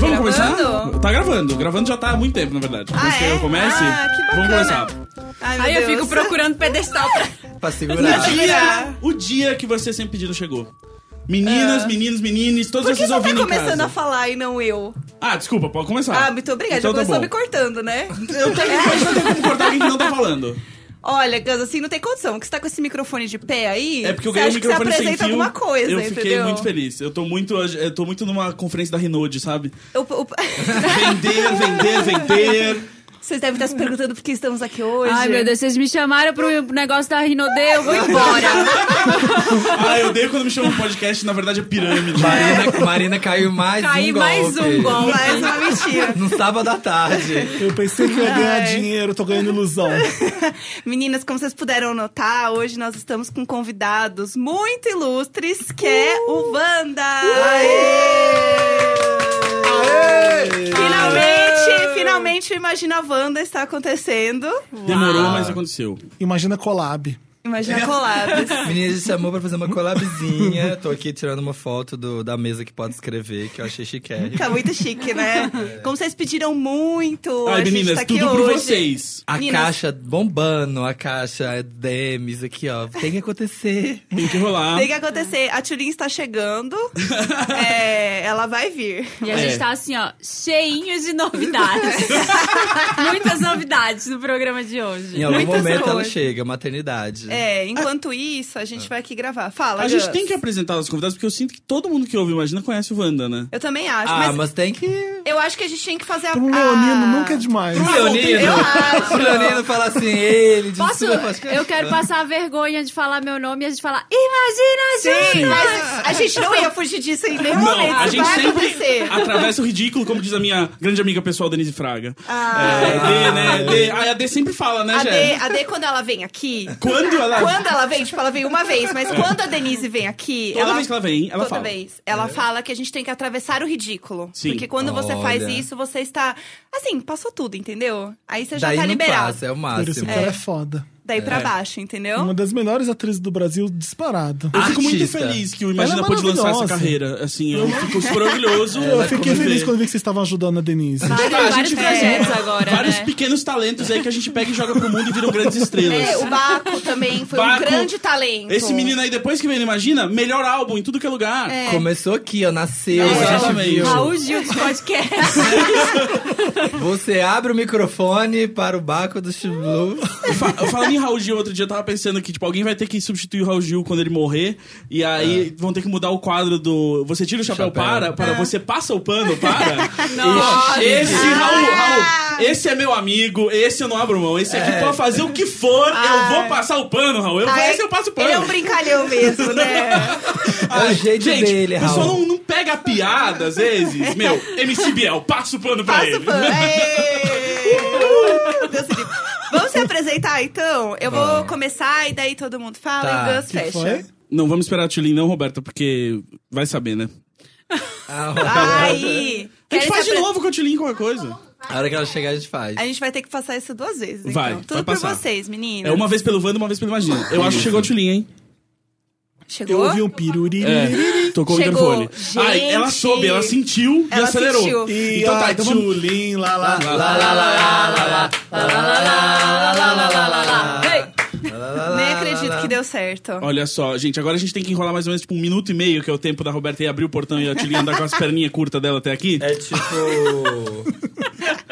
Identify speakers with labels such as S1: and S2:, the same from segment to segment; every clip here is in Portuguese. S1: Vamos
S2: gravando?
S1: começar? Tá gravando. Gravando já tá há muito tempo, na verdade.
S2: Ah,
S1: Mas que
S2: é?
S1: eu comece,
S2: Ah, que
S1: vamos
S2: bacana.
S1: começar.
S2: Ai, meu
S3: Aí eu
S2: Deus.
S3: fico procurando pedestal pra.
S4: Pra
S2: Pra
S4: segurar.
S1: Dia-
S2: segurar.
S1: O dia que você sempre pedido chegou. Meninas, meninos, menines, todos
S2: Ah. Por que
S1: vocês
S2: você tá
S1: ouvindo em
S2: começando
S1: casa.
S2: a falar e não eu?
S1: Ah, desculpa, pode começar.
S2: Ah, muito obrigada.
S1: Então
S2: Já
S1: tá
S2: começou
S1: bom.
S2: me cortando, né?
S1: Eu tenho que eu tenho que concordar com alguém que não tá falando.
S2: Olha, Gus, assim, não tem condição. Que você tá com esse microfone de pé aí.
S1: É porque eu
S2: você
S1: ganhei um
S2: acha que você
S1: microfone sem
S2: apresenta
S1: fio.
S2: alguma coisa,
S1: eu
S2: entendeu?
S1: fiquei muito feliz. Eu tô muito, eu tô muito numa conferência da Renault, sabe?
S2: Eu- eu-
S1: Vender, vender, vender.
S2: Vocês devem estar se perguntando por que estamos aqui hoje.
S3: Ai, meu Deus, vocês me chamaram pro negócio da Rinode, eu vou embora.
S1: Ah, eu odeio quando me chamam de podcast, na verdade é pirâmide.
S4: Marina, Marina caiu mais
S3: Caí
S4: um golpe.
S3: mais um gol.
S2: Mais uma mentira.
S4: No sábado à tarde.
S5: Eu pensei que eu ia ganhar
S2: Ai.
S5: dinheiro, tô ganhando ilusão.
S2: Meninas, como vocês puderam notar, hoje nós estamos com convidados muito ilustres, que é
S1: Uh!
S2: o Wanda! Finalmente, finalmente o Imagina a Wanda está acontecendo.
S1: Demorou, mas aconteceu.
S5: Imagina collab. Então,
S2: Imagina coladas.
S4: A menina já chamou pra fazer uma collabzinha. Tô aqui tirando uma foto do- da mesa que pode escrever, que eu achei chiquérrimo.
S2: Tá muito chique, né? Como vocês pediram muito, a
S1: Ai,
S2: gente
S1: meninas,
S2: tá aqui
S1: tudo
S2: hoje.
S1: por vocês.
S4: A
S2: Meninas.
S4: caixa bombando, a caixa DMs aqui, ó. Tem que acontecer.
S1: Tem que rolar.
S2: Tem que acontecer. A Tulin está chegando. É, ela vai vir.
S3: E a gente
S4: É.
S3: tá assim, ó, cheinho de novidades. Muitas novidades no programa de hoje.
S4: Em algum
S2: Muitas
S4: momento ela
S2: hoje.
S4: chega, maternidade.
S2: É, enquanto isso, a gente vai aqui gravar. Fala,
S1: Ah. A gente
S2: Gus.
S1: tem que apresentar os convidados, porque eu sinto que todo mundo que ouve Imagina conhece o Wanda, né?
S2: Eu também acho,
S4: Ah,
S2: mas
S4: mas tem que.
S2: eu acho que a gente tem que fazer a...
S5: Pro
S2: a-
S5: Leonino nunca é demais.
S4: Pro Leonino!
S2: Eu acho.
S4: Pro Leonino fala assim, ele diz
S3: Posso? Eu quero passar a vergonha de falar meu nome e a gente falar, imagina
S2: Sim,
S3: junto!
S2: mas a gente não ia fugir disso em nenhum
S1: Não,
S2: momento.
S1: a
S2: Isso
S1: gente
S2: vai
S1: sempre
S2: acontecer.
S1: atravessa o ridículo, como diz a minha grande amiga pessoal, Denise Fraga.
S2: Ah.
S1: É, D, né? D. Ah, a D sempre fala, né,
S2: A D,
S1: Jé?
S2: a D, quando ela vem aqui...
S1: Quando ela.
S2: Quando ela vem, tipo, ela vem uma vez, mas quando a Denise vem aqui...
S1: Toda vez que ela vem, ela
S2: toda
S1: fala. É.
S2: vez. Ela fala que a gente tem que atravessar o ridículo.
S1: Sim.
S2: Porque quando você
S4: Olha.
S2: faz isso, você está... Assim, passou tudo, entendeu? Aí você já
S4: Daí
S2: tá
S4: não
S2: liberado.
S4: passa, é o
S5: Por isso
S4: máximo.
S5: que ela é Então? foda.
S2: Daí
S1: É.
S2: pra baixo, entendeu?
S5: Uma das melhores atrizes do Brasil, disparado.
S1: Eu fico muito
S4: Artista.
S1: feliz que o Imagina
S5: Ela é
S1: pôde lançar essa
S5: maravilhosa.
S1: carreira. Assim, eu
S2: Uhum.
S1: fico super orgulhoso.
S5: Eu fiquei
S1: Como
S5: feliz
S1: ver.
S5: quando vi que vocês estavam ajudando a Denise.
S3: Vários, vários
S1: gente
S3: projetos agora,
S2: É.
S1: Vários
S3: né?
S1: pequenos talentos aí que a gente pega e joga pro mundo e viram grandes estrelas.
S2: É, o Baco também foi
S1: Baco,
S2: um grande talento.
S1: Esse menino aí, depois que vem no Imagina, melhor álbum em tudo que é lugar.
S2: É.
S4: Começou aqui, ó, nasceu.
S1: É,
S4: a gente
S1: exatamente.
S4: viu.
S3: Raul Gil de podcast.
S4: Você abre o microfone para o Baco do Chiblu.
S1: Fa- Falando em Raul Gil, outro dia eu tava pensando que, tipo, alguém vai ter que substituir o Raul Gil quando ele morrer. E aí vão ter que mudar o quadro do. Você tira o chapéu,
S4: É. Chapéu.
S1: para, para,
S2: É.
S1: você passa o pano, para.
S4: Nossa.
S1: esse
S2: Ah.
S1: Raul, Raul, esse é meu amigo, esse eu não abro mão. Esse
S4: É.
S1: aqui pode fazer o que for, eu vou passar o pano, Raul. Eu,
S2: Ai,
S1: esse eu passo o pano.
S2: Ele é um brincalhão mesmo, né?
S4: É o jeito
S1: Gente,
S4: dele,
S1: o pessoal
S4: Raul.
S1: não, não pega a piada às vezes. Meu, MC Biel, passa o pano pra
S2: Passa
S1: ele.
S2: o pano. Ê! Deus livre. Vamos se apresentar, então? Eu vou começar e daí todo mundo fala
S4: Tá.
S2: e o Gus fecha.
S5: Foi?
S1: Não, vamos esperar a Tulin, não, Roberta, porque vai saber, né?
S4: Ah,
S2: Aí!
S1: A gente
S2: querem
S1: faz
S2: se
S1: de
S2: apre-
S1: novo com a Tulin qualquer coisa.
S4: A hora que ela chegar, a gente faz.
S2: A gente vai ter que passar isso duas vezes, então.
S1: Vai,
S2: Tudo
S1: vai
S2: por
S1: passar.
S2: vocês, meninas.
S1: É uma vez pelo Wanda, uma vez pelo Imagina. Eu acho que chegou a Tulin, hein?
S5: Eu
S2: Chegou?
S5: ouvi um piruri.
S1: É, tocou
S2: Chegou.
S1: o microfone. Ai,
S2: Gente.
S1: ela soube, ela sentiu e
S2: Ela
S1: acelerou.
S2: sentiu.
S5: E ah,
S1: Então tá,
S5: ai, um
S1: então
S5: tamo-
S1: vamos-
S5: É. Tchulin, lá, lá, lá.
S2: Ah, Nem acredito que deu certo.
S1: Olha só, gente, agora a gente tem que enrolar mais ou menos tipo um minuto e meio, que é o tempo da Roberta ir abrir o portão e a Tulin andar com as perninhas curtas dela até aqui.
S4: É tipo.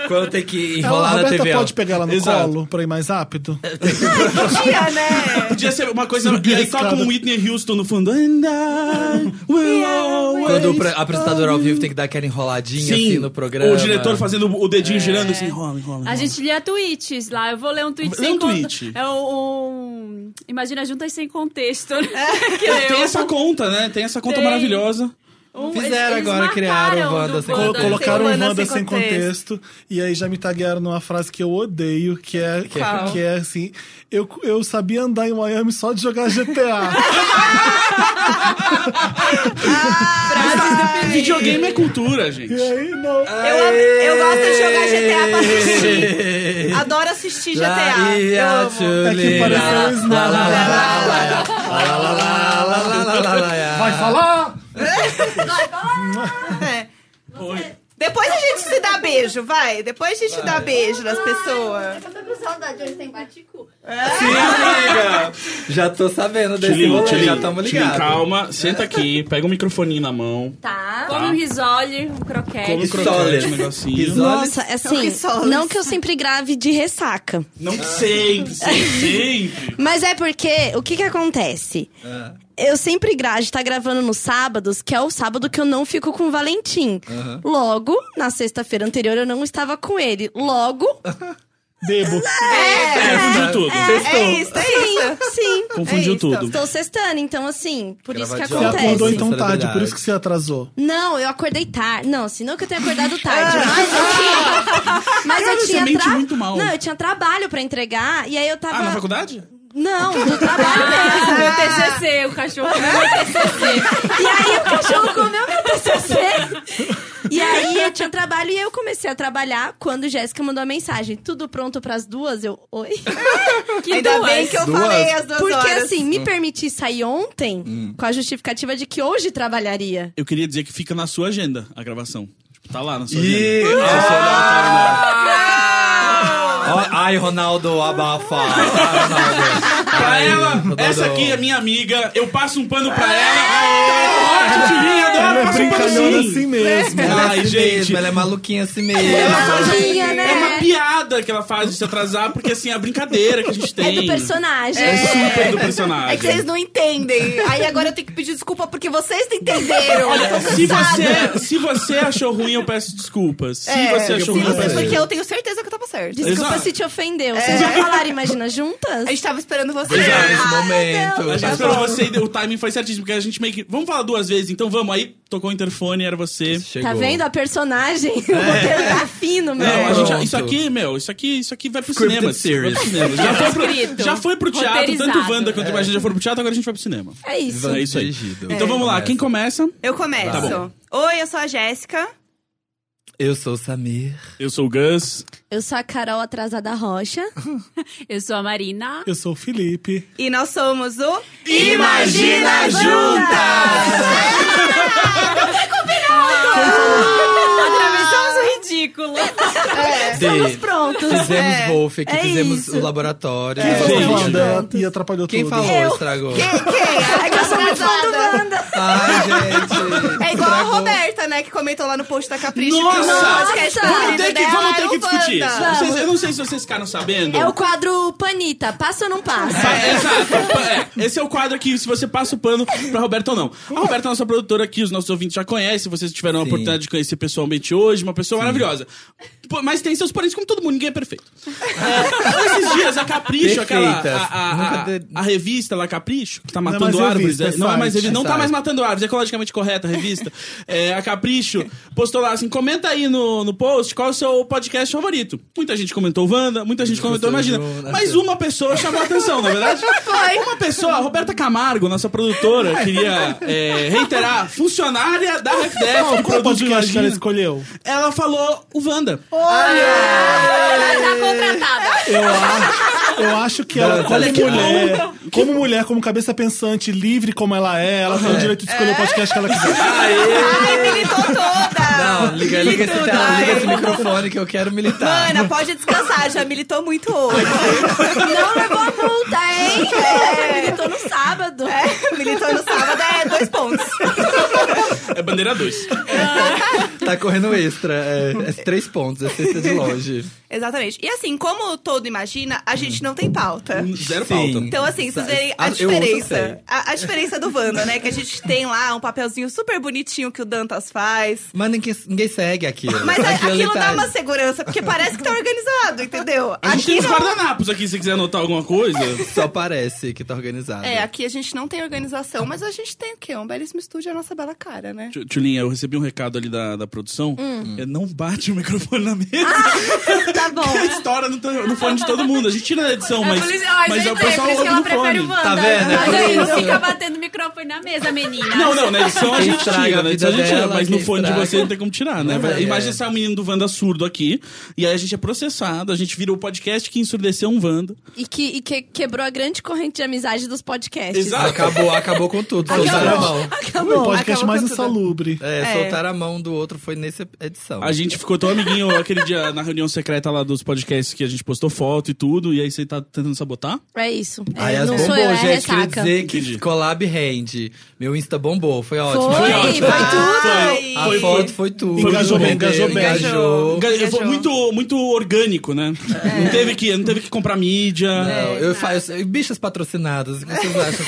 S4: Quando tem que
S5: Ela, então a
S4: enrolar na
S5: Roberta
S4: TV. ó.
S5: pode pegar ela no
S1: Exato.
S5: colo pra ir mais rápido?
S2: Podia, né?
S1: Podia ser uma coisa.
S5: Subir
S1: E
S5: a
S1: aí toca
S5: escada.
S1: um Whitney Houston no fundo. And I will always
S4: Quando o pre- apresentador ao vivo tem que dar aquela enroladinha assim no programa.
S1: O diretor fazendo o
S2: É.
S1: dedinho girando assim, rola, rola.
S3: A gente lia tweets lá. Eu vou ler um tweet
S1: Lê
S3: sem
S1: um
S3: con-
S1: tweet.
S3: É um. um- Imagina juntas sem contexto. né? que
S1: Tem
S3: leu.
S1: essa conta, né? Tem essa conta
S3: Tem.
S1: maravilhosa.
S3: Um-
S4: Fizeram
S3: eles
S4: agora, criaram o
S3: marcaram
S4: Wanda
S3: do
S4: sem
S5: Colo-
S4: Wanda
S5: colocaram o
S2: sem
S5: Wanda sem
S2: contexto.
S5: contexto. E aí já me taguearam numa frase que eu odeio, que é, que
S2: Qual?
S5: é assim: eu, eu sabia andar em Miami só de jogar GTA.
S1: Videogame é cultura, gente.
S5: e aí, não.
S2: Eu, am- eu gosto de jogar GTA pra assistir. Adoro assistir GTA. Eu amo.
S5: É que pareceu o Snow. Vai falar?
S2: É.
S1: Oi.
S2: Depois a gente se dá beijo, vai. Depois a gente dá beijo nas
S6: Eu
S2: pessoas.
S6: tô com saudade, hoje tem baticu.
S4: Já tô sabendo desse
S1: Tilly,
S4: rolê,
S1: Tilly,
S4: já tamo
S1: Tilly,
S4: ligados.
S1: calma, senta aqui, pega o microfoninho na mão.
S3: Tá. Come um risole, um croquete.
S1: Come um croquete,
S4: Soles.
S1: um negocinho.
S4: Risoles.
S7: Nossa, assim,
S2: Risoles.
S7: não que eu sempre grave de ressaca.
S1: Não sempre, sempre, sempre.
S7: Mas é porque, o que que acontece?
S2: É.
S7: Eu sempre gra a gente tá gravando nos sábados, que é o sábado que eu não fico com o Valentim. Logo, na sexta-feira anterior, eu não estava com ele. Logo,
S5: Bebo.
S1: Confundiu tudo.
S2: É isso, é isso.
S7: sim,
S1: Confundiu
S2: É isso.
S1: tudo.
S7: estou sextando. Então, assim, por isso que
S4: Gravadinha.
S5: Você
S4: Acontece.
S5: acordou
S7: acontece.
S5: então tarde,
S4: Celebridade.
S5: por isso que você atrasou.
S7: Não, eu acordei tarde. Não, se não que eu tenha acordado tarde.
S2: Ah.
S7: mas eu tinha. Mas
S1: Caralho,
S7: eu
S1: você
S7: tinha.
S1: mente muito mal.
S7: Não, eu tinha trabalho pra entregar. E aí eu tava.
S1: Ah, na faculdade?
S7: Não, do trabalho mesmo.
S3: Ah, Meu TCC, o cachorro.
S7: E aí o cachorro comeu meu TCC. E aí eu tinha trabalho e eu comecei a trabalhar quando Jéssica mandou a mensagem. Tudo pronto pras duas? Eu, oi?
S3: que
S2: Ainda
S3: duas.
S2: bem que eu
S4: Duas.
S2: falei as duas
S7: Porque
S2: horas.
S7: assim, me permiti sair ontem
S1: Hum.
S7: com a justificativa de que hoje trabalharia.
S1: Eu queria dizer que fica na sua agenda a gravação. Tipo, tá lá na sua
S4: Ih,
S1: agenda.
S4: nossa,
S1: Você olha lá, tá lá.
S4: Ó, Ai, Ronaldo, abafa. Ai, Ronaldo.
S1: Pra
S4: Ai,
S1: ela,
S4: Ronaldo.
S1: essa aqui é minha amiga, eu passo um pano pra ela. Ótimo, tirinha
S5: Ela
S1: dela,
S5: é
S1: passa um pano
S5: brincalhona
S1: sim.
S5: assim mesmo.
S4: Ela
S1: Ai,
S4: é assim
S1: gente.
S4: mesmo, ela é maluquinha assim mesmo.
S7: Sozinha, né?
S1: É uma piada que ela faz de se atrasar, porque assim, é a brincadeira que a gente
S7: É
S1: tem.
S7: do personagem.
S1: É super do personagem.
S2: É que vocês não entendem. Aí agora eu tenho que pedir desculpa porque vocês não entenderam. Olha,
S1: se você, se você achou ruim, eu peço desculpas. É. Se você achou ruim, eu peço
S2: É. porque eu tenho certeza que eu tava certo.
S7: Desculpa
S1: Exato. É.
S7: se te ofendeu. Vocês já falaram Imagina Juntas?
S2: A gente tava esperando você. Ah,
S4: Já nesse
S1: A gente
S4: momento.
S1: esperou você e deu- o timing foi certíssimo, porque a gente meio que. Vamos falar duas vezes, então vamos. Aí tocou o interfone, era você.
S4: Chegou.
S7: Tá vendo? A personagem, o roteiro tá fino, meu.
S1: É. Não, a gente já-
S4: Pronto.
S1: isso aqui, meu, isso aqui, isso aqui vai pro cinema.
S4: Scripted
S1: Vai
S4: series.
S1: pro cinema. Já, foi pro,
S3: Escrito.
S1: já foi pro teatro,
S3: Roteirizado.
S1: tanto Wanda quanto Imagina já foram pro teatro, agora a gente vai pro cinema.
S7: É isso.
S1: É isso aí.
S4: Dirigido.
S1: Então vamos lá, quem começa?
S2: Eu começo. Oi, eu sou a Jéssica.
S4: Eu sou o Samir.
S1: Eu sou o Gus.
S7: Eu sou a Carol Atrasada Rocha.
S3: Eu sou a Marina.
S5: Eu sou o Felipe.
S2: E nós somos o...
S1: Imagina
S2: Juntas!
S3: Atravessamos o ridículo.
S4: Estamos
S7: Prontos.
S4: Fizemos
S2: É,
S4: Wolf aqui,
S7: é
S4: fizemos
S7: isso.
S4: o laboratório.
S5: Quem
S4: É,
S5: falou
S4: gente,
S5: Wanda e atrapalhou
S4: Quem
S5: tudo?
S4: falou? Estragou.
S2: Quem? É que eu sou muito fã do Wanda.
S4: Ai, gente.
S2: É igual a Roberta, né? Que comentou lá no post da Capricho.
S1: Tá Nossa!
S2: Que o podcast
S7: Nossa!
S2: preferido
S1: Vamos ter que,
S2: dela
S1: vamos ter
S2: era
S1: que
S2: o
S1: discutir isso.
S2: Wanda.
S1: Vocês- eu não sei se vocês ficaram sabendo.
S7: É o quadro Panita. Passa ou não passa?
S1: Pa- É, Exato. Pa- é, Esse é o quadro aqui, se você passa o pano pra Roberta ou não. A Roberta é nossa produtora aqui, os nossos ouvintes já conhecem, vocês tiveram a
S4: Sim.
S1: oportunidade de conhecer pessoalmente hoje, uma pessoa maravilhosa. Pô, Mas tem seus parentes, como todo mundo, ninguém é perfeito. É, esses dias, a Capricho, aquela.
S4: Perfeitas.
S1: A, a- a-
S4: Nunca de-
S1: a revista lá, Capricho, que tá
S5: Não é
S1: matando
S5: mais
S1: árvores.
S5: revista,
S1: é-
S5: é
S1: não, é mais
S5: site.
S1: revista, não
S4: É
S1: tá mais
S4: site.
S1: matando árvores, é ecologicamente correta a revista. É, a Capricho postou lá assim: comenta aí no, no post qual é o seu podcast favorito. Muita gente comentou Wanda, muita gente comentou, imagina.
S4: Jona.
S1: Mas uma pessoa chamou a atenção, na verdade. Foi. Uma pessoa, a Roberta Camargo, nossa produtora, queria é, reiterar, funcionária da RFDF, É, que
S5: Qual
S1: produz o
S5: podcast que ela Oh.
S1: Imagina,
S5: escolheu?
S1: ela falou o Wanda.
S3: Ela tá
S7: É.
S3: contratada.
S5: Eu acho, eu acho que ela,
S4: Não,
S5: como
S4: olha que
S5: mulher, como mulher, como cabeça pensante, livre como ela é, ela tem o direito de escolher o podcast que ela quiser.
S2: Ai, militou toda!
S4: Não, liga, liga, esse,
S2: Tudo,
S4: tela, liga
S2: ai.
S4: esse microfone que eu quero militar.
S2: Ana, pode descansar, já militou muito hoje. né?
S7: Não levou a multa, hein? É. Militou no sábado.
S2: É, militou no sábado, é dois pontos.
S1: É bandeira 2.
S4: Tá correndo extra. É, é três pontos, é cesta de longe.
S2: Exatamente. E assim, como todo imagina, a gente não tem pauta.
S1: Zero
S4: Sim.
S1: falta.
S2: Então, assim, vocês verem a
S4: Ah, eu ouço,
S2: diferença.
S4: sei.
S2: A, a diferença do Wanda, né? Que a gente tem lá um papelzinho super bonitinho que o Dantas faz.
S4: Mas ninguém, ninguém segue aquilo.
S2: Mas a- aquilo
S4: tá-
S2: dá uma segurança, porque parece que tá organizado, entendeu?
S1: A gente
S2: aqui
S1: tem uns
S2: não.
S1: guardanapos aqui, se quiser anotar alguma coisa.
S4: Só parece que tá organizado.
S2: É, aqui a gente não tem organização, mas a gente tem o quê? Um belíssimo estúdio e a nossa bela cara, né?
S1: Deixa Tulinha, eu recebi um recado ali da, da produção.
S3: Hum.
S1: É, não bate o microfone na mesa.
S3: Ah,
S7: Tá bom.
S1: Estoura no, to- no fone de todo mundo. A gente tira na edição, mas,
S3: por isso, ó,
S1: mas
S3: gente,
S1: é o
S3: é
S1: pessoal
S3: por isso que
S1: ouve
S3: ela
S1: no
S3: prefere o
S1: fone.
S3: Wanda.
S4: Tá vendo? É por
S3: Mas aí não
S4: isso.
S3: fica batendo o microfone na mesa, menina.
S1: Não, não, na edição a
S4: Quem
S1: gente
S4: estraga
S1: tira,
S4: a
S1: né?
S4: vida
S1: Edição a gente tira,
S4: dela,
S1: mas no
S4: quem
S1: fone de
S4: estraga.
S1: você não tem como tirar, né?
S4: Não,
S1: Vai-
S4: é.
S1: Imagina se é um menino do Wanda surdo aqui, e aí a gente é processado, a gente vira o podcast que ensurdeceu um Wanda.
S7: E que, e que quebrou a grande corrente de amizade dos podcasts.
S1: Exato.
S4: Acabou, acabou com tudo. Soltaram a mão.
S5: O
S7: Acabou.
S5: podcast
S2: acabou
S5: mais
S2: então com tudo.
S5: insalubre.
S4: É,
S2: É.
S4: soltaram a mão do outro foi nessa edição.
S1: A gente ficou tão amiguinho aquele dia na reunião secreta lá dos podcasts que a gente postou foto e tudo, e aí você tá tentando sabotar?
S7: É isso.
S4: Aí
S7: É,
S4: as
S7: não sou
S4: bombou,
S7: eu, é
S4: gente. Queria
S7: ressaca.
S4: dizer
S1: Entendi.
S4: que collab rende. Meu Insta bombou, foi ótimo.
S7: Foi,
S1: ótimo.
S7: foi tudo.
S1: Foi,
S4: A
S1: foi,
S4: foto foi tudo.
S5: Engajou bem,
S4: Rendeu,
S5: engajou bem.
S4: engajou.
S1: Ga-
S2: Engajou.
S1: foi muito, muito orgânico, né?
S7: É.
S1: Não, teve que, não teve que comprar mídia.
S4: Não, eu faço. Bichas patrocinadas, o que vocês acham?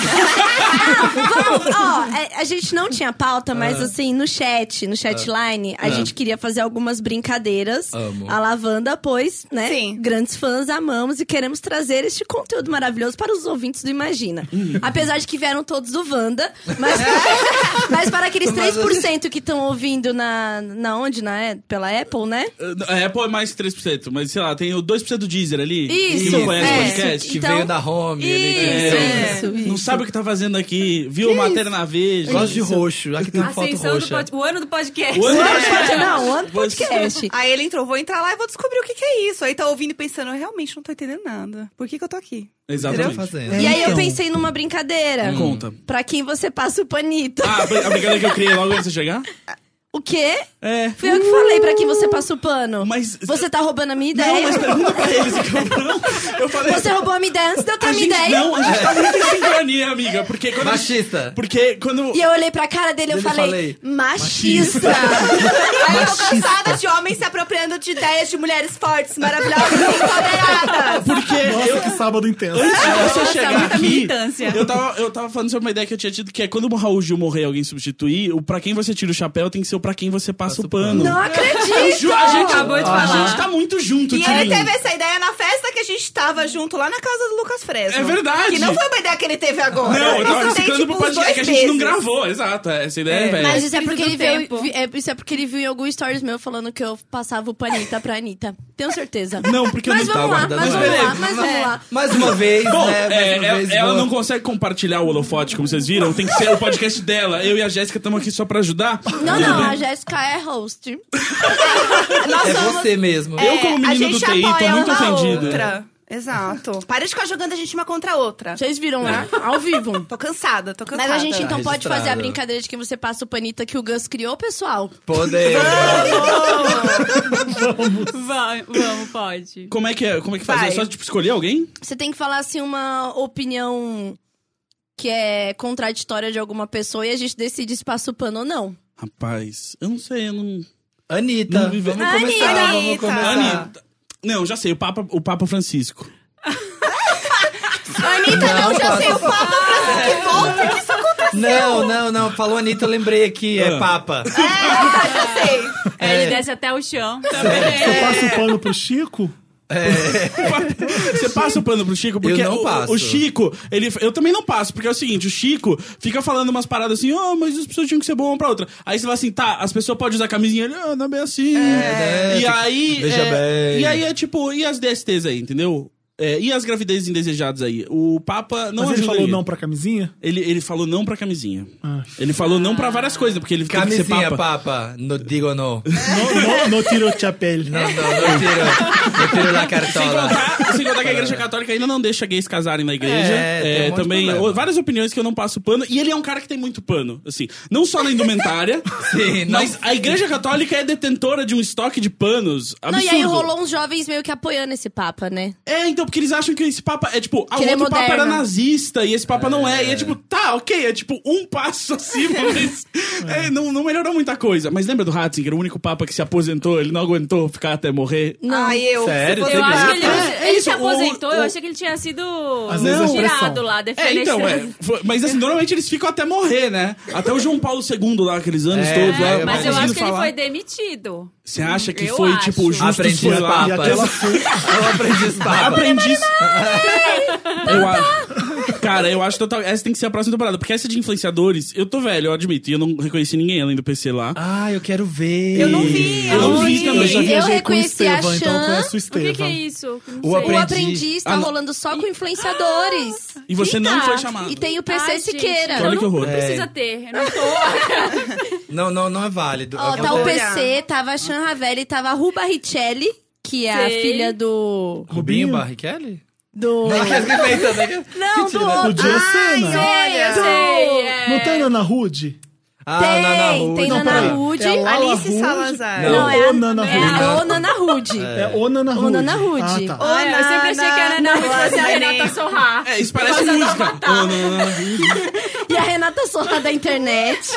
S7: Ah, Vamos, ó, é, a gente não tinha pauta, mas assim, no chat, no chatline, a
S1: Ah.
S7: gente queria fazer algumas brincadeiras.
S4: Amo.
S7: A Lavanda, pois, né?
S2: Sim.
S7: Grandes fãs, amamos e queremos trazer este conteúdo maravilhoso para os ouvintes do Imagina. Apesar de que vieram todos do Wanda, mas, mas para aqueles 3% que estão ouvindo na, na onde? Na, A- pela Apple, né?
S1: A Apple é mais 3%, mas sei lá, tem o 2% do Deezer ali.
S7: Isso,
S1: que não conhece
S7: é.
S1: o podcast.
S4: Que
S7: Então-
S4: veio da home. Ele...
S7: Isso,
S1: É.
S7: isso,
S1: Não
S7: isso.
S1: sabe o que tá fazendo aqui, viu matéria na Veja.
S4: Gosto de roxo. Aqui tem uma foto
S3: Ascensão do
S4: roxa.
S3: pod... O ano do podcast.
S1: O ano do
S7: Não,
S1: podcast.
S7: pode- Não, o
S1: Você-
S7: podcast.
S2: Aí ele entrou, vou entrar lá e vou descobrir o que, que é isso. Aí tá ouvindo e pensando, eu realmente não tô entendendo nada. Por que, que eu tô aqui?
S4: Tá
S1: Exatamente.
S4: fazendo.
S7: E aí eu
S5: Então.
S7: pensei numa brincadeira.
S1: Conta.
S7: Pra quem você passa o panito.
S1: Ah, a brin- a brincadeira que eu criei logo antes de chegar?
S7: O quê?
S1: É.
S7: Foi eu que falei pra quem você passa o pano.
S1: Mas-
S7: Você tá roubando a minha
S1: Não,
S7: ideia.
S1: mas pergunta pra eles, cabrão. Eu falei.
S7: Você roubou a minha ideia antes de eu ter
S1: a
S7: a minha
S1: gente,
S7: ideia.
S1: não, a gente tá muito em sincronia, amiga. Porque quando.
S4: Machista.
S1: Porque quando.
S7: E eu olhei pra cara dele e eu
S4: Dele eu
S7: falei,
S4: falei,
S7: machista.
S2: Aí eu tô cansada de homens se apropriando de ideias de mulheres fortes, maravilhosas, empoderadas.
S1: Porque
S5: Nossa, que sábado intenso.
S1: Antes de você chegar
S3: muita
S1: aqui,
S3: militância.
S1: eu tava, eu tava falando sobre uma ideia que eu tinha tido, que é quando o Raul Gil morrer e alguém substituir, o pra quem você tira o chapéu tem que ser o pra quem você passa o pano.
S7: não
S1: Eu
S7: acredito.
S1: ju- a gente,
S3: Acabou de
S1: a
S3: falar.
S1: gente tá muito junto,
S2: E ele
S1: Tilin.
S2: teve essa ideia na festa que a gente tava junto lá na casa do Lucas Fresno.
S1: É verdade.
S2: Que não foi uma ideia que ele teve agora.
S1: Não, eu
S2: Isso
S1: tava
S2: tem,
S1: reciclando
S2: tipo,
S1: pro
S2: uns
S1: podcast, é
S2: dois
S1: que a gente não
S2: meses.
S1: gravou, exato. é, Essa ideia é, velha.
S7: Mas isso é,
S3: Espírito
S7: porque
S3: do
S7: ele viu,
S3: tempo.
S7: vi- é- isso é porque ele viu em algum stories meu falando que eu passava o panita pra Anitta. Tenho certeza.
S1: Não, porque eu
S7: mas
S1: não
S7: vamos
S1: tava
S7: lá,
S4: guardando
S7: mas
S4: nada.
S1: Beleza.
S7: vamos lá, mas vamos lá.
S4: é. Mais uma vez,
S1: Bom,
S4: né? Mais
S1: é,
S4: uma
S1: ela,
S4: vez,
S1: ela
S4: boa.
S1: não consegue compartilhar o holofote, como vocês viram. Tem que ser o podcast dela. Eu e a Jéssica estamos aqui só pra ajudar.
S7: Não, não, a Jéssica é host.
S4: É você mesmo.
S1: Eu, como
S2: É, a
S1: menino do
S2: gente
S1: TI, tô
S2: apoia
S1: muito
S2: uma
S1: ofendido.
S2: outra. Exato. Para de ficar jogando a gente uma contra a outra.
S7: Vocês viram, né? Ao vivo.
S2: Tô cansada, tô cansada.
S7: Mas a gente então
S4: Tá
S7: pode fazer a
S4: registrado.
S7: brincadeira de que você passa o panita que o Gus criou, pessoal?
S4: Poder.
S3: Vamos, vamos, pode.
S1: Como é que é? Como é que faz? É
S2: Vai.
S1: só, tipo, escolher alguém?
S7: Você tem que falar assim uma opinião que é contraditória de alguma pessoa e a gente decide se passa o pano ou não.
S1: Rapaz, eu não sei, eu não...
S4: Anitta.
S1: Não vive-
S4: Vamos começar,
S2: Anitta.
S4: vamos começar.
S1: Anitta. Não, já sei, o Papa, o Papa Francisco.
S2: Anitta, não,
S4: Não,
S2: já
S4: passa. É.
S2: sei o papo, Francisco, que volta, que isso aconteceu.
S4: Não, não, não. Falou Anitta, eu lembrei aqui. É
S1: Ah.
S4: papa.
S2: Ah,
S7: tá
S2: já sei.
S1: É.
S3: Ele desce até o chão. Também.
S5: Eu passo o pano pro Chico?
S1: Você passa o pano pro Chico? Porque
S4: Eu não
S1: o- o,
S4: passo.
S1: o Chico, ele. Eu também não passo, porque é o seguinte: o Chico fica falando umas paradas assim, ó, mas as pessoas tinham que ser boas uma pra outra. Aí você fala assim, tá, as pessoas podem usar camisinha, ele, ah, não é bem assim.
S4: né?
S1: E aí.
S4: Veja
S1: é,
S4: bem.
S1: E aí é tipo, e as DSTs aí, entendeu? É, e as gravidezes indesejadas aí? O Papa não
S5: Mas ele
S1: ajuda
S5: falou
S1: ninguém.
S5: não pra camisinha?
S1: Ele, ele falou não pra camisinha. Ele falou não pra várias coisas, porque ele tem que ser
S4: Camisinha,
S1: papa.
S4: papa. Não digo não.
S5: Não, não, não tirou o chapéu.
S4: Não, não, não tiro. Não tiro na cartola.
S1: contar, sem contar que a igreja católica ainda não deixa gays casarem na igreja.
S4: É, tem um
S1: É,
S4: monte de
S1: também
S4: problema.
S1: ó, várias opiniões que eu não passo pano. E ele é um cara que tem muito pano, assim. Não só na indumentária,
S4: Sim, não-
S1: mas a igreja católica é detentora de um estoque de panos absurdo.
S7: Não, e aí rolou um uns jovens meio que apoiando esse papa, né?
S1: É, então, porque eles acham que esse papa é tipo, ah, o
S7: Que ele é
S1: outro papa era
S7: moderno.
S1: nazista e esse papa não é. E é tipo, tá, ok, é tipo um passo acima, mas é, não, não melhorou muita coisa. Mas lembra do Ratzinger, o único papa que se aposentou, ele não aguentou ficar até morrer?
S7: Não.
S2: Ai, eu. se
S4: Sério?
S2: fosse
S4: Tem
S3: Eu
S2: pra-
S3: acho que ele,
S1: É, é
S3: ele
S1: isso,
S3: se aposentou,
S1: o-
S3: eu
S1: o-
S3: achei que ele tinha sido
S5: Às vezes é
S3: tirado
S5: pressão.
S3: lá,
S1: É,
S3: defenestrado.
S1: então, é. Foi- Mas assim, normalmente eles ficam até morrer, né? Até o João Paulo II lá, aqueles anos
S4: É,
S1: todos né? lá.
S4: é,
S3: Mas
S4: Tá
S3: eu acho
S1: conseguindo
S3: que
S1: falar.
S3: ele foi demitido.
S1: Você acha que
S3: Eu
S1: foi,
S3: acho.
S1: tipo, o Justus
S4: Aprendiz
S1: foi lá?
S4: papa.
S5: E aquela
S4: Eu aprendi esse papa.
S1: Aprendiz... Eu acho... Cara, eu acho total. Essa tem que ser a próxima temporada, porque essa de influenciadores, eu tô velho, eu admito. E eu não reconheci ninguém além do PC lá.
S4: Ah, eu quero ver.
S2: Eu não vi,
S1: Eu não vi também.
S5: Eu já
S1: Eu
S5: viajei
S7: reconheci
S5: com o Estevam,
S7: a
S5: então eu
S7: Xan.
S5: conheço o
S3: O que, que
S5: Estevam.
S3: é
S1: um
S3: isso? Não
S4: O
S3: sei.
S7: O
S4: Aprendi.
S7: aprendiz tá
S1: Ah, não.
S7: rolando só com influenciadores.
S1: E você não
S3: Eita!
S1: foi chamado.
S7: E tem o PC
S3: Ai,
S7: Siqueira.
S3: gente, eu
S1: Olha
S3: não-
S1: que horror.
S3: Não
S4: É.
S3: precisa ter. Eu não tô.
S4: Não, não, não é válido.
S7: Ó,
S4: É
S7: tá o
S4: válido.
S2: olhar.
S7: PC, tava a Shan Ravelli, tava a Ruba Richelli, que é a
S3: Sei.
S7: filha do.
S4: Rubinho Barrichelli?
S7: Do.
S4: né?
S7: Não, do
S5: Do
S7: outro.
S5: Dia Cena.
S3: Eu
S2: Olha,
S3: sei. é.
S5: Não tem Nana Rude?
S4: Ah,
S7: Tem,
S4: Nana Ruth.
S7: tem
S5: Não,
S7: Nana
S5: peraí.
S7: Rude.
S5: É o Ala
S2: Alice
S5: Rude?
S2: Salazar.
S5: Não,
S7: Não,
S5: o
S7: é a-
S5: Nana
S7: É
S5: Rude.
S7: a O Nana Rude.
S5: É o Nana Rude.
S7: Nana Rude.
S5: Ah, tá.
S3: Ai, eu sempre achei que a Ana Ruth fosse a Renata Sorrar.
S1: É, isso parece música. Oh, não, não, não.
S7: E a Renata Sorra da internet.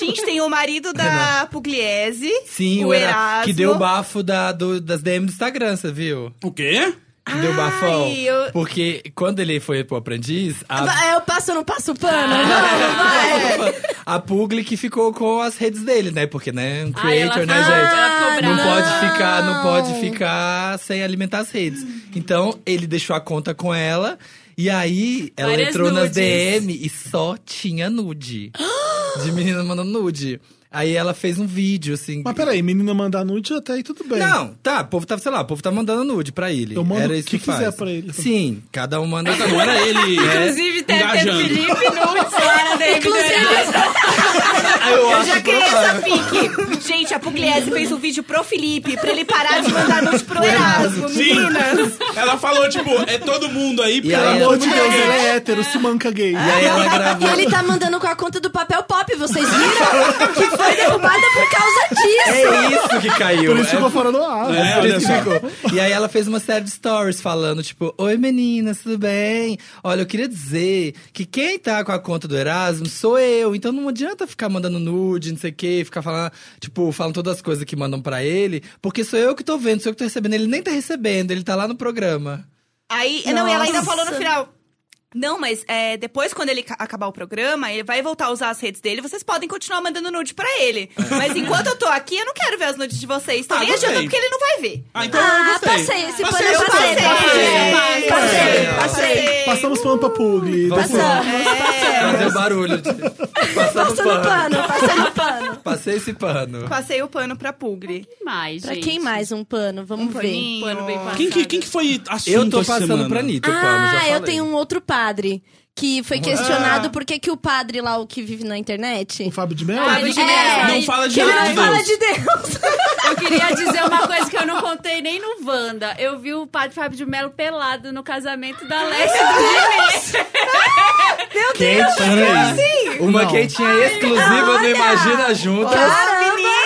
S2: Gente, tem o marido da Pugliese.
S4: Sim,
S2: o,
S4: o Era-
S2: Erasmo.
S4: Que deu o bafo da, do- das DM do Instagram, você viu?
S1: O quê?
S4: Que deu bafão.
S2: eu-
S4: Porque quando ele foi pro aprendiz, a,
S7: Eu passo ou não passo pano? Vamos, vai.
S4: a Publi que ficou com as redes dele, né? Porque, né? Um
S3: Ai, Ah, ela tá
S4: creator, né,
S3: ficou-
S4: gente?
S3: ela ficou
S4: Não
S3: brava.
S4: pode ficar, não pode ficar sem alimentar as redes. Então, ele deixou a conta com ela e aí ela
S3: Várias
S4: entrou nas
S3: nudes.
S4: DM e só tinha nude. de menina mandando nude. Aí ela fez um vídeo assim.
S5: Mas peraí, menina mandar nude até aí tudo bem.
S4: Não, tá, o povo tá, sei lá, o povo tá mandando nude pra ele.
S5: Eu mando
S4: Era
S5: Então o
S4: isso
S5: que
S4: faz.
S5: quiser pra ele.
S4: Sim, cada um manda.
S1: Não era ele.
S3: Inclusive,
S1: é,
S3: deve ter
S1: engajando.
S3: Felipe Nunes lá na DM do Erasmo.
S4: eu
S2: Eu já criei essa fic. Gente, a Pugliese fez um vídeo pro Felipe, pra ele parar de mandar nudes pro Erasmo,
S1: Sim.
S2: meninas.
S1: Ela falou, tipo, é todo mundo aí,
S4: E
S5: Pelo
S4: aí,
S5: amor
S4: ela-
S5: de Deus, ele é hétero, se manca gay.
S4: E aí ela
S7: E
S4: gravou.
S7: ele tá mandando com a conta do papel pop, vocês viram? que foi derrubada por causa disso.
S4: É isso que caiu.
S5: Por isso
S4: é
S5: ficou fora do ar.
S1: É,
S4: Por
S1: olha
S4: isso
S1: só.
S4: que ficou. E aí ela fez uma série de stories falando, tipo, Oi meninas, tudo bem? Olha, eu queria dizer que quem tá com a conta do Erasmus sou eu. Então não adianta ficar mandando nude, não sei o quê, ficar falando, tipo, falando todas as coisas que mandam pra ele, porque sou eu que tô vendo, sou eu que tô recebendo. Ele nem tá recebendo, ele tá lá no programa.
S2: Aí, não, e ela ainda
S7: Nossa.
S2: falou no final. Não, mas é, depois, quando ele ca- acabar o programa, ele vai voltar a usar as redes dele, vocês podem continuar mandando nude pra ele. Mas enquanto eu tô aqui, eu não quero ver as nudes de vocês. Então
S1: Ah,
S2: nem
S1: gostei.
S2: adianta, porque ele não vai ver.
S1: Ah, então eu
S7: Ah,
S1: gostei.
S7: passei esse pano,
S1: Passei,
S7: eu
S1: eu
S7: passei.
S2: Passei, É.
S7: Passei,
S2: passei,
S7: passei.
S2: passei.
S5: Passamos pano pra Pugli.
S4: Vamos Fazer o barulho. De... Passando
S7: É. Passando
S4: pano.
S7: pano, passando pano.
S4: Passei esse pano.
S2: Passei o pano pra Pugli.
S3: Mais,
S7: Pra
S3: gente.
S7: quem mais um pano? Vamos ver.
S2: Paninho.
S3: Pano bem passado.
S1: Quem que, quem que foi assunto
S4: Eu tô
S1: essa
S4: passando
S1: semana?
S4: pra Anitta o pano, já
S7: Ah, eu
S4: falei.
S7: tenho um outro padre que foi questionado por que que o padre lá, o que vive na internet.
S5: O Fábio de Mello?
S3: Fábio de Mello.
S1: Não fala de
S7: que ele
S1: nada
S7: não
S1: de
S7: fala
S1: Deus.
S7: de Deus.
S3: é. Eu queria dizer uma coisa que eu não contei nem no Wanda. Eu vi o padre Fábio de Mello pelado no casamento da Alessia do Nenê.
S4: Quentinha. Uma quentinha exclusiva do
S7: olha!
S4: Imagina Juntas.
S2: Ah, menina!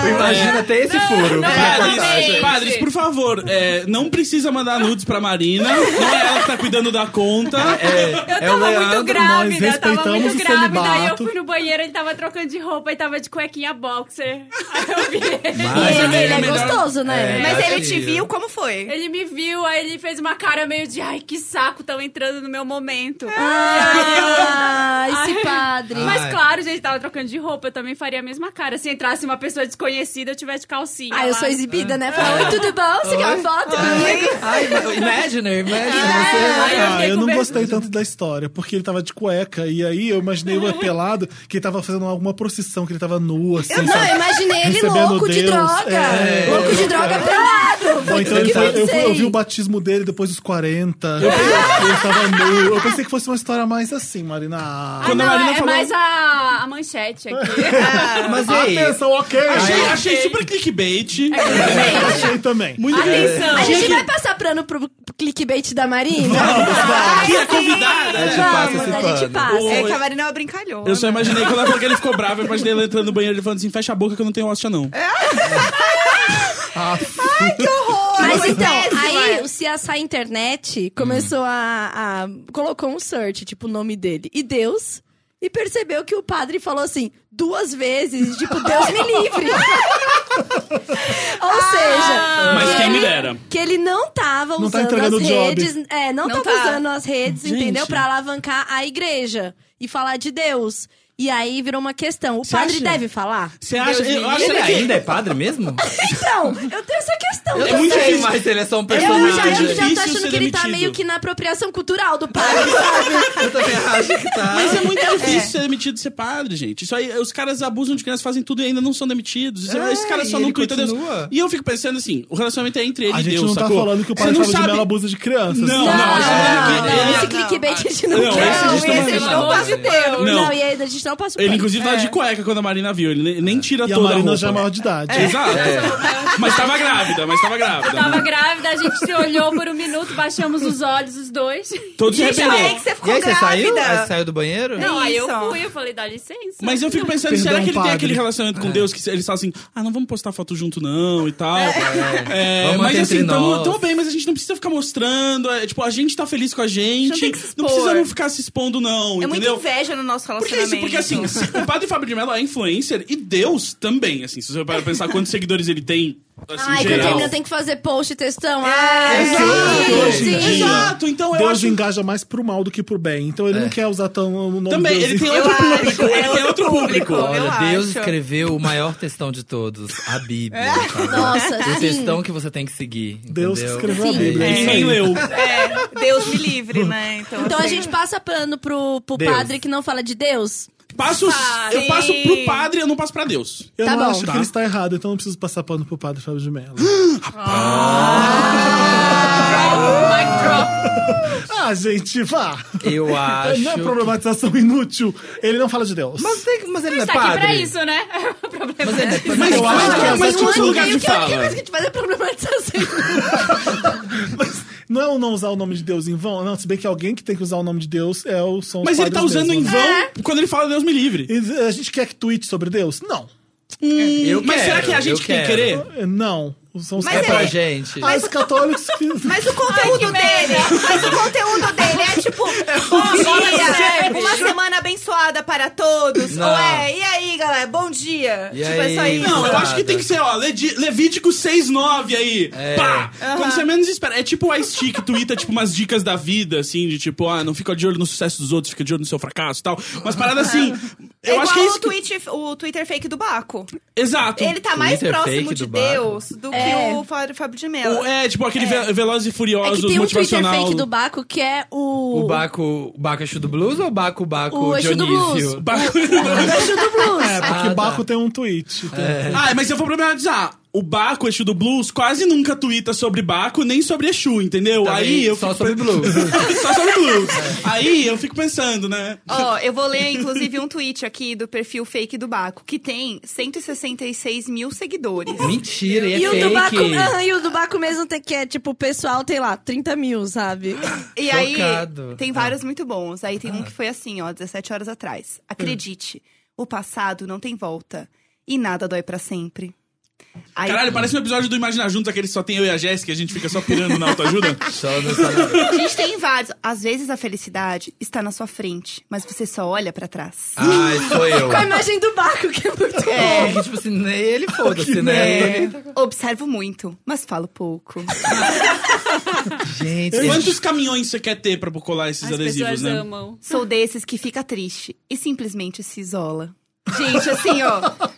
S4: O Imagina tem esse furo.
S3: não,
S4: pra
S3: não,
S4: cortar.
S3: gente.
S1: É, Padres, padres, por favor, é, não precisa mandar nudes pra Marina. Não é ela que tá cuidando da conta.
S4: É,
S3: Eu
S4: é o
S3: tava
S4: Leandro.
S3: muito grávida, tá, eu tava
S5: respeitamos
S3: muito
S5: o
S3: grávida. Aí eu
S5: celibato.
S3: fui no banheiro, ele tava trocando de roupa e tava de cuequinha boxer. Aí eu vi ele.
S4: Ah, Mas
S7: ele,
S1: é
S7: ele é
S1: melhor-
S7: gostoso, né?
S4: É.
S2: Mas ele te
S4: Gatinho.
S2: viu, como foi?
S3: Ele me viu, aí ele fez uma cara meio de ai, que saco, tão entrando no meu momento.
S7: Ah, esse padre.
S3: Mas
S4: Ai.
S3: claro, gente, tava trocando de roupa, eu também faria a mesma cara. Se entrasse uma pessoa desconhecida, eu tivesse de calcinha.
S7: Ah, eu
S3: lá.
S7: sou exibida, né? Fala, oi, tudo bom? Você quer uma foto comigo?
S4: Ai, Imagina,
S3: Aí eu
S4: Imagina.
S5: Ah,
S3: fiquei
S5: é, eu
S3: com
S5: não
S3: vergonha.
S5: gostei tanto da história, porque ele tava de cueca, e aí eu imaginei o apelado que ele tava fazendo alguma procissão, que ele tava nu, assim,
S7: Não,
S5: sabe?
S7: eu imaginei ele
S5: Recebendo
S7: louco de
S5: Deus.
S7: droga.
S5: É.
S7: louco de droga pelado.
S5: Ou
S7: Foi
S5: então
S7: tudo
S5: ele
S7: que
S5: tá- eu, fui-
S7: pensei.
S5: eu vi o batismo dele depois dos 40. ele tava nu. Eu pensei que fosse uma história mais assim, Marina.
S3: Ah,
S1: Quando a
S3: não,
S1: Marina
S3: é
S1: falou-
S3: mais a, a manchete aqui.
S4: Mas e aí?
S5: Atenção, ok.
S1: É, Achei,
S5: Achei,
S1: achei super clickbait.
S5: achei também.
S1: Muito
S3: Atenção.
S7: A
S1: Tinha
S7: gente
S1: que-
S7: vai passar prano pro clickbait da Marina?
S1: Aqui é convidada.
S4: A gente
S1: né?
S4: passa
S7: Vamos,
S4: esse
S7: a gente
S4: pano.
S7: passa.
S2: É que a Marina é uma brincalhona.
S1: Eu só imaginei quando ela falou que ele ficou bravo, eu imaginei ele entrando no banheiro e ele falando assim: fecha a boca que eu não tenho hóstia, não.
S7: Mas
S2: Foi
S7: então,
S2: péssima.
S7: aí o CSI Internet começou a, a- colocou um search, tipo, o nome dele. E Deus. E percebeu que o padre falou assim duas vezes, tipo, Deus me livre. Ou seja,
S1: Ah, Mas
S7: que
S1: quem me
S7: ele-
S1: dera.
S7: que ele não tava
S5: Não tá
S7: usando
S5: entregando
S7: as
S5: o job.
S7: redes, é, não,
S2: Não
S7: tava
S2: tá.
S7: usando as redes,
S1: Gente.
S7: entendeu? Pra alavancar a igreja e falar de Deus. E aí virou uma questão. O padre
S1: acha?
S7: deve falar?
S1: Você acha?
S7: Deus
S1: Eu
S7: me
S1: acho
S7: livre.
S4: Ele
S1: que
S4: ainda é padre mesmo?
S7: Então, eu tenho essa questão.
S4: Eu
S7: também.
S4: não
S1: muito
S4: sei,
S1: difícil.
S4: mas ele é só um
S7: Eu já,
S4: personagem.
S7: eu já tô
S1: difícil
S7: achando
S1: ser
S7: que ele tá
S1: demitido.
S7: meio que na apropriação cultural do padre, sabe?
S4: Eu também acho que tá.
S1: Mas é muito difícil ser demitido de ser padre, gente. Isso aí, os caras abusam de crianças, fazem tudo e ainda não são demitidos. Isso-
S4: É,
S1: Esses caras só
S4: e
S1: não
S4: ele
S1: cuidam Deus.
S4: continua.
S1: E eu fico pensando assim, o relacionamento é entre ele
S5: A
S1: e
S5: gente
S1: Deus,
S5: não tá
S1: sacou?
S5: falando que o
S1: Você
S5: padre
S1: não
S5: Fábio de
S1: sabe-
S5: Melo abusa de crianças.
S1: Não,
S7: Não,
S1: não, a gente
S7: não,
S1: não-
S7: não,
S1: ele-
S7: esse clickbait a gente não,
S1: Não,
S7: quer.
S1: esse a gente não vai
S7: não
S1: falar.
S7: passa o pano.
S1: Não.
S7: Não, e aí a gente não passa o
S1: Ele,
S7: pano.
S1: inclusive, tava de cueca quando a Marina viu. Ele nem- nem tira
S5: E a
S1: toda a
S5: Marina
S1: roupa.
S5: já é maior de idade.
S1: Exato. Mas tava grávida, mas tava grávida.
S3: Tava grávida, a gente se olhou por um minuto, baixamos os olhos, os dois.
S1: Todos se
S2: Gente, aí que
S1: arrependeram.
S2: você tá
S4: E
S2: ficou
S4: aí, você saiu?
S2: grávida.
S4: Aí você saiu do banheiro?
S3: Não, aí eu
S2: Isso.
S3: fui, eu falei, dá licença.
S1: Mas eu fico pensando,
S5: Perdão,
S1: será que ele
S5: um padre. É.
S1: tem aquele relacionamento com Deus que eles falam assim, ah, não vamos postar foto junto não e tal. É,
S4: Vamos
S1: mas
S4: manter
S1: assim,
S4: entre
S1: tamo,
S4: nós.
S1: tamo bem, mas a gente não precisa ficar mostrando. é, tipo, a gente tá feliz com a gente.
S2: Não tem que se expor.
S1: precisamos ficar se expondo não,
S2: É né, muita
S1: entendeu?
S2: inveja no nosso
S1: Porque,
S2: relacionamento.
S1: isso, porque assim, se- o padre Fábio de Mello é influencer e Deus também, assim, se você para pensar quantos seguidores ele tem, assim,
S7: Ai, quando
S1: geral.
S7: termina tem que fazer post e textão.
S2: É,
S7: Ai,
S5: exato, hoje em
S7: gente.
S5: dia.
S1: Exato, então eu
S5: Deus
S1: acho
S5: engaja mais pro mal do que pro bem. Então ele
S1: É.
S5: não quer usar tão o nome
S1: também,
S5: Deus
S1: ele
S5: em-
S1: tem
S2: Eu
S1: outro
S2: acho,
S1: público,
S2: é
S1: ele tem
S2: outro
S1: outro
S2: público.
S1: público.
S2: Eu
S4: Olha, Deus
S2: acho.
S4: escreveu o maior textão de todos, a Bíblia.
S3: É.
S4: sabe?
S7: Nossa,
S4: O
S7: sim.
S4: textão que você tem que seguir.
S5: Deus
S4: entendeu?
S5: escreveu a
S7: Sim.
S5: Bíblia.
S1: E
S5: isso
S1: Ninguém
S5: aí.
S1: leu.
S2: É, Deus me livre, né? Então,
S7: Então a
S2: assim,
S7: gente passa pano pro, pro
S4: Deus.
S7: padre que não fala de Deus?
S1: Passo, eu
S2: sim.
S1: passo pro padre, eu não passo pra Deus.
S5: Eu
S7: Tá
S5: não
S7: bom.
S5: acho
S1: Tá.
S5: que ele está errado, então não preciso passar pano pro padre Fábio de Mello. ah, gente, vá!
S4: Eu acho.
S5: Não é problematização inútil. Ele não fala de Deus.
S4: Mas, tem, mas ele não é
S3: tá aqui
S4: padre.
S3: pra isso, né? O problema é esse.
S1: Mas
S5: eu acho que é
S1: mas
S5: só
S1: qual é o
S5: um
S1: lugar de
S7: que a única
S1: fala?
S7: coisa que a gente faz é problematização.
S5: Não é o não usar o nome de Deus em vão? Não, se bem que alguém que tem que usar o nome de Deus é o são os
S1: Mas ele tá
S5: padres
S1: usando em
S5: mesmo,
S1: vão
S2: É.
S1: quando ele fala Deus me livre.
S5: né? E A gente quer que tweet sobre Deus? Não.
S4: Eu
S1: Mas será
S4: quero,
S1: que é a gente
S4: eu
S1: que tem que
S4: quero.
S1: querer?
S5: Não. São os
S2: Mas
S4: É pra
S2: ele-
S4: gente.
S5: Ah, os católicos que...
S2: Mas o conteúdo dele, mas o conteúdo dele é tipo, bom dia, é, tipo, uma semana abençoada para todos.
S4: Não.
S2: Ou é, e aí, galera, bom dia.
S4: E
S2: tipo, é só
S4: aí?
S2: isso.
S1: Não, eu
S4: Nada.
S1: acho que tem que ser, ó, Ledi- Levítico 6,9 aí.
S4: É.
S1: Pá! Quando você menos espera. É tipo o Ice-T que tuita, tipo, umas dicas da vida, assim, de tipo, ah, não fica de olho no sucesso dos outros, fica de olho no seu fracasso e tal. Umas paradas assim.
S2: É
S1: Eu
S2: igual
S1: acho que é
S2: o,
S1: isso. que-
S2: tweet, o Twitter fake do Baco.
S1: Exato.
S2: Ele tá mais
S4: Twitter
S2: próximo
S4: fake
S2: de
S4: do Baco.
S2: Deus do
S7: É.
S2: que o Fábio Fábio de
S1: O-
S2: Mello.
S1: É, tipo aquele ve- Veloz e
S7: É
S1: Furioso
S7: que tem um Twitter
S1: motivacional.
S7: fake do Baco que é o...
S4: O Baco, o Baco Exu do Blues ou o Baco Baco
S7: O Exu do
S4: Dionísio? Tá
S7: Baixo do Blues.
S5: É, porque
S4: Ah,
S5: o Baco
S4: tá.
S5: tem um tweet. Tem-
S1: Ah, mas eu vou problematizar. O Baco, Exu do Blues, quase nunca tuita sobre Baco, nem sobre Exu, entendeu?
S4: Também
S1: Aí eu
S4: Só
S1: fico
S4: sobre É. Blues.
S1: Só sobre Blues. Aí eu fico pensando, né?
S2: Ó, eu vou ler, inclusive, um tweet aqui do perfil fake do Baco, que tem 166 mil seguidores.
S4: Mentira, e é
S7: E o, do Baco, ah.
S4: fake.
S7: Aham, e o do Baco mesmo tem que é, tipo, o pessoal tem lá 30 mil, sabe?
S2: E aí,
S4: Chocado.
S2: tem vários muito bons. Aí tem um que foi assim, ó, 17 horas atrás. Acredite, o passado não tem volta. E nada dói pra sempre. Aí,
S1: Caralho, parece um episódio do Imaginar Juntos, aquele que só tem eu e a Jéssica, a gente fica só pirando na autoajuda.
S4: Só no- só no-
S2: a gente tem vários. Às vezes a felicidade está na sua frente, mas você só olha pra trás.
S4: Ai, sou eu.
S7: Com a imagem do Baco, que é muito
S2: É.
S4: Porque, tipo assim, nem ele foda-se, né?
S2: É, observo muito, mas falo pouco.
S4: Gente,
S1: Quantos caminhões você quer ter pra colar esses
S3: As
S1: adesivos,
S3: pessoas
S1: né?
S3: amam.
S2: Sou desses que fica triste e simplesmente se isola. Gente, assim, ó.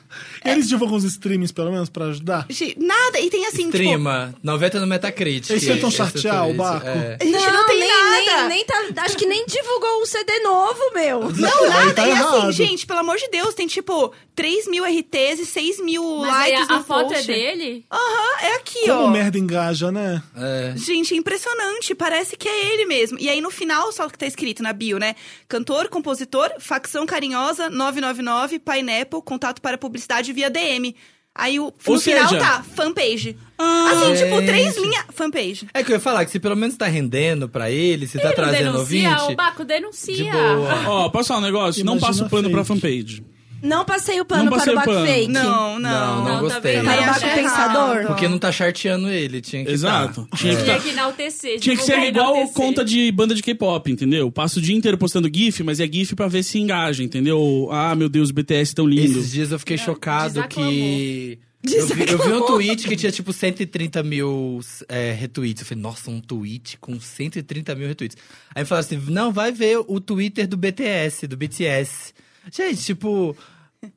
S5: Eles divulgam os streams, pelo menos, pra ajudar.
S2: gente, Nada. E tem
S1: tipo-
S2: assim,
S4: Trima, 90 no Metacritic.
S5: Eles tentam
S4: Esse
S5: sortear o
S4: tweet,
S5: Baco?
S4: é.
S2: tipo. A gente não, tem
S7: nem,
S2: nada.
S7: Nem, nem tá, acho que nem divulgou o CD novo, meu.
S2: Não, nada.
S5: tá
S2: e assim,
S5: errado.
S2: gente, pelo amor de Deus, tem tipo 3 mil RTs e 6 mil
S3: Mas aí
S2: likes
S3: a, a
S2: no
S3: foto é
S2: post.
S3: dele?
S2: Aham, é aqui,
S5: Como
S2: ó.
S5: merda engaja, né?
S4: É.
S2: Gente, é impressionante. Parece que é ele mesmo. E aí no final, só o que tá escrito na bio, né? Cantor, compositor, facção carinhosa, 999, Pineapple, contato para publicidade via DM. Aí o
S1: Ou
S2: no final
S1: seja-
S2: tá, fanpage.
S5: Ah,
S2: assim, tipo,
S4: gente.
S2: três linhas, fanpage.
S4: É que eu ia falar que se pelo menos tá rendendo pra ele, se tá
S3: Ele não
S4: trazendo
S3: denuncia?
S4: ouvinte.
S3: O Baco denuncia.
S4: De boa.
S1: Ó, posso falar um negócio? não
S5: Imagina
S1: passo pano
S5: fake.
S1: pra fanpage.
S7: Não passei o pano
S1: Não
S7: para
S1: passei
S7: o Baco
S1: o pano.
S7: Fake.
S2: Não, não.
S4: Não, não
S3: tá
S4: gostei.
S3: vendo?
S7: Para o
S2: Eu
S7: Baco é
S2: acho
S7: Pensador.
S2: errado.
S4: Porque não tá charteando ele, tinha que
S1: Exato.
S4: tá.
S1: Tinha que tá-
S7: É.
S3: Tinha que enaltecer.
S1: Tinha que ser
S3: divulgar e
S1: igual
S3: enaltecer.
S1: conta de banda de K-pop, entendeu? Passo o dia inteiro postando GIF, mas é GIF pra ver se engaja, entendeu? Ah, meu Deus, BTS tão lindo.
S4: Esses dias eu fiquei chocado
S3: desaclamou.
S4: que. Eu vi, eu vi um tweet que tinha tipo 130 mil é, retweets. Eu falei, nossa, um tweet com 130 mil retweets. Aí me falaram assim: não, vai ver o Twitter do BTS, do BTS. Gente, tipo,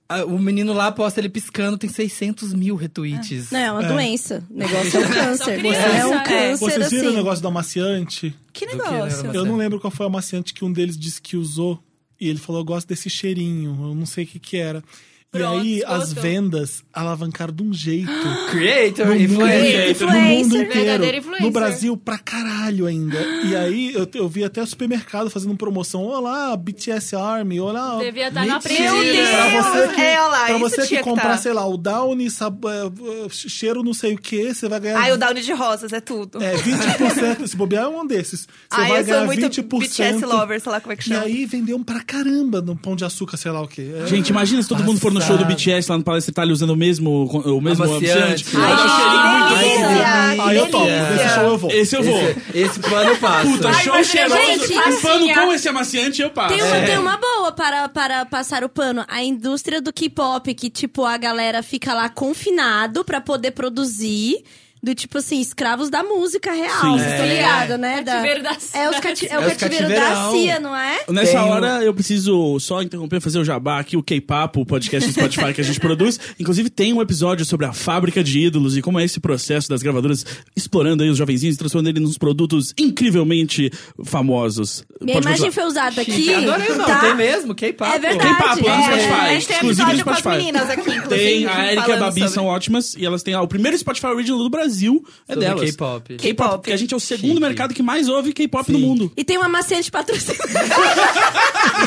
S4: a- o menino lá posta ele piscando, tem 600 mil retweets.
S7: Não, é uma doença. O negócio é um câncer.
S3: criança,
S7: é um
S3: né?
S7: câncer,
S5: Vocês viram o
S7: assim.
S5: negócio do amaciante?
S2: Que
S4: que, né,
S2: negócio.
S4: Tá
S5: Eu não
S4: certo.
S5: lembro qual foi o amaciante que um deles disse que usou. E ele falou, eu gosto desse cheirinho, eu não sei o que que era.
S3: Pronto,
S5: e aí, as
S3: gostou.
S5: vendas alavancaram de um jeito.
S4: Creator,
S5: No mundo
S4: influencer.
S5: inteiro,
S7: Influencer.
S5: no mundo inteiro.
S3: Verdadeiro influencer.
S5: No Brasil, pra caralho ainda. E aí, eu, eu vi até o supermercado fazendo promoção. Olá, BTS Army, olá...
S3: Devia estar na
S4: Mentira.
S3: frente.
S2: Meu
S3: dele.
S2: Deus!
S5: Pra você que,
S2: é, olha lá,
S5: pra
S2: isso
S5: você
S2: tinha
S5: que
S2: que
S5: comprar,
S2: tá.
S5: sei lá, o Downy, sab- eh, eh, cheiro não sei o que, você vai ganhar
S2: Ai, o Downy de rosas, é tudo.
S5: é, 20%. Se bobear é um desses. Você
S2: Ai,
S5: vai
S2: eu
S5: ganhar
S2: sou muito
S5: 20%.
S2: BTS lover, sei lá como é que
S5: E
S2: chama.
S5: aí vendeu um pra caramba no pão de açúcar, sei lá o quê. É.
S1: Gente, imagina se todo mundo for no show do
S4: Passado.
S1: BTS lá no Palácio Itália usando o mesmo, o É mesmo
S4: Amaciante.
S1: amaciante.
S4: Ah, Ai,
S1: Vai dar um cheirinho muito
S2: delícia!
S1: bom.
S2: Ai,
S5: Aí eu topo,
S4: delícia.
S5: desse show eu vou.
S1: Esse eu vou.
S4: Esse, é esse pano passa.
S1: Puta, show
S3: mas,
S1: cheiroso.
S7: gente, É.
S1: um pano
S3: massinha.
S1: com esse amaciante eu
S4: Ah,
S1: passo.
S7: assim, Tem uma, tem uma boa para, para passar o pano. A indústria do K-pop, que, tipo, a galera fica lá confinado pra poder produzir. Do tipo assim, escravos da música real.
S1: Sim.
S7: Vocês estão
S4: É.
S7: ligados, né? Da-
S3: Cativeiro da
S7: É, os
S3: cidade.
S7: cati- é
S4: É
S7: o
S4: os
S7: cativeiro da
S4: cativeirão.
S7: CIA, não é?
S1: Nessa
S4: Tem um-
S1: hora, eu preciso só interromper, fazer o jabá aqui, o K-Papo, o podcast do Spotify que a gente produz. Inclusive, tem um episódio sobre a fábrica de ídolos e como é esse processo das gravadoras explorando aí os jovenzinhos e transformando eles nos produtos incrivelmente famosos.
S7: Minha
S1: Pode
S7: imagem
S1: continuar.
S7: foi usada aqui.
S4: Chique. Adorei o nome,
S7: tá?
S4: tem mesmo? K-pop.
S7: É verdade.
S1: K-Papo, lá
S7: É,
S1: no
S2: a
S1: Spotify.
S2: gente tem
S1: Exclusivo no
S2: episódio com as
S1: Spotify.
S2: meninas aqui, inclusive.
S1: Tem, a Erika e a
S2: falando
S1: Babi
S2: sobre-
S1: são ótimas e elas têm ah, o primeiro Spotify Original do Brasil é
S4: Sobre
S1: delas.
S4: K-pop.
S1: K-pop, porque a gente é o segundo
S4: Chique.
S1: mercado que mais ouve K-pop no
S4: Sim.
S1: mundo.
S7: E tem uma maciante patrocinada.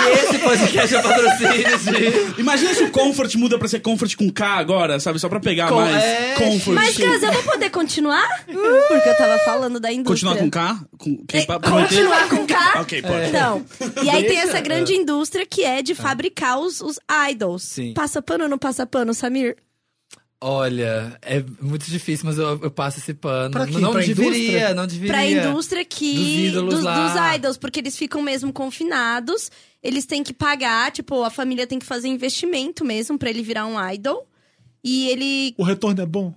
S4: E esse podcast é patrocínio de...
S1: Imagina se o Comfort muda pra ser Comfort com K agora, sabe? Só pra pegar
S4: Com-
S1: mais.
S4: é,
S1: Comfort.
S7: Mas, Cras, eu vou poder continuar?
S4: Uh!
S7: Porque eu tava falando da indústria.
S1: Continuar com K? Com K-pop?
S7: É, continuar com K?
S1: Ok, pode.
S2: É.
S7: Então, e aí tem
S4: Deixa.
S7: essa grande indústria que é de fabricar os, os idols.
S4: Tá. Sim.
S7: Passa pano ou não passa pano, Samir?
S4: Olha, é muito difícil, mas eu, eu passo esse pano.
S5: Pra quê?
S4: Não,
S5: Pra
S4: deveria,
S5: indústria?
S4: não deveria.
S7: Pra indústria que.
S4: Dos ídolos lá.
S7: dos idols, porque eles ficam mesmo confinados, eles têm que pagar, tipo, a família tem que fazer investimento mesmo pra ele virar um idol. E ele.
S5: O retorno é bom?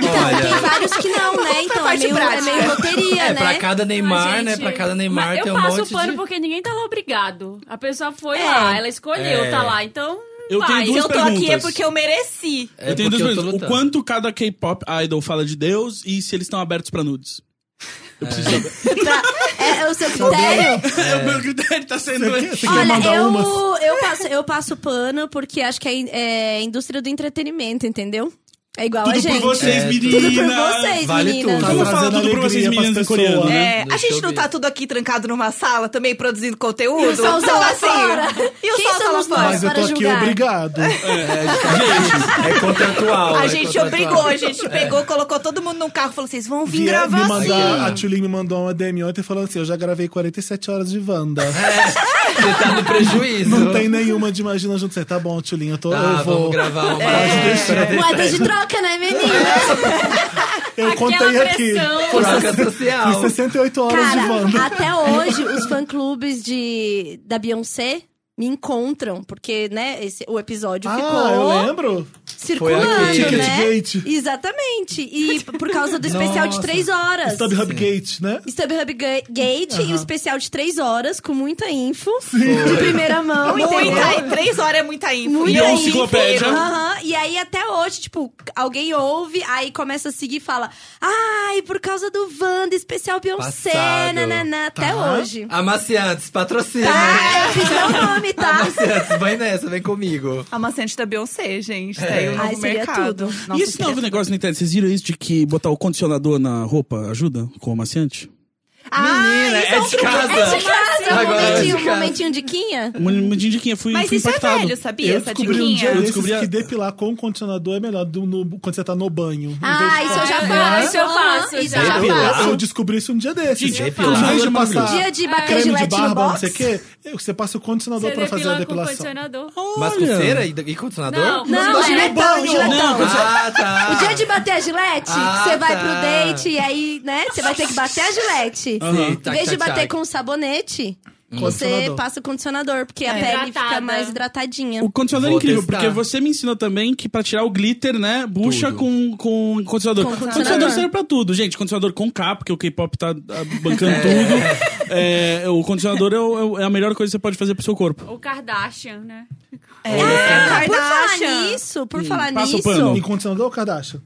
S7: Então,
S4: Olha.
S7: tem vários que não, né? Então é
S2: Parte
S7: meio, é
S2: prática.
S7: meio loteria,
S4: É,
S7: né?
S4: pra cada Neymar,
S3: Ai,
S4: né?
S3: gente,
S4: Pra cada Neymar
S3: mas
S4: tem um
S3: Eu passo
S4: monte
S3: o pano
S4: de...
S3: porque ninguém tava obrigado. A pessoa foi
S7: É.
S3: lá, ela escolheu,
S4: É.
S3: tá lá. Então,
S1: Eu
S3: vai.
S1: tenho
S2: Se
S1: duas
S2: eu tô aqui é
S1: perguntas.
S2: porque eu mereci.
S4: É
S1: eu tenho duas
S4: porque eu tô
S1: perguntas. O
S4: lutando.
S1: quanto cada K-pop idol fala de Deus e se eles estão abertos pra nudes? Eu preciso saber.
S7: Pra- é, é o seu critério.
S5: Tá
S1: É. o meu critério tá sendo.
S5: Você quer
S7: Olha,
S5: mandar umas?
S7: eu, eu, passo, eu passo pano porque acho que é, in- é indústria do entretenimento, entendeu? É igual a
S1: Tudo
S7: gente.
S1: por vocês,
S4: É, tudo
S1: meninas.
S7: Tudo por vocês,
S4: Vale
S7: meninas.
S4: tudo.
S1: Como
S5: Tá
S1: fala
S5: trazendo
S1: tudo pra vocês,
S5: alegria
S1: meninas, em
S5: pras
S1: coreano,
S5: pessoas.
S1: né?
S2: É,
S4: Deixa
S2: a gente
S4: eu
S2: não
S4: ver.
S2: tá tudo aqui trancado numa sala também produzindo conteúdo?
S7: E o solzão
S2: Então,
S7: lá
S2: assim,
S7: fora?
S2: E o
S7: Quem
S2: solzão lá
S7: somos
S2: fora?
S7: nós?
S5: Mas eu tô
S7: para
S5: aqui
S7: julgar.
S5: obrigado.
S4: É contratual.
S2: A
S4: é
S2: gente
S4: contratual.
S2: obrigou, a gente pegou, colocou todo mundo num carro e falou: vocês vão vir
S5: Vier-
S2: gravar
S5: É, me
S2: assim.
S5: mandar, a Tulin me mandou uma DM ontem falando assim: eu já gravei 47 horas de Wanda.
S4: Você tá no prejuízo.
S5: Não tem nenhuma de Imagina Junto. Você tá bom, Tulin, eu, tô,
S4: Ah,
S5: eu vou.
S4: vamos gravar uma
S7: Moeda de troca, né, menina?
S5: Eu contei
S3: aquela
S5: aqui.
S3: pressão.
S4: troca social.
S5: Fiz 68 horas de Wanda.
S7: Cara, até hoje, os fã-clubes de, da Beyoncé me encontram, porque, né, esse, o episódio
S5: Ah, eu
S7: ficou
S5: lembro.
S7: circulando,
S4: Foi aquele.
S7: né?
S5: Ticketgate.
S7: Exatamente. E p- por causa do especial de
S4: Nossa.
S7: três horas.
S5: StubHub Gate, né?
S7: StubHub Ga- Gate e o especial de três horas, com muita info.
S4: Foi.
S7: De primeira mão, entendeu?
S2: Muita, três horas é muita info.
S7: Muita
S2: E eu-
S1: info. enciclopédia.
S7: Aham, E aí até hoje, tipo, alguém ouve, aí começa a seguir e fala: Ai, por causa do Wanda, especial Beyoncé,
S4: Passado.
S7: nananã, até hoje.
S4: Amaciantes, patrocina.
S7: Ah, eu fiz meu nome, tá?
S4: Amaciantes, vem nessa, vem comigo.
S2: A macente da Beyoncé, gente. Tá aí o novo
S7: Ai, seria
S2: mercado.
S7: tudo.
S2: Nossa,
S1: e esse
S2: seria
S1: novo
S2: tudo.
S1: negócio na internet, vocês viram isso de que botar o condicionador na roupa ajuda com o amaciante?
S2: Ah,
S4: Menina,
S2: isso
S4: é
S2: um
S4: de
S2: truque-
S4: casa.
S2: é de
S7: Casa, um
S4: Agora,
S7: momentinho, um
S4: casa.
S7: momentinho de quinha.
S1: Uma, uma diquinha, fui,
S2: Mas
S1: fui
S2: isso
S1: impactado.
S2: é velho, sabia?
S5: Eu
S2: Essa
S5: descobri um dia
S2: diquinha.
S5: desses
S1: descobri a-
S5: que depilar com condicionador é melhor do- no- quando você tá no banho. em vez
S7: Ah,
S5: de-
S7: isso é eu já
S3: Ah,
S7: faço.
S3: isso eu faço,
S7: Isso
S3: já.
S7: eu já
S4: Depilar?
S7: faço.
S5: Eu descobri isso um dia desses.
S1: Gente,
S5: Em
S4: depilar. é
S5: vez de
S1: Um
S5: passar
S7: Dia de bater
S5: creme de
S7: gilete no
S5: barba, não sei o
S7: box.
S5: quê, você passa o condicionador
S3: Você
S5: pra fazer a
S3: depila com
S5: depilação.
S3: condicionador.
S4: Mas com cera e, e condicionador?
S3: Não,
S7: Não,
S3: Mas no
S7: giletão,
S5: banho.
S7: giletão.
S4: Ah, tá.
S7: O dia de bater a gilete,
S4: Ah,
S7: você vai
S4: tá.
S7: pro date e aí, né? Você vai ter que bater a gilete.
S4: Sim,
S7: Em
S3: Tá,
S4: tac,
S7: vez de
S4: tac,
S7: bater
S4: tac.
S7: com o sabonete, você
S5: Condicionador.
S7: passa o condicionador, porque a pele fica
S3: É. Hidratada.
S7: mais hidratadinha.
S1: O condicionador é
S4: Vou
S1: incrível,
S4: testar.
S1: porque você me ensinou também que pra tirar o glitter, né, bucha
S4: Tudo.
S1: com, com condicionador.
S7: Com
S1: condicionador.
S7: condicionador.
S1: serve pra tudo, gente. Condicionador com K, porque o K-pop tá ah, tá bancando tudo. É, o condicionador é, o- é o- é a melhor coisa que você pode fazer pro seu corpo.
S3: O Kardashian, né?
S7: Ah, por falar
S2: É. Kardashian.
S7: nisso, por falar
S1: passa o
S7: nisso,
S1: pano.
S5: Incondicionador ou Kardashian?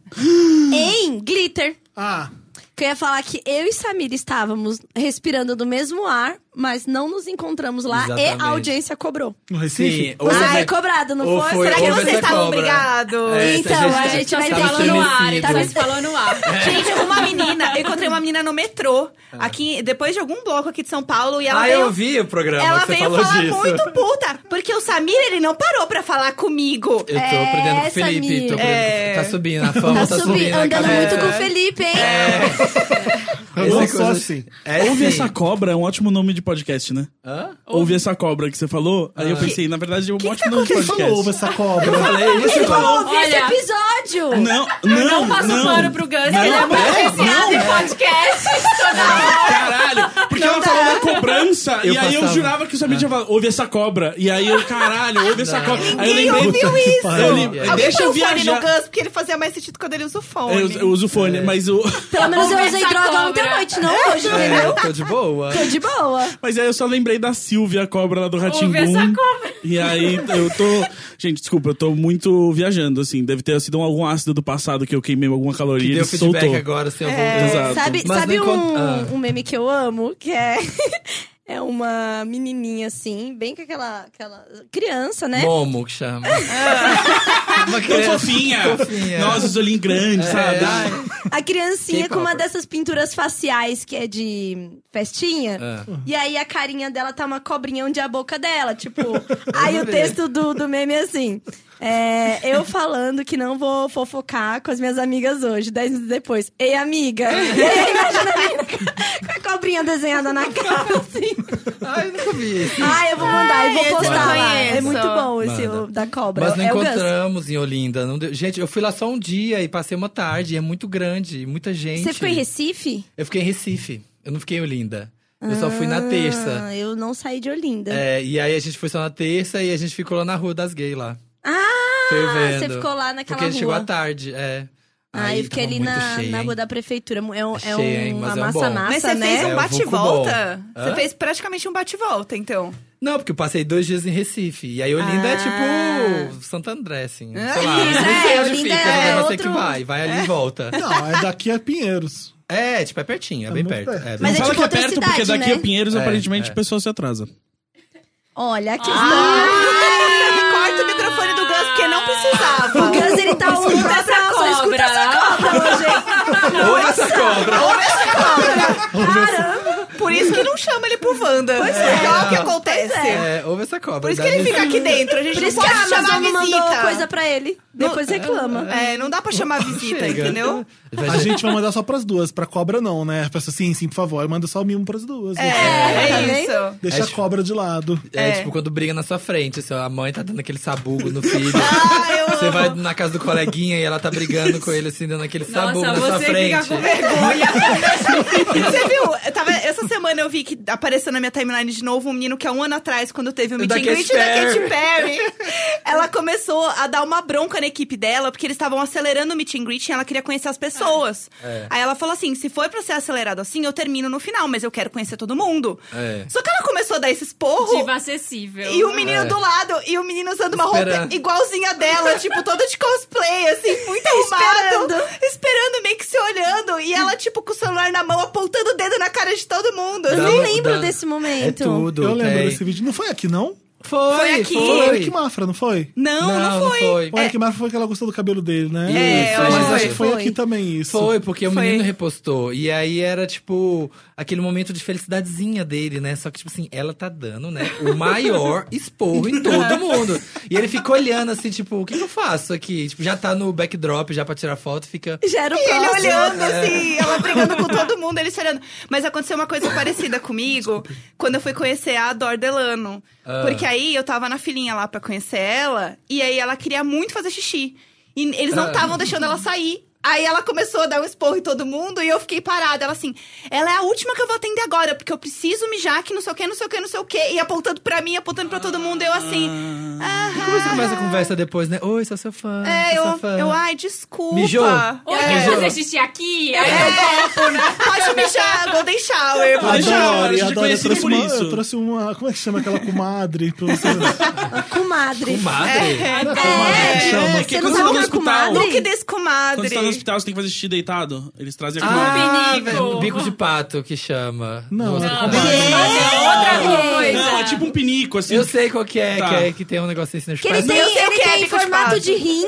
S7: em glitter.
S5: Ah,
S7: Que eu ia falar que eu e Samir estávamos respirando do mesmo ar, mas não nos encontramos lá
S4: Exatamente.
S7: e a audiência cobrou.
S5: no Recife?
S4: Sim, ou você
S7: ah,
S4: vai-
S7: é cobrado, não
S4: ou
S7: foi?
S4: foi-
S7: Será
S2: Será
S7: que
S2: que
S4: Ou
S7: você tá
S2: vocês
S4: você
S2: estavam
S4: cobra.
S2: brigados?
S4: É,
S7: Então,
S4: essa
S7: a
S4: gente
S7: gente
S3: Só
S7: vai
S3: se
S7: ter
S4: Tava
S3: falou no ar,
S4: estremecido.
S3: então
S7: Tá
S3: só se falou no ar.
S2: Gente, uma menina, eu encontrei uma menina no metrô, aqui, depois de algum bloco aqui de São Paulo, e ela
S4: Ah,
S2: veio,
S4: eu vi o programa
S2: ela
S4: que você
S2: veio
S4: falou
S2: falar
S4: disso.
S2: muito puta, porque o Samir, ele não parou pra falar comigo.
S4: Eu tô
S7: É,
S4: aprendendo com o Felipe.
S7: Samir.
S4: Tô aprendendo-
S2: É.
S4: Tá subindo, a fama tá,
S7: tá subindo,
S4: a
S7: andando
S4: cabeça.
S7: muito com o Felipe, hein?
S5: Eu
S4: Essa
S5: não
S4: coisa-
S5: sou assim.
S4: É
S1: Ouve
S4: sim.
S1: essa cobra é um ótimo nome de podcast, né?
S4: Hã?
S1: Ouve essa cobra que você falou. Aí
S4: Ah.
S1: eu pensei, na verdade, é um ótimo nome de
S5: Quem
S1: podcast.
S5: falou ouve essa cobra?
S4: Eu falei isso?
S7: Ele vai ouvir
S3: Olha.
S7: esse episódio!
S1: Não, não,
S3: Não passa
S1: não.
S3: pano pro Gus, que ele é beneficiado em podcast toda hora.
S1: Caralho, porque ela falou uma cobrança
S4: Eu
S1: e aí eu
S4: passava. Ah.
S1: jurava que o Samir tinha falado, ouve essa cobra. E aí eu, caralho, ouve essa cobra. aí eu
S2: Ninguém
S1: lembrei-
S2: ouviu
S5: Puta que
S2: isso.
S5: pariu.
S1: Ah, Eu li-
S2: Alguém
S1: Deixa
S2: põe
S1: eu
S2: o fone no
S1: viajar.
S2: Gus, porque ele fazia mais sentido quando ele usa o fone.
S1: Eu, eu uso
S4: É.
S1: fone, mas o.
S7: Pelo menos eu usei
S3: Essa
S7: droga ontem
S3: cobra.
S7: à noite, não hoje, entendeu?
S4: É, tô de boa.
S7: Tô de boa.
S1: Mas aí eu só lembrei da Silvia, a cobra lá do Ratinho.
S3: Ouve essa cobra.
S1: E aí eu tô. Gente, desculpa, eu tô muito viajando, assim. Deve ter sido algum ácido do passado que eu queimei alguma caloria
S4: Que
S1: e
S4: deu
S1: ele
S4: feedback
S1: soltou.
S4: agora, assim, eu vou...
S1: Exato.
S7: É, Sabe,
S4: Mas
S7: sabe
S4: não
S7: um,
S4: encont- ah.
S7: um meme que eu amo? Que é, é uma menininha assim, bem com aquela, aquela criança, né? Ah.
S4: Momo, que chama.
S1: Tão
S4: Uma criança-
S1: fofinha.
S4: É. Fofinha.
S1: Nossa, os olhinhos grandes, sabe?
S4: É, ai.
S7: A criancinha com uma
S4: K-popper.
S7: dessas pinturas faciais que é de festinha.
S4: É.
S7: E aí a carinha dela tá uma cobrinha onde é a boca dela, tipo. aí
S4: vou
S7: o
S4: ver.
S7: texto do, do meme é assim. é, eu falando que não vou fofocar com as minhas amigas hoje, dez minutos depois. Ei, amiga! e aí, imagina a menina com a cobrinha desenhada na cara, assim.
S4: Ai, nunca vi isso.
S7: Ah, eu vou mandar, eu
S2: esse
S7: vou
S2: eu
S7: postar lá. É
S2: conheço.
S7: muito bom esse
S4: Manda.
S7: o da cobra.
S4: Mas não
S7: é o Gus.
S4: encontramos em Olinda. não deu- Gente, eu fui lá só um dia e passei uma tarde. e É muito grande, e muita gente.
S7: Você ficou em Recife?
S4: Eu fiquei em Recife. Eu não fiquei em Olinda. Eu só fui na
S7: Ah,
S4: terça.
S7: Eu não saí de Olinda.
S4: É, e aí a gente foi só na terça e a gente ficou lá na rua das gays lá.
S7: Ah,
S4: Fui vendo.
S7: você ficou lá naquela
S4: Porque a gente chegou à
S7: rua.
S4: tarde, é.
S7: Ah,
S4: Aí
S7: eu fiquei
S4: tava
S7: ali
S4: muito
S7: na,
S4: cheio,
S7: na
S4: hein?
S7: rua da prefeitura. É, um, é
S4: É cheio, hein,
S7: um,
S4: mas
S7: uma
S4: é um
S7: massa
S4: bom.
S7: massa,
S2: Mas você
S7: né?
S2: fez
S4: É,
S2: um
S4: eu vou com
S2: bate-volta.
S4: bom.
S2: Você
S4: Hã?
S2: fez praticamente um bate-volta, então.
S4: Não, porque eu passei dois dias em Recife. E aí Olinda é tipo Santo André, assim. Sei lá,
S7: Isso,
S4: não
S7: é,
S4: sei onde
S7: Olinda
S4: fica,
S7: é
S4: mas eu sei
S7: outro-
S4: que vai. Vai ali e volta.
S5: Não, é daqui a Pinheiros.
S4: É, tipo, é pertinho, é,
S5: É
S4: bem
S5: muito
S4: perto.
S5: perto.
S4: É,
S7: Mas
S1: Não
S7: é
S1: fala
S7: tipo
S1: que é
S7: outra
S1: perto,
S7: cidade,
S1: porque daqui
S7: né?
S1: a Pinheiros,
S4: É,
S1: aparentemente,
S4: é.
S1: o pessoal se atrasa.
S7: Olha, aqui
S2: Corta o microfone do Gus, porque não precisava.
S7: O Gus, ele tá um
S3: Escuta
S7: pra
S3: essa
S7: só escuta
S3: cobra.
S7: essa cobra hoje, hein?
S4: Ou essa cobra!
S7: Caramba!
S2: Por isso que não chama ele pro Wanda. Pois é. o que acontece.
S4: É, ouve essa cobra.
S2: Por isso que ele
S4: Dá-lhe-
S2: fica aqui dentro. A gente
S7: Por
S2: não
S7: isso que a
S2: pode chamar
S7: Amazon não mandou
S2: visita.
S7: coisa pra ele. Depois reclama.
S2: É, não dá pra chamar visita,
S4: Chega.
S2: entendeu?
S4: Vai,
S5: A
S4: gente.
S5: gente vai mandar só pras duas, pra cobra não, né? A pessoa, sim, sim, por favor. Aí manda só o mimo pras duas.
S2: É, é,
S7: tá
S2: isso.
S5: Deixa
S4: É,
S5: a
S4: tipo-
S5: cobra de lado.
S4: É,
S2: É.
S4: tipo, quando briga na sua frente, assim, ó, a mãe tá dando aquele sabugo no filho. Você vai na casa do coleguinha e ela tá brigando com ele, assim, dando aquele sabugo na sua
S3: você fica
S4: frente.
S3: com vergonha.
S2: Você viu? Eu tava- essa semana eu vi que apareceu na minha timeline de novo um menino que há um ano atrás, quando teve o meet
S4: Da
S2: and greet
S4: Katy
S2: da
S4: Perry.
S2: Katy Perry, ela começou a dar uma bronca na equipe dela, porque eles estavam acelerando o meet and greet e ela queria conhecer as pessoas.
S4: É.
S2: Aí ela falou assim: se for pra ser acelerado assim, eu termino no final, mas eu quero conhecer todo mundo.
S4: É.
S2: Só que ela começou a dar esse esporro.
S3: Diva acessível.
S2: E o menino
S4: É.
S2: do lado, e o menino usando uma
S4: Esperando.
S2: roupa igualzinha dela, tipo, toda de cosplay, assim, muito arrumado. Esperando. meio que se olhando. E ela, tipo, com o celular na mão, apontando o dedo na cara de todo mundo.
S7: Eu
S4: Dá-
S2: assim.
S7: não
S4: dá-
S7: lembro desse
S4: É
S7: momento.
S4: tudo.
S5: Eu lembro
S4: tem.
S5: desse vídeo. Não foi aqui, não?
S4: Foi,
S2: Foi aqui.
S5: Foi É, o
S4: foi.
S5: Eric Mafra, não foi?
S2: Não, não,
S4: não
S2: foi.
S4: foi.
S5: O Eric Mafra foi que ela gostou do cabelo dele, né?
S4: É, Isso, eu
S5: mas
S4: acho
S5: acho
S4: que
S5: que foi
S7: foi.
S5: aqui também isso.
S4: Foi, porque o
S2: Foi.
S4: menino repostou. E aí era, tipo, aquele momento de felicidadezinha dele, né? Só que, tipo assim, ela tá dando, né? O maior esporro em todo mundo. E ele fica olhando, assim, tipo, o que, que eu faço aqui? Tipo, já tá no backdrop, já pra tirar foto, fica.
S7: Já era o
S2: E ele
S4: Tá
S7: próximo.
S2: olhando,
S4: né?
S2: assim, ela brigando com todo mundo, ele se olhando. Mas aconteceu uma coisa parecida comigo quando eu fui conhecer a Dor Delano.
S4: Ah.
S2: Porque aí eu tava na filinha lá
S4: Ah.
S2: pra conhecer ela, e aí ela queria muito fazer xixi. E eles não estavam deixando ela sair. Aí ela começou a dar um esporro em todo mundo e eu fiquei parada. Ela assim, ela é a última que eu vou atender agora, porque eu preciso mijar que não sei o que, não sei o que, não sei o que. E apontando pra mim, apontando pra todo mundo, eu assim.
S4: E
S2: Ah,
S4: como você começa a conversa depois, né? Oi, sou seu fã.
S2: é,
S4: sou
S2: eu,
S4: seu fã.
S2: eu, ai, desculpa.
S4: Mijou?
S3: Ou
S2: É.
S3: quer fazer xixi aqui?
S1: É.
S3: Aí eu-
S2: né? Pode mijar, Golden
S1: Golden
S2: Shower. pode-
S1: Shower.
S5: Adoro,
S1: eu já
S5: adoro. Eu
S1: conheci
S5: trouxe,
S1: por
S5: uma,
S1: isso.
S5: eu trouxe uma. Como é que chama aquela comadre pra você?
S4: Madre?
S7: Comadre.
S5: Comadre, chama.
S7: É,
S1: que
S7: você não
S1: quando você
S7: sabe o que é
S1: tá no hospital-
S7: comadre?
S2: Look
S1: Quando
S2: descomadre.
S1: você tá no hospital, você tem que fazer xixi deitado. Eles trazem a comida.
S4: Ah,
S3: pinico.
S4: velho, bico de pato que chama.
S5: Não,
S4: No
S5: é
S4: hospital.
S5: comadre.
S3: É outra coisa.
S1: Não, é tipo um pinico, assim.
S4: Eu sei qual que é,
S1: Tá.
S4: que é que tem um negocinho assim nos
S7: Que ele
S4: pés.
S7: tem,
S2: Eu sei o
S7: ele
S2: que é
S7: tem em
S2: bico de
S7: formato
S2: pato.
S7: de rim.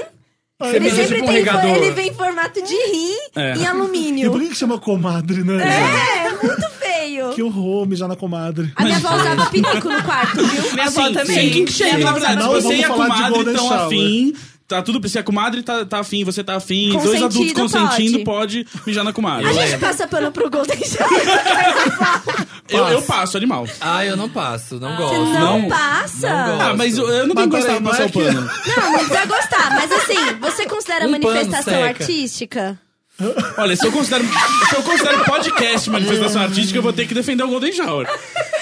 S5: Ai,
S7: Ele
S5: mas
S4: precisa
S7: sempre
S4: tipo um
S7: tem.
S4: regador.
S7: Ele vem em formato de rim
S1: É.
S7: em
S5: E por
S7: alumínio.
S5: que que chama comadre, né?
S7: É, muito feio.
S5: Que horror mijar na comadre.
S7: A minha avó usava pinico no quarto, viu?
S2: Minha avó também.
S1: Sem kink shame, É, na Assim, verdade. tipo,
S5: Não,
S1: você
S5: vamos
S1: e a
S5: falar de
S1: comadre
S5: Golden
S1: estão
S5: Shower.
S1: afim. Tá tudo pra você. A comadre tá, tá afim, você tá afim. Dois
S7: Consentido,
S1: adultos consentindo, pode, mijar na comadre.
S7: A gente passa pano pro Golden Shower.
S1: Eu, eu passo, animal.
S4: Ah, eu não passo, não
S7: Você
S4: gosto.
S7: não,
S1: Não.
S7: passa.
S4: Não gosto.
S1: Ah, mas eu, eu não
S5: Mas
S1: tenho gostado de
S5: peraí, não
S1: passar
S5: é
S1: o pano.
S7: Não, não precisa gostar. Mas assim, você considera
S4: Um pano
S7: manifestação
S4: seca.
S7: artística?
S1: Olha, se eu considero, se eu considero podcast manifestação artística, eu vou ter que defender o Golden Shower.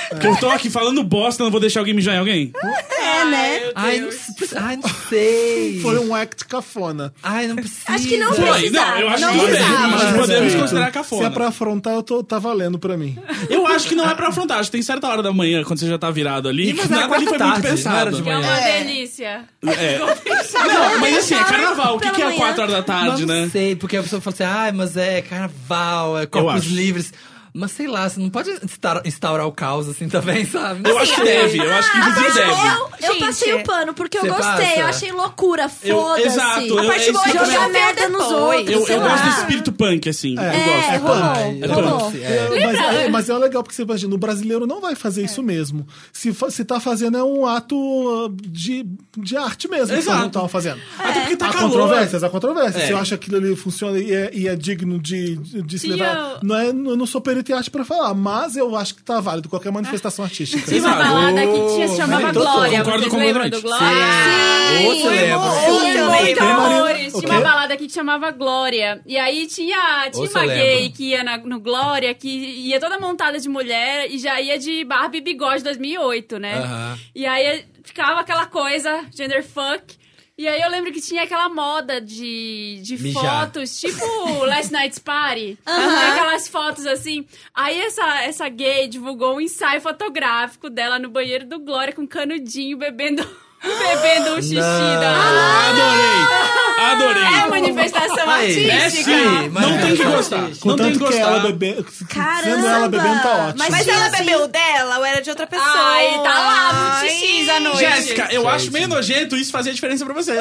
S1: Porque eu tô aqui falando bosta, não vou deixar alguém mijar em alguém.
S7: É, né?
S4: Ai, não, precisa- ai, não sei.
S5: Foi um act cafona.
S4: Ai, não precisa.
S7: Acho que não
S1: Foi,
S7: precisa.
S1: não, eu acho
S7: não
S1: que tudo bem.
S7: precisava.
S1: Acho que podemos considerar
S5: Se é
S1: cafona.
S5: pra afrontar, eu tô, tá valendo pra mim.
S1: Eu acho que não é pra afrontar, acho que tem certa hora da manhã, quando você já tá virado ali,
S4: Mas
S1: que
S4: era
S1: nada ali foi
S4: quatro tarde,
S1: muito
S4: não era
S1: pensado.
S4: de
S3: Que é
S4: manhã.
S3: uma
S2: É.
S3: delícia.
S1: É. Não, mas assim, é carnaval, o que, que
S7: Pela
S1: é
S7: manhã.
S1: 4 horas da tarde,
S4: não
S1: né?
S4: sei, porque a pessoa fala assim, ai, mas é carnaval, é corpos
S1: acho.
S4: livres. Mas sei lá, você não pode insta- instaurar o caos assim também, sabe? Não
S1: Eu acho que
S4: sei.
S1: deve, eu
S7: Ah,
S1: acho que inclusive
S7: tá
S1: deve.
S7: Eu, eu
S2: Gente,
S7: passei o pano porque eu
S4: você
S7: gostei.
S4: passa?
S7: Eu achei loucura.
S1: Eu-
S7: Foda-se.
S1: exato, eu-
S2: A parte
S1: é
S2: boa é
S1: isso
S2: que
S7: Joga
S2: choveu
S7: merda nos
S2: depois.
S7: outros,
S1: Eu,
S7: sei
S1: eu
S7: lá.
S1: gosto do espírito punk, assim. Eu gosto.
S7: É, rolou,
S4: Eu
S7: rolou.
S4: gosto, é.
S5: É, mas, é, mas é legal, porque você imagina, o brasileiro não vai fazer
S1: É.
S5: isso mesmo. Se, fa- se tá fazendo, é um ato ah, de, de arte mesmo que
S1: Exato.
S5: você não tava fazendo.
S1: Até porque tá
S5: há
S1: calor.
S5: controvérsias, há controvérsias.
S4: É.
S5: Se eu acho que aquilo ali funciona e é, e é digno de, de, de se
S3: Tio.
S5: levar. Não é, eu não sou perito em arte pra falar, mas eu acho que tá válido qualquer manifestação
S1: Ah.
S5: artística.
S3: Tinha uma
S1: Exato.
S3: balada que tinha, se chamava
S4: Mas eu tô-
S3: Glória.
S1: concordo
S3: Vocês
S1: com o
S3: lembram do
S1: Leandro.
S7: Ah,
S3: Glória?
S4: Ou você lembra.
S2: Sim, eu
S3: Muito
S2: lembro.
S3: amores.
S5: O
S3: Tinha uma
S5: quê?
S3: balada aqui que chamava Glória. E aí tinha, tinha
S4: Ou se
S3: uma
S4: eu
S3: gay
S4: lembro.
S3: que ia na- no Glória, que ia toda montada de mulher e já ia de Barbie Bigode 2008, né?
S4: Aham.
S3: E aí ficava aquela coisa, gender fuck. E aí eu lembro que tinha aquela moda de, de
S4: Mijar.
S3: fotos, tipo Last Night's Party. Tinha Aquelas fotos assim. Aí essa, essa gay divulgou um ensaio fotográfico dela no banheiro do Glória com canudinho bebendo, bebendo o xixi
S4: Não.
S3: da...
S7: Ah!
S1: Adorei!
S3: É
S1: Adorei!
S3: manifestação
S4: Aí,
S1: É
S3: artística.
S1: sim,
S4: mas
S1: não
S4: é,
S1: tem que
S4: é,
S1: gostar. Não tem que
S5: Contanto que ela
S1: gostar.
S5: bebe, sendo
S7: Caramba!
S5: ela bebendo, tá ótimo.
S7: Mas
S2: Mas
S7: tinha
S1: é
S2: ela
S7: assim-
S2: bebeu dela ou era de outra pessoa?
S3: Ai, tá lá no
S2: Ai.
S3: xixi à noite.
S1: Jéssica, eu
S4: Gente.
S1: acho meio nojento isso fazer diferença pra você.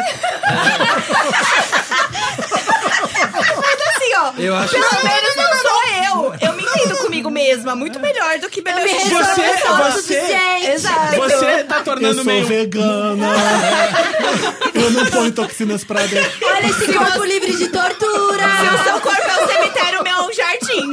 S2: Assim, ó.
S4: Eu acho
S2: Pelo menos não sou eu. Eu me entendo comigo mesma. Muito melhor do que beber
S7: me
S2: xixi.
S7: resolvo
S1: Você-
S7: eu sou
S1: você-
S7: autossuficiente.
S2: Exato.
S1: Você tá
S5: Eu
S1: tornando
S5: sou
S1: meio.
S5: vegana. eu não ponho toxinas pra dentro.
S7: Olha esse corpo livre de tortura.
S2: Se o seu corpo é um cemitério, o meu é um jardim.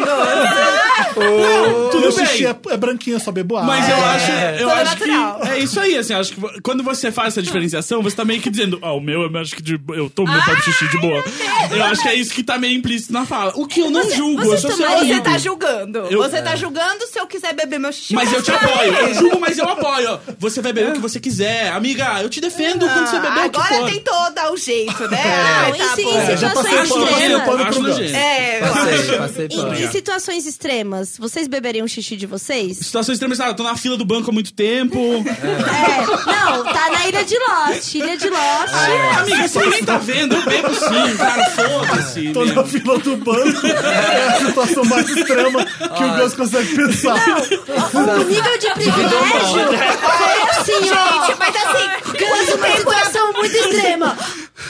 S5: Tudo
S1: Tudo
S5: meu xixi
S1: bem.
S5: é, é branquinho, eu só É. bebo água.
S1: Mas eu acho, eu
S2: É. Tudo
S1: acho
S2: natural.
S1: que é isso aí, assim, acho que vo- quando você faz essa diferenciação, você tá meio que dizendo, ah, o meu eu acho que de, eu tomo meu próprio xixi de boa. Eu acho que é isso que tá meio implícito na fala. O que eu não julgo, eu
S7: vocês
S1: sou seu
S7: tomariam-
S2: Você
S1: amigo.
S2: tá julgando.
S1: Eu- é.
S2: Você tá julgando se eu quiser beber meu xixi.
S1: Mas eu te apoio, eu julgo, mas eu apoio. Você vai beber o que você quiser. Amiga, eu te defendo quando você beber o que
S2: Ah, Agora
S1: for.
S2: tem todo o jeito, né?
S1: É.
S7: Não,
S2: Ai,
S7: em
S2: tá
S7: si-
S2: bom.
S7: em
S5: já passei
S7: situações
S5: pano, passei
S7: extremas.
S5: pano.
S1: Acho
S5: pro
S1: nojento.
S2: É, eu
S4: Passei, passei pano.
S7: Em, em situações extremas, vocês beberiam xixi de vocês?
S1: Situações extremas, ah, eu tô na fila do banco há muito tempo.
S7: É. Não, tá na Ilha de Lost. Ilha de Lost.
S5: É.
S1: Amiga, você nem tá vendo, eu bebo sim, cara, foda-se.
S5: Tô
S1: né?
S5: na fila do banco. É a situação mais extrema que o Gus consegue pensar.
S7: O nível de privilégio foi assim, ó.
S2: Gente, mas assim,
S7: Gus, uma situação muito extrema.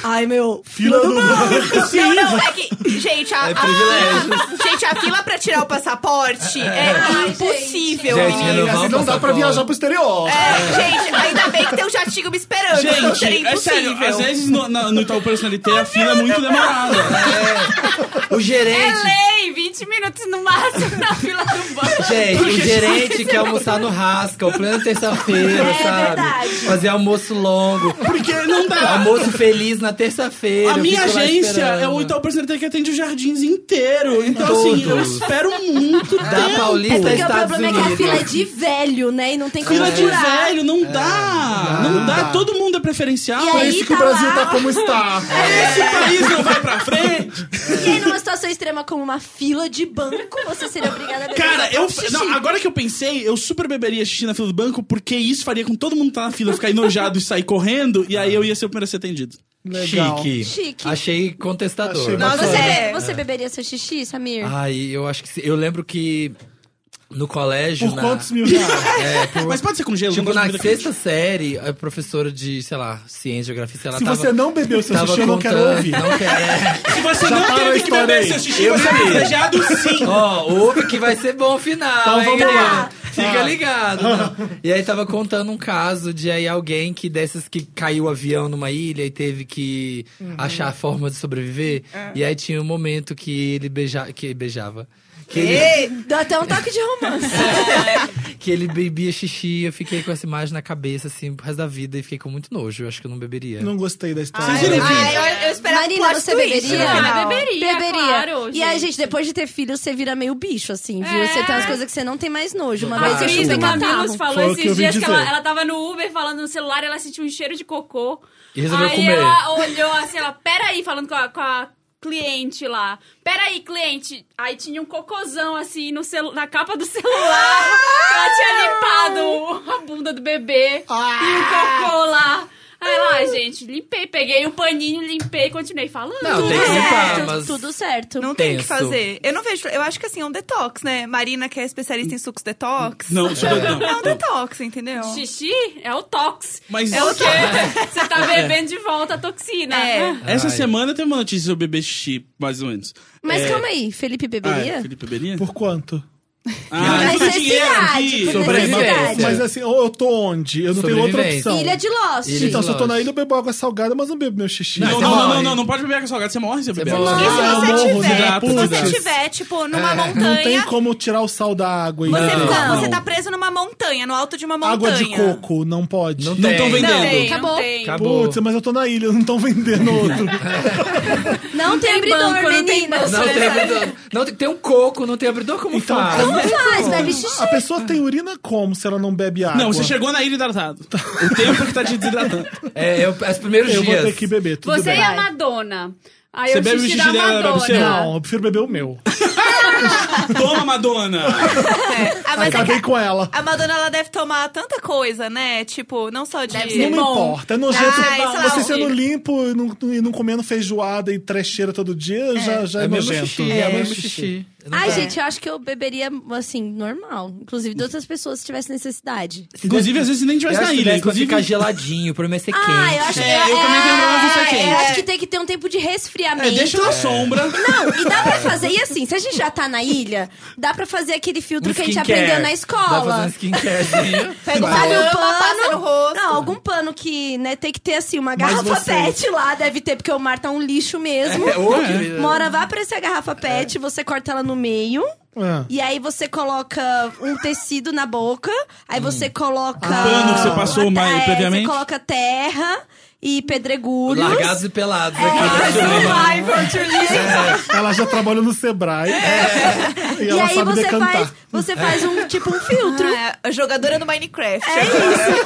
S7: Ai, meu.
S5: Fila do banco.
S2: não, não, é que. Gente, a,
S4: É privilégio.
S2: a- gente, a fila pra tirar o passaporte é,
S6: Ai,
S2: impossível,
S4: gente. Gente,
S2: menino.
S4: eu-
S5: Assim, não dá pra viajar pro exterior.
S2: É, gente, ainda bem que tem um jatinho me esperando, senão seria
S1: Gente, é
S2: impossível.
S1: sério, às vezes no, na, no Itaú Personalité a fila é muito demorada.
S4: O gerente.
S3: Lei 20 minutos no máximo na fila do banco.
S4: Gente, o gerente quer almoçar no Rasca, o plano terça-feira,
S7: É
S4: sabe?
S7: verdade.
S4: Fazer almoço longo.
S1: Porque não dá.
S4: Almoço feliz na terça-feira.
S1: A
S4: eu
S1: minha
S4: fico lá
S1: agência
S4: esperando. né?
S1: é o Itaú Personalité que atende os jardins inteiro. Então, assim, eu
S4: Todos.
S1: espero muito
S4: Da
S1: tempo.
S4: Paulista,
S7: Porque o
S4: Estados
S7: problema é que a
S4: Unidos.
S7: fila é de velho, né? E não tem como
S1: Fila de
S7: curar.
S1: velho, não dá. Não dá. Todo mundo é preferencial.
S7: E
S5: Por
S7: aí
S5: isso que o
S7: tá
S5: Brasil
S7: lá.
S5: tá como está.
S1: Esse
S4: É.
S1: país não vai pra frente.
S7: E aí, numa situação extrema como uma fila de banco, você seria obrigada a beber
S1: Cara,
S7: seu
S4: Tá
S1: eu.
S7: próprio
S1: não,
S7: xixi.
S1: agora que eu pensei, eu super beberia xixi na fila do banco, porque isso faria com todo mundo que tá na fila ficar enojado e sair correndo, e aí eu ia ser o primeiro a ser atendido.
S5: Legal.
S4: Chique.
S7: Chique.
S4: Achei contestador.
S5: Achei
S7: Mas
S5: bacana.
S7: você,
S2: É.
S7: você beberia seu xixi, Samir?
S4: Ai, eu acho que. se- Eu lembro que no colégio.
S5: Por
S4: na-
S5: quantos mil reais?
S4: É, por-
S1: Mas pode ser com gelo,
S4: Tipo,
S1: não gosto
S4: na
S1: de comida quente.
S4: sexta série, a professora de, sei lá, ciência, geografia, sei lá,
S5: Se
S4: tava,
S5: você não bebeu seu
S4: tava
S5: xixi, eu não quero
S4: contando-
S5: ouvir.
S4: Não quero. é.
S1: Se você
S5: Já
S1: não
S5: parou a
S1: teve que
S5: história
S1: beber
S5: aí.
S1: seu xixi,
S4: Eu
S1: você é
S4: bebi.
S1: desejado sim.
S4: Ó, ouve que vai ser bom o final.
S5: Então vamos
S4: hein?
S5: lá. Ah.
S4: Fica ligado. não. E aí tava contando um caso de aí alguém que dessas que caiu o avião numa ilha e teve que achar a forma de sobreviver. E aí tinha um momento que ele beija, que beijava. Que ele,
S7: Dá até um toque de romance.
S4: que ele bebia xixi, eu fiquei com essa imagem na cabeça, assim, pro resto da vida e fiquei com muito nojo. Eu acho que eu não beberia.
S5: Não gostei da história.
S2: Ai,
S1: viram o
S2: ai, eu, eu esperava um
S7: Marina,
S2: plot
S7: você
S2: twist
S7: beberia?
S2: no final.
S3: Ah, beberia, claro.
S7: E aí, gente, depois de ter filho, você vira meio bicho, assim, viu?
S3: É.
S7: Você tem umas coisas que você não tem mais nojo. Uma
S3: A
S7: vez eu
S3: Cris do
S7: chupei
S3: Mamilos
S7: catarro.
S5: Foi o
S3: falou
S5: que eu
S3: esses
S5: vim
S3: dias que ela,
S5: dizer.
S3: ela tava no Uber falando no celular, ela sentiu um cheiro de cocô.
S4: E resolveu
S3: aí
S4: comer.
S3: ela olhou assim, ela, peraí, falando com a, com a cliente lá. Peraí, cliente. Aí tinha um cocôzão assim no celu- na capa do celular. que ela tinha limpado a bunda do bebê e o cocô lá. Aí lá, gente, limpei, peguei o paninho, limpei e continuei falando.
S4: Não, tem que
S7: É, Tudo
S4: limpar,
S7: certo,
S4: mas-
S7: Tudo certo.
S2: Não tem o que
S4: Tenso.
S2: fazer. Eu não vejo. Eu acho que assim, é um detox, né? Marina, que é especialista em sucos detox.
S1: Não, isso não.
S2: É um detox, entendeu?
S3: Xixi é o tox.
S1: Mas
S3: É o quê? Você tá bebendo de volta a toxina.
S2: É.
S1: essa
S4: Ai.
S1: semana teve uma notícia sobre bebê xixi, mais ou menos.
S7: Mas
S1: É,
S7: calma aí, Felipe beberia?
S1: Ah, é, Felipe beberia?
S5: Por quanto?
S1: Ah,
S7: Mas
S1: por
S7: necessidade,
S1: dinheiro aqui.
S7: por
S4: Sobrevivência.
S7: necessidade.
S5: Mas assim, ou eu tô onde? Eu não tenho outra
S4: Sobrevivência.
S5: opção.
S7: Ilha de Lost.
S4: Ilha de
S5: Então, se eu tô na
S4: Lógico.
S5: ilha, eu bebo água salgada, mas não bebo meu xixi.
S1: Não,
S5: Então,
S4: Mas
S1: não,
S4: você
S1: não,
S4: morre.
S1: não, não, não pode beber água salgada, você morre se eu beber
S4: morre.
S1: água
S2: E se
S1: salgada.
S5: Ah,
S2: você
S5: morro,
S2: tiver,
S5: gato,
S2: se você
S5: gato.
S2: tiver, tipo, numa
S5: Não tem
S2: montanha,
S5: como tirar o sal da água.
S2: você,
S5: entendeu?
S2: fica-
S1: Não.
S2: você tá preso numa montanha, no alto de uma montanha.
S5: Água de coco, não pode.
S4: Não
S1: Não
S4: tem.
S1: estão vendendo.
S2: Não tem.
S7: Acabou.
S3: tem.
S4: Acabou.
S5: Putz, mas eu tô na ilha, não estão vendendo outro.
S7: Não tem abridor,
S3: banco, não tem
S7: meninas.
S4: Não
S5: é
S4: tem abridor. Não tem, tem um coco, não tem abridor, como
S5: Então,
S4: faz?
S7: Não faz, bebe xixi.
S5: A pessoa tem urina como se ela não bebe água?
S1: Não, você chegou na ilha hidratado. O tempo que tá te desidratando.
S4: É, eu, os primeiros
S5: Eu vou
S4: dias.
S5: ter que beber, tudo
S3: Você
S5: bem.
S3: e a Madonna. Aí
S1: Você
S3: eu
S1: bebe o
S3: xixi
S1: xixi
S3: da
S1: dela, ela bebe o seu?
S3: Madonna.
S5: Não, eu prefiro beber o meu.
S1: Toma, Madonna!
S2: É. Ah, mas é
S5: Acabei
S2: que
S5: com ela.
S2: a Madonna, ela deve tomar tanta coisa, né? Tipo, não só de...
S5: Não me
S3: bom.
S5: importa, é nojento.
S2: Ai, sei lá,
S5: você
S2: um
S5: sendo
S2: dia.
S5: limpo e não, e não comendo feijoada e trecheira todo dia, já, já é,
S4: É mesmo
S5: nojento.
S4: xixi, é mesmo xixi.
S7: Ai, gente, eu acho que eu beberia, assim, normal. Inclusive, de outras pessoas se tivesse necessidade.
S1: Inclusive, às vezes nem
S4: Eu
S1: tivesse
S4: acho
S1: na
S4: que
S1: ilha.
S4: deve ficar
S1: Inclusive,
S4: geladinho, pra mim ser assim, né? quente.
S7: Ah, eu acho que...
S1: É, eu também tenho um problema com isso aqui.
S7: Eu acho que tem que ter um tempo de
S1: é,
S7: resfriamento.
S1: deixa na sombra.
S7: Não, e dá pra fazer. E assim, se a gente já tá na ilha, dá pra fazer aquele filtro que a gente aprendeu
S4: Dá pra fazer
S7: na
S4: um
S7: escola. um
S4: skincarezinho.
S1: um
S2: Pega
S7: Sabe
S2: Pano,
S7: o
S2: passa no
S7: pano?
S2: rosto.
S7: Não, algum pano que, né, tem que ter assim, uma garrafa
S5: você-
S7: pet lá, deve ter, porque o mar tá um lixo mesmo.
S4: É, ô,
S1: né?
S4: querida.
S7: Mora, vá pra essa garrafa
S1: É.
S7: pet, você corta ela no meio.
S5: Ah.
S7: E aí você coloca um tecido na boca, aí você coloca.
S1: Hum. Pano que você passou
S7: É,
S1: mais previamente?
S7: Você coloca terra e pedregulhos.
S4: Largados e pelados. né, aqui.
S1: É.
S7: Survivor, to live.
S5: Ela já trabalha no Sebrae. E
S7: É. E
S5: ela
S7: aí
S5: sabe
S7: você
S5: decantar.
S7: faz, você faz um tipo um filtro.
S2: Ah, a jogadora no Minecraft.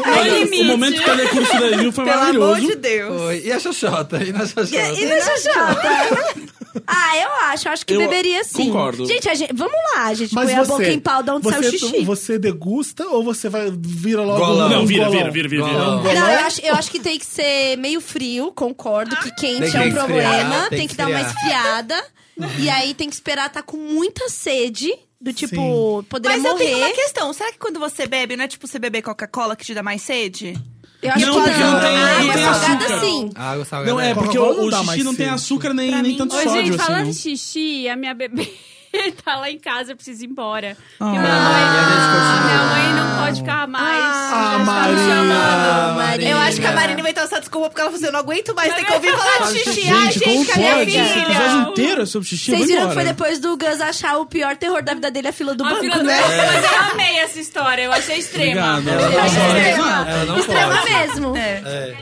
S1: Olha, o momento que ela curso da Ilha foi
S2: Pelo amor
S1: maravilhoso.
S2: de Deus.
S4: Foi. E a Xoxota? E na Xoxota?
S7: É. E na Xoxota? Ah, eu acho, acho que
S1: Eu
S7: beberia sim.
S1: concordo.
S7: Gente, a gente, vamos lá, a gente
S5: Mas
S7: põe
S5: você,
S7: a boca em pau um de onde sai o
S5: você,
S7: xixi.
S5: você degusta ou você vai vira logo
S4: Golão.
S5: um
S1: Não, vira,
S5: golão?
S1: vira, vira, vira.
S4: Golão.
S1: vira.
S7: Não, eu acho, eu acho que tem que ser meio frio, concordo que quente
S4: Tem que
S7: é um
S4: esfriar,
S7: problema.
S4: tem
S7: Tem,
S4: que
S7: que, dar uma esfriada. e aí tem que esperar tá com muita sede. Do tipo, poderia
S2: Mas eu tenho uma
S7: morrer.
S2: questão. Será que quando você bebe, não é tipo você beber Coca-Cola que te dá mais sede?
S7: Eu acho
S1: Não,
S7: que
S1: porque não tem-
S7: água
S1: não tem
S7: salgada
S1: açúcar.
S7: sim.
S4: Água salgada.
S1: Não, é porque
S5: Coca-Cola
S1: o,
S5: não
S1: o
S5: dá
S1: xixi
S5: mais
S1: não tem
S5: sede.
S1: açúcar nem,
S2: Pra
S1: nem
S2: mim-
S1: tanto
S3: Ô,
S1: sódio,
S3: gente,
S1: assim.
S3: falando
S1: não.
S3: de xixi, a minha bebê tá lá em casa, eu preciso ir embora. Porque
S4: Ah, e a gente
S3: minha
S4: continua.
S3: mãe não pode ficar mais.
S5: Ah, Marina.
S7: Marina.
S2: Eu acho que a Marina inventou essa desculpa porque ela falou assim: eu não aguento mais, tem que ouvir falar de xixi. Ai,
S1: Gente, como
S2: gente, cadê a
S1: pode? Esse
S2: filha?
S1: episódio inteiro é sobre xixi. eu
S7: Vocês
S1: vou
S7: viram que
S1: embora.
S7: foi depois do Gus achar o pior terror da vida dele, a fila do
S3: A
S7: banco,
S3: fila do
S7: né?
S3: banco, mas eu amei essa história, eu achei extrema.
S1: Obrigado.
S4: Ela não
S2: Achei
S4: pode.
S2: extrema.
S4: Ela não
S7: Extrema
S4: pode.
S7: mesmo.
S2: É.
S4: É.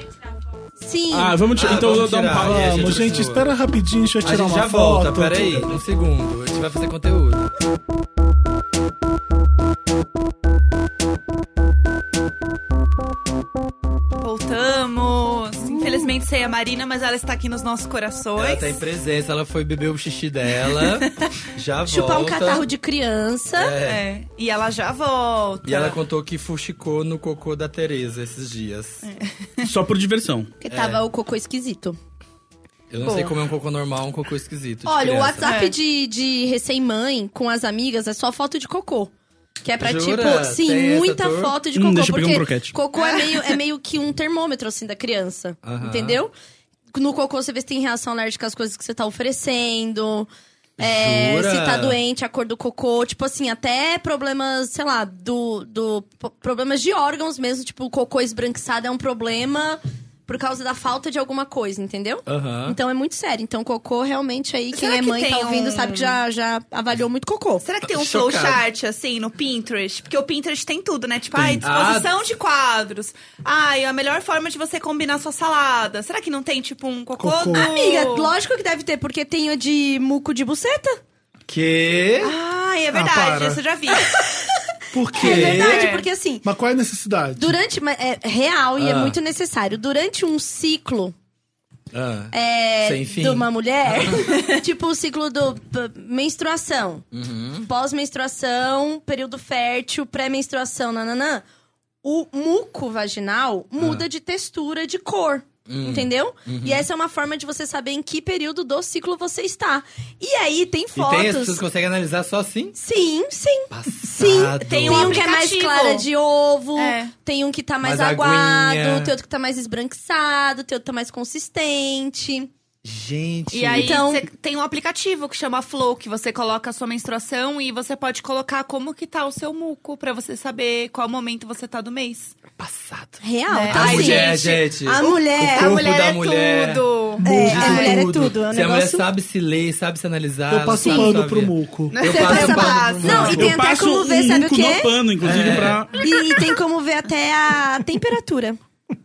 S7: Sim.
S1: Ah, vamos tirar. então eu vou
S4: vamos
S1: dar um
S4: tirar.
S1: pau.
S4: É,
S5: Vamos, gente, espera rapidinho, deixa eu
S4: A
S5: tirar
S4: gente
S5: uma
S4: já
S5: foto.
S4: volta, peraí. Um segundo. A gente vai fazer conteúdo.
S2: Voltamos. Infelizmente sei a Marina, mas ela está aqui nos nossos
S4: Ela
S2: corações.
S4: tá em presença, ela foi beber o xixi dela. já
S7: Chupar um
S4: volta.
S7: catarro de criança.
S2: É. E ela já volta.
S4: E ela contou que fuxicou no cocô da Tereza esses dias.
S1: Só por diversão.
S7: Porque tava o cocô esquisito.
S4: Eu não
S7: Pô.
S4: sei como é um cocô normal, um cocô esquisito. de
S7: Olha, o
S4: criança.
S7: WhatsApp
S2: É.
S7: de, de recém-mãe com as amigas é só foto de cocô. Que é pra,
S4: Jura?
S7: tipo, sim,
S4: Tem essa
S7: muita
S4: turma?
S7: foto de
S1: Hum,
S7: cocô.
S1: deixa eu pegar um
S7: porque
S1: croquete.
S7: cocô é meio, é meio que um termômetro, assim, da criança.
S4: Aham.
S7: Entendeu? No cocô você vê se tem reação alérgica às coisas que você tá oferecendo. É,
S4: Jura?
S7: se tá doente, a cor do cocô. Tipo assim, até problemas, sei lá, do, do po- problemas de órgãos mesmo. Tipo, o cocô esbranquiçado é um problema por causa da falta de alguma coisa, entendeu?
S4: Aham.
S7: Então é muito sério. Então, cocô realmente aí, quem
S2: Será
S7: é
S2: que
S7: mãe e tá
S2: tem
S7: ouvindo
S2: um-
S7: sabe que já, já avaliou muito cocô.
S2: Será que tem um
S4: Chocado.
S2: flowchart, assim, no Pinterest? Porque o Pinterest tem tudo, né? Tipo, ai,
S4: Ah.
S2: disposição de quadros. Ai, a melhor forma de você combinar sua salada. Será que não tem, tipo, um cocô,
S5: Cocô.
S2: do-
S7: é Amiga, lógico que deve ter, porque tem o de muco de buceta.
S4: Que?
S2: Ai, é
S5: Ah,
S2: verdade,
S5: para.
S2: isso eu já vi.
S5: Por quê?
S7: É
S2: É.
S7: verdade, porque assim,
S5: Mas qual é a necessidade?
S7: durante. mas É real e é
S4: Ah.
S7: muito necessário. Durante um ciclo
S4: Ah.
S7: é,
S4: Sem fim.
S7: de uma mulher, tipo o ciclo do p- menstruação,
S4: Uhum.
S7: pós-menstruação, período fértil, pré-menstruação, nananã, o muco vaginal
S4: Ah.
S7: muda de textura, de cor.
S4: Hum.
S7: Entendeu? E
S4: Uhum.
S7: essa é uma forma de você saber em que período do ciclo você está. E aí tem
S4: E tem as pessoas
S7: fotos.
S4: que conseguem analisar só assim?
S7: Sim, sim. Sim,
S4: Passado.
S2: tem
S7: Tem um, que é mais
S2: aplicativo.
S7: clara de ovo,
S2: É.
S7: tem um que tá mais,
S4: Mais
S7: aguado,
S4: aguinha.
S7: tem outro que tá mais esbranquiçado, tem outro que tá mais consistente.
S4: Gente.
S2: E aí
S7: Então-
S2: cê- tem um aplicativo que chama Flow, que você coloca a sua menstruação e você pode colocar como que tá o seu muco pra você saber qual momento você tá do mês.
S4: Passado.
S7: Real,
S2: Né?
S7: tá
S2: Ai,
S4: a
S7: assim.
S4: mulher, gente.
S7: A mulher.
S4: corpo
S2: a mulher
S4: da
S2: é
S4: mulher.
S2: tudo.
S7: É, a
S2: Ai.
S7: mulher é tudo. É um
S4: Se a mulher
S7: negócio...
S4: sabe se ler, sabe se analisar.
S5: Eu passo
S4: sabe
S5: pano
S4: sua
S5: pro
S4: vida.
S5: muco.
S4: Eu
S2: Você
S4: passo
S2: passa
S4: pano
S2: pano.
S4: pro
S7: Não,
S4: muco.
S7: e tem
S1: eu
S7: até
S1: passo
S7: como ver,
S1: um
S7: sabe o
S1: muco
S7: quê?
S1: no pano, inclusive,
S4: É.
S1: pra...
S7: E, e tem como ver até a temperatura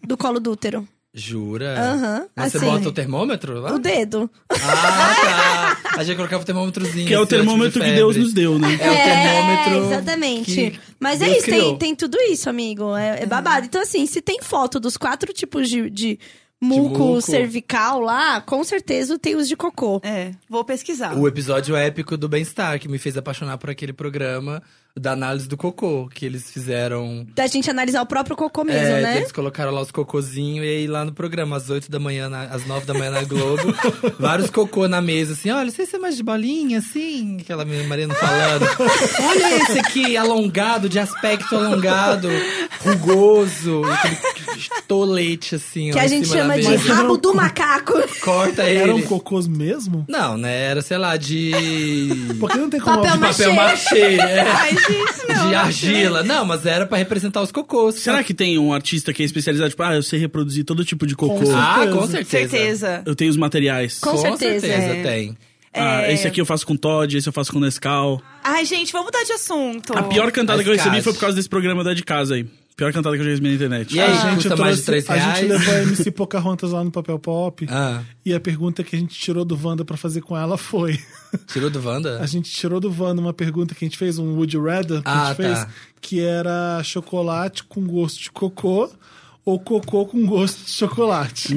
S7: do colo do útero.
S4: Jura?
S7: Aham,
S4: Mas
S7: assim.
S4: você bota o termômetro lá?
S7: O dedo.
S4: Ah, tá. A gente colocava o termômetrozinho.
S1: Que é o
S4: assim, ó, tipo de
S1: termômetro que
S4: febre.
S1: Deus nos deu, né?
S4: É o termômetro.
S7: exatamente.
S4: que
S7: Mas é
S4: Deus
S7: isso, tem,
S4: criou.
S7: tem tudo isso, amigo. É, é babado. Então, assim, se tem foto dos quatro tipos de, de muco,
S4: muco.
S7: cervical lá, com certeza tem os de cocô.
S2: É, vou
S7: Ah.
S2: pesquisar.
S4: O episódio épico do Bem-Estar, que me fez apaixonar por aquele programa da análise do cocô, que eles fizeram.
S7: Da gente analisar o próprio cocô mesmo,
S4: é,
S7: né?
S4: Eles colocaram lá os cocôzinhos e aí lá no programa, às 8 da manhã, na- às 9 da manhã na Globo, vários cocô na mesa, assim, olha, sei se é mais de bolinha, assim, aquela menina Mariana falando. olha esse aqui, alongado, de aspecto alongado, rugoso, aquele tolete, assim,
S7: Que
S4: ó,
S7: a
S4: em
S7: gente
S4: cima da
S7: chama de um
S4: mesa.
S7: rabo do macaco.
S4: Corta ele.
S5: Eram um cocôs mesmo?
S4: Não, né? Era, sei lá, de.
S5: Porque não tem como...
S7: Papel
S4: de papel machê, é.
S2: Ai, gente, não.
S4: de argila. Não, mas era pra representar os cocôs.
S1: Será que tem um artista que é especializado, tipo, ah, eu sei reproduzir todo tipo de cocô.
S5: Com
S4: Ah, com certeza.
S2: Certeza.
S1: Eu tenho os materiais.
S7: Com É. certeza,
S2: é.
S4: tem.
S1: Ah, esse aqui eu faço com Todd, esse eu faço com Nescau.
S2: Ai, gente, vamos mudar de assunto.
S1: A pior cantada
S4: Mas
S1: que eu recebi
S4: casa.
S1: foi por causa desse programa da de casa aí. Pior cantada que eu já recebi na internet.
S4: E aí,
S5: A gente,
S4: custa mais de
S5: trouxe-
S4: 3 reais?
S5: a gente levou a MC Pocahontas lá no Papel Pop.
S4: Ah,
S5: E a pergunta que a gente tirou do Wanda pra fazer com ela foi...
S4: tirou do Wanda?
S5: A gente tirou do Wanda uma pergunta que a gente fez, um Would You Rather que a
S4: Ah,
S5: gente fez,
S4: tá.
S5: que era chocolate com gosto de cocô ou cocô com gosto de chocolate.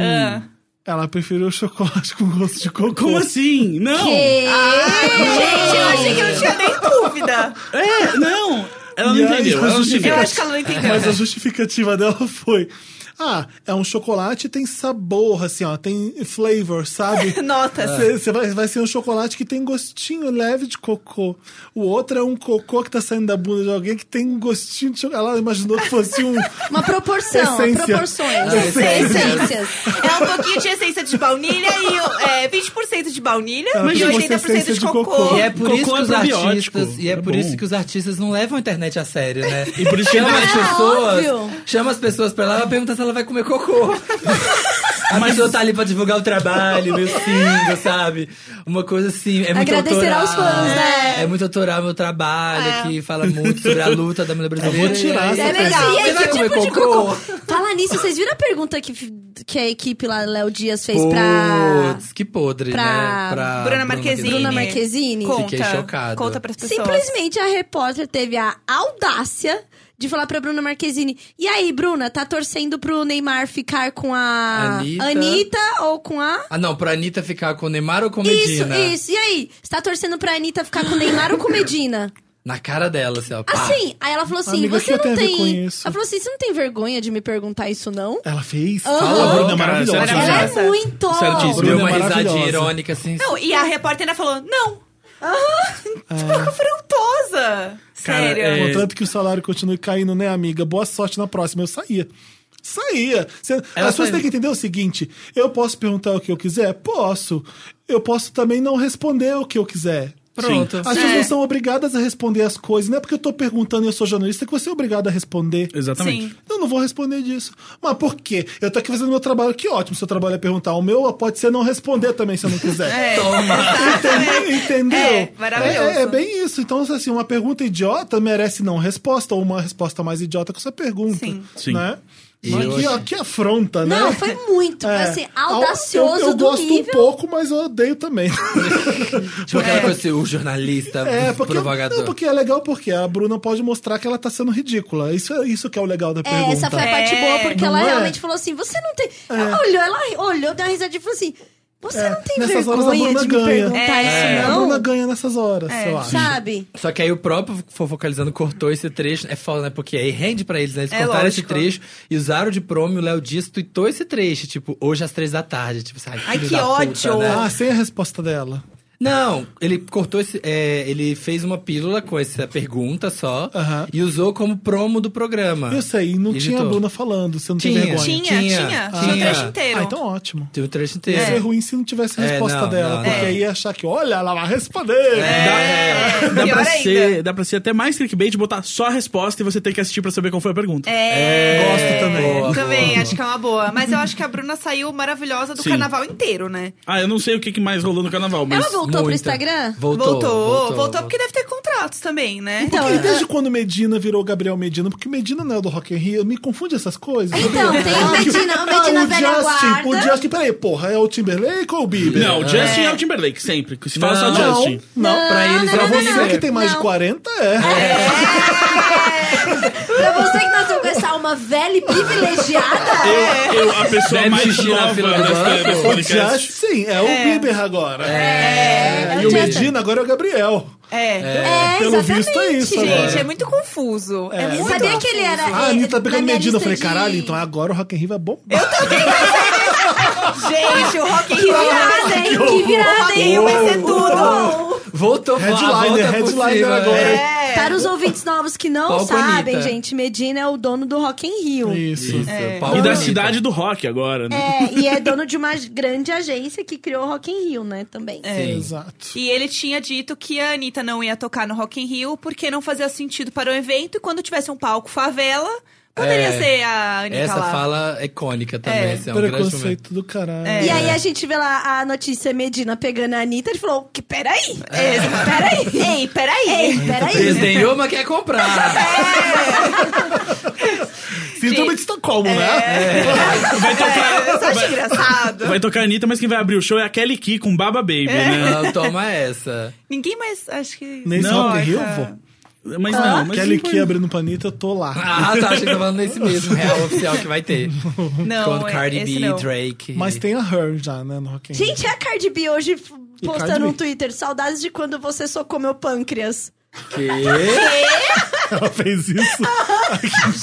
S2: Ah.
S5: Ela preferiu chocolate com gosto de cocô.
S1: Como assim? Não!
S2: Gente, eu achei que não tinha nem dúvida.
S1: É, não! Ela não
S5: E aí,
S1: entendeu, ela não
S5: justifica-
S2: Eu
S1: entendeu.
S2: acho que ela não entendeu.
S5: Mas a justificativa dela foi: Ah, é um chocolate tem sabor, assim, ó, tem flavor, sabe?
S2: Notas.
S5: Você vai, vai ser um chocolate que tem gostinho leve de cocô. O outro é um cocô que tá saindo da bunda de alguém que tem gostinho de chocolate. Ela imaginou que fosse um.
S7: Uma proporção,
S5: Essência.
S7: proporções.
S4: Essência.
S7: Essências.
S2: É um pouquinho de essência de baunilha e é, 20% de baunilha
S5: Mas
S2: e
S5: você
S2: 80%
S5: essência
S2: de
S5: de
S2: cocô.
S5: cocô.
S4: E é por
S1: Cocô
S4: isso que
S1: é
S4: os
S1: probiótico.
S4: artistas. E é,
S1: É
S4: por
S1: bom.
S4: isso que os artistas não levam a internet a sério, né?
S1: E por isso que
S4: chama
S1: ele-
S4: as
S7: É,
S4: pessoas.
S7: óbvio.
S4: Chama as pessoas pra lá e pergunta se ela vai comer cocô. A pessoa tá ali pra divulgar o trabalho, meu single, sabe? Uma coisa assim, é muito
S7: Agradecer
S4: autoral.
S7: aos fãs, né? É.
S4: É muito autoral meu trabalho, que fala muito sobre a luta da mulher brasileira.
S5: vou tirar
S4: E
S5: essa
S4: aí,
S7: pergunta. É E aí,
S4: Você vai
S7: que
S4: comer
S7: tipo de
S4: cocô?
S7: Fala nisso, vocês viram a pergunta que, que a equipe lá, Léo Dias, fez pra
S4: Putz, que podre,
S7: pra
S4: né? Pra
S2: Bruna Marquezine.
S7: Bruna Marquezine?
S2: Conta.
S4: Fiquei chocado.
S2: Conta pras pessoas.
S7: Simplesmente a repórter teve a audácia de falar pra Bruna Marquezine. E aí, Bruna, tá torcendo pro Neymar ficar com a
S4: Anitta.
S7: Anitta ou com a.
S4: Ah, não, pra Anitta ficar com o Neymar ou com o
S7: Isso,
S4: Medina?
S7: isso. E aí? Você tá torcendo pra Anitta ficar com o Neymar ou com o Medina?
S4: Na cara dela, assim, ó. pá.
S7: Assim, aí ela falou assim:
S5: Amiga, o que
S7: você
S5: eu tenho
S7: não
S5: a ver com
S7: tem. Ela
S5: isso?
S7: falou assim: você não tem vergonha de me perguntar isso, não?
S5: Ela fez?
S4: Aham.
S5: Fala, Bruna,
S1: Cara,
S5: é maravilhosa.
S1: sério,
S7: Ela é
S1: Nossa.
S7: muito.
S1: Certíssimo.
S4: Deu uma
S5: Bruna é
S4: risadinha
S5: maravilhosa.
S4: irônica, assim.
S2: Não, e a repórter ainda falou, não. Ah, que pouco afrontosa.
S1: Cara,
S2: Sério.
S1: é-
S5: Contanto que o salário continue caindo, né, amiga? Boa sorte na próxima. Eu saía. Saía. Cê-
S4: Ela
S5: As pessoas
S4: saiu.
S5: têm que entender o seguinte: eu posso perguntar o que eu quiser? Posso. Eu posso também não responder o que eu quiser.
S4: Pronto.
S5: As pessoas não são obrigadas a responder as coisas. Não é porque eu tô perguntando e eu sou jornalista que você é obrigado a responder.
S1: Exatamente.
S2: Sim.
S5: Eu não vou responder disso. Mas por quê? Eu tô aqui fazendo meu trabalho, que ótimo. Seu trabalho é perguntar. O meu pode ser não responder também, se eu não quiser.
S2: É,
S5: Entende- Entendeu?
S2: É, maravilhoso.
S5: É, é bem isso. Então, assim, uma pergunta idiota merece não resposta, ou uma resposta mais idiota que essa pergunta.
S2: Sim.
S1: Sim.
S5: Né?
S4: E
S5: Mas
S4: eu
S5: que,
S4: acho-
S5: ó, que afronta, né?
S7: Não, foi muito.
S5: É.
S7: Foi assim, audacioso
S5: Eu, eu
S7: do
S5: gosto um
S7: nível.
S5: pouco, mas eu odeio também.
S4: Tipo aquela coisa assim, o jornalista um
S5: É, porque,
S4: provogador.
S5: não, porque é legal porque a Bruna pode mostrar que ela tá sendo ridícula. Isso, é- isso que é o legal da
S7: É,
S5: pergunta.
S7: essa foi a parte
S2: É,
S7: boa, porque
S5: não
S7: ela
S5: é?
S7: realmente falou assim: você não tem. Ela olhou, ela olhou, deu uma risadinha e falou assim: você
S5: É,
S7: não tem
S5: nessas horas a
S7: vergonha
S5: Bruna
S7: de me
S5: ganha.
S2: É.
S7: perguntar isso,
S5: A
S7: não? É.
S5: Bruna ganha nessas horas, eu acho.
S7: Sabe?
S4: Só que aí o próprio Fofocalizando cortou esse trecho. É foda, né? Porque aí rende pra eles, né? Eles
S2: É
S4: cortaram
S2: lógico.
S4: esse trecho e usaram de promo e o Léo Dias tweetou esse trecho. Tipo, hoje às três da tarde. Tipo, sai,
S2: Ai,
S4: filho
S2: que
S4: da
S2: ódio.
S4: Puta, né?
S5: Ah, sem a resposta dela.
S4: Não, ele cortou esse. é, ele fez uma pílula com essa pergunta só
S5: Aham.
S4: e usou como promo do programa.
S5: Eu sei, não tinha a
S4: Editor.
S5: Bruna falando, você não tem
S4: Ah. Tinha.
S5: vergonha.
S2: tinha, tinha. Tinha,
S4: Tinha.
S2: o
S4: Tinha.
S2: trecho inteiro.
S5: Ah, então ótimo.
S4: Tem o trecho
S5: Ia
S4: inteiro.
S7: É.
S5: ser ruim se não tivesse a
S4: É,
S5: resposta
S4: não,
S5: dela,
S4: não, É.
S5: porque
S4: não.
S5: aí ia achar que, olha, ela vai responder.
S1: Dá, dá,
S2: Pior
S1: pra
S2: é, ainda.
S1: ser, dá pra ser até mais clickbait botar só a resposta e você ter que assistir pra saber qual foi a pergunta.
S2: É,
S5: Gosto também.
S4: Boa,
S2: também,
S4: boa.
S2: acho que é uma boa. Mas eu acho que a Bruna saiu maravilhosa do
S1: Sim.
S2: carnaval inteiro, né?
S1: Ah, eu não sei o que, que mais rolou no carnaval, mas.
S7: Ela voltou pro
S4: Muita.
S7: Instagram?
S4: Voltou.
S2: Voltou, voltou, porque deve ter contratos também, né?
S7: Então,
S5: E desde
S7: ah,
S5: quando Medina virou Gabriel Medina? Porque Medina não é do Rock in Rio, me confunde essas coisas.
S7: Então,
S5: sabia?
S7: tem o Medina- o Medina
S5: Ah,
S7: velha
S5: Justin,
S7: guarda.
S5: O Justin, peraí, porra, é o Timberlake ou o Bieber?
S1: Não, o Justin é. o Timberlake, sempre. Se fala só
S5: Não,
S1: Justin.
S5: não,
S7: Não,
S4: pra eles
S7: não,
S4: é
S5: Pra
S7: não,
S5: você
S7: não,
S5: que tem mais
S7: não.
S5: de 40, é.
S7: Pra você que nasceu com essa alma velha e
S2: É.
S7: privilegiada,
S1: Eu, eu, a pessoa
S4: Deve
S1: mais
S4: xixi na
S1: nova
S4: fila do
S1: desse-
S4: banco.
S1: desse
S5: O
S1: podcast.
S5: Justin é o Bieber agora.
S7: é,
S5: E
S7: o
S5: o
S7: Justin.
S5: Medina agora é o Gabriel.
S2: É.
S7: É,
S5: Pelo
S7: exatamente.
S5: visto é isso agora.
S2: Gente, é muito confuso. É, muito
S7: Sabia
S2: confuso.
S7: que ele era.
S5: Ah, a
S2: é
S7: eh,
S5: Anitta
S7: na
S5: pegando Medina.
S7: minha
S5: Eu
S7: lista
S5: falei,
S7: de-
S5: caralho, então agora o Rock in Rio vai bombar.
S2: Gente, o Rock in
S7: Que
S2: Rio
S7: virada, hein? Que
S2: O
S7: virada,
S2: Rock in
S7: hein?
S2: Rio vai ser tudo.
S4: Voltou.
S5: Headliner,
S4: volta
S5: headliner
S4: possível,
S5: agora.
S4: é.
S7: Para os ouvintes novos que não
S4: Palco
S7: sabem,
S4: Anitta.
S7: gente, Medina é o dono do Rock in Rio.
S5: Isso.
S4: Isso, Paulo
S1: E da
S4: Anitta.
S1: cidade do rock agora, né?
S7: É, e é dono de uma grande agência que criou o Rock in Rio, né, também.
S4: É.
S5: Exato.
S2: E ele tinha dito que a Anitta não ia tocar no Rock in Rio porque não fazia sentido para o evento e quando tivesse um palco favela, poderia
S4: É.
S2: ser a Anitta
S4: Essa
S2: lá.
S4: fala é icônica também.
S2: É.
S4: assim, é um grande momento.
S5: Preconceito do caralho.
S7: E aí a gente vê lá a notícia Medina pegando a Anitta, ele falou, que peraí,
S2: É, peraí. Ei, peraí.
S7: ei, peraí.
S4: Desdenhou, mas quer comprar.
S5: Síndrome de
S4: Então,
S5: Estocolmo, né?
S1: Vai tocar.
S2: É, Você acha engraçado?
S1: Vai tocar a Anitta, mas quem vai abrir o show é a Kelly Key com Baba Baby,
S2: É.
S1: né?
S4: Não, toma essa.
S2: Ninguém mais, acho que...
S5: Nesse
S1: Não,
S5: Rock in
S2: é,
S5: Rio,
S2: cara.
S5: vô.
S1: Mas não, mas
S5: Kelly
S1: não foi-
S5: que abrindo panita, eu tô lá.
S4: Ah, tá. Achei que tava falando nesse mesmo real oficial que vai ter.
S2: Não,
S4: Quando
S2: é-
S4: Cardi
S2: esse
S4: B,
S2: não.
S4: Drake.
S5: Mas tem a Her já, né, no Rock in Rio.
S7: Gente, é a Cardi B hoje f-
S5: E
S7: postando
S5: Cardi B.
S7: no Twitter, saudades de quando você socou meu pâncreas.
S4: Que?
S5: Ela fez isso.
S2: Ah,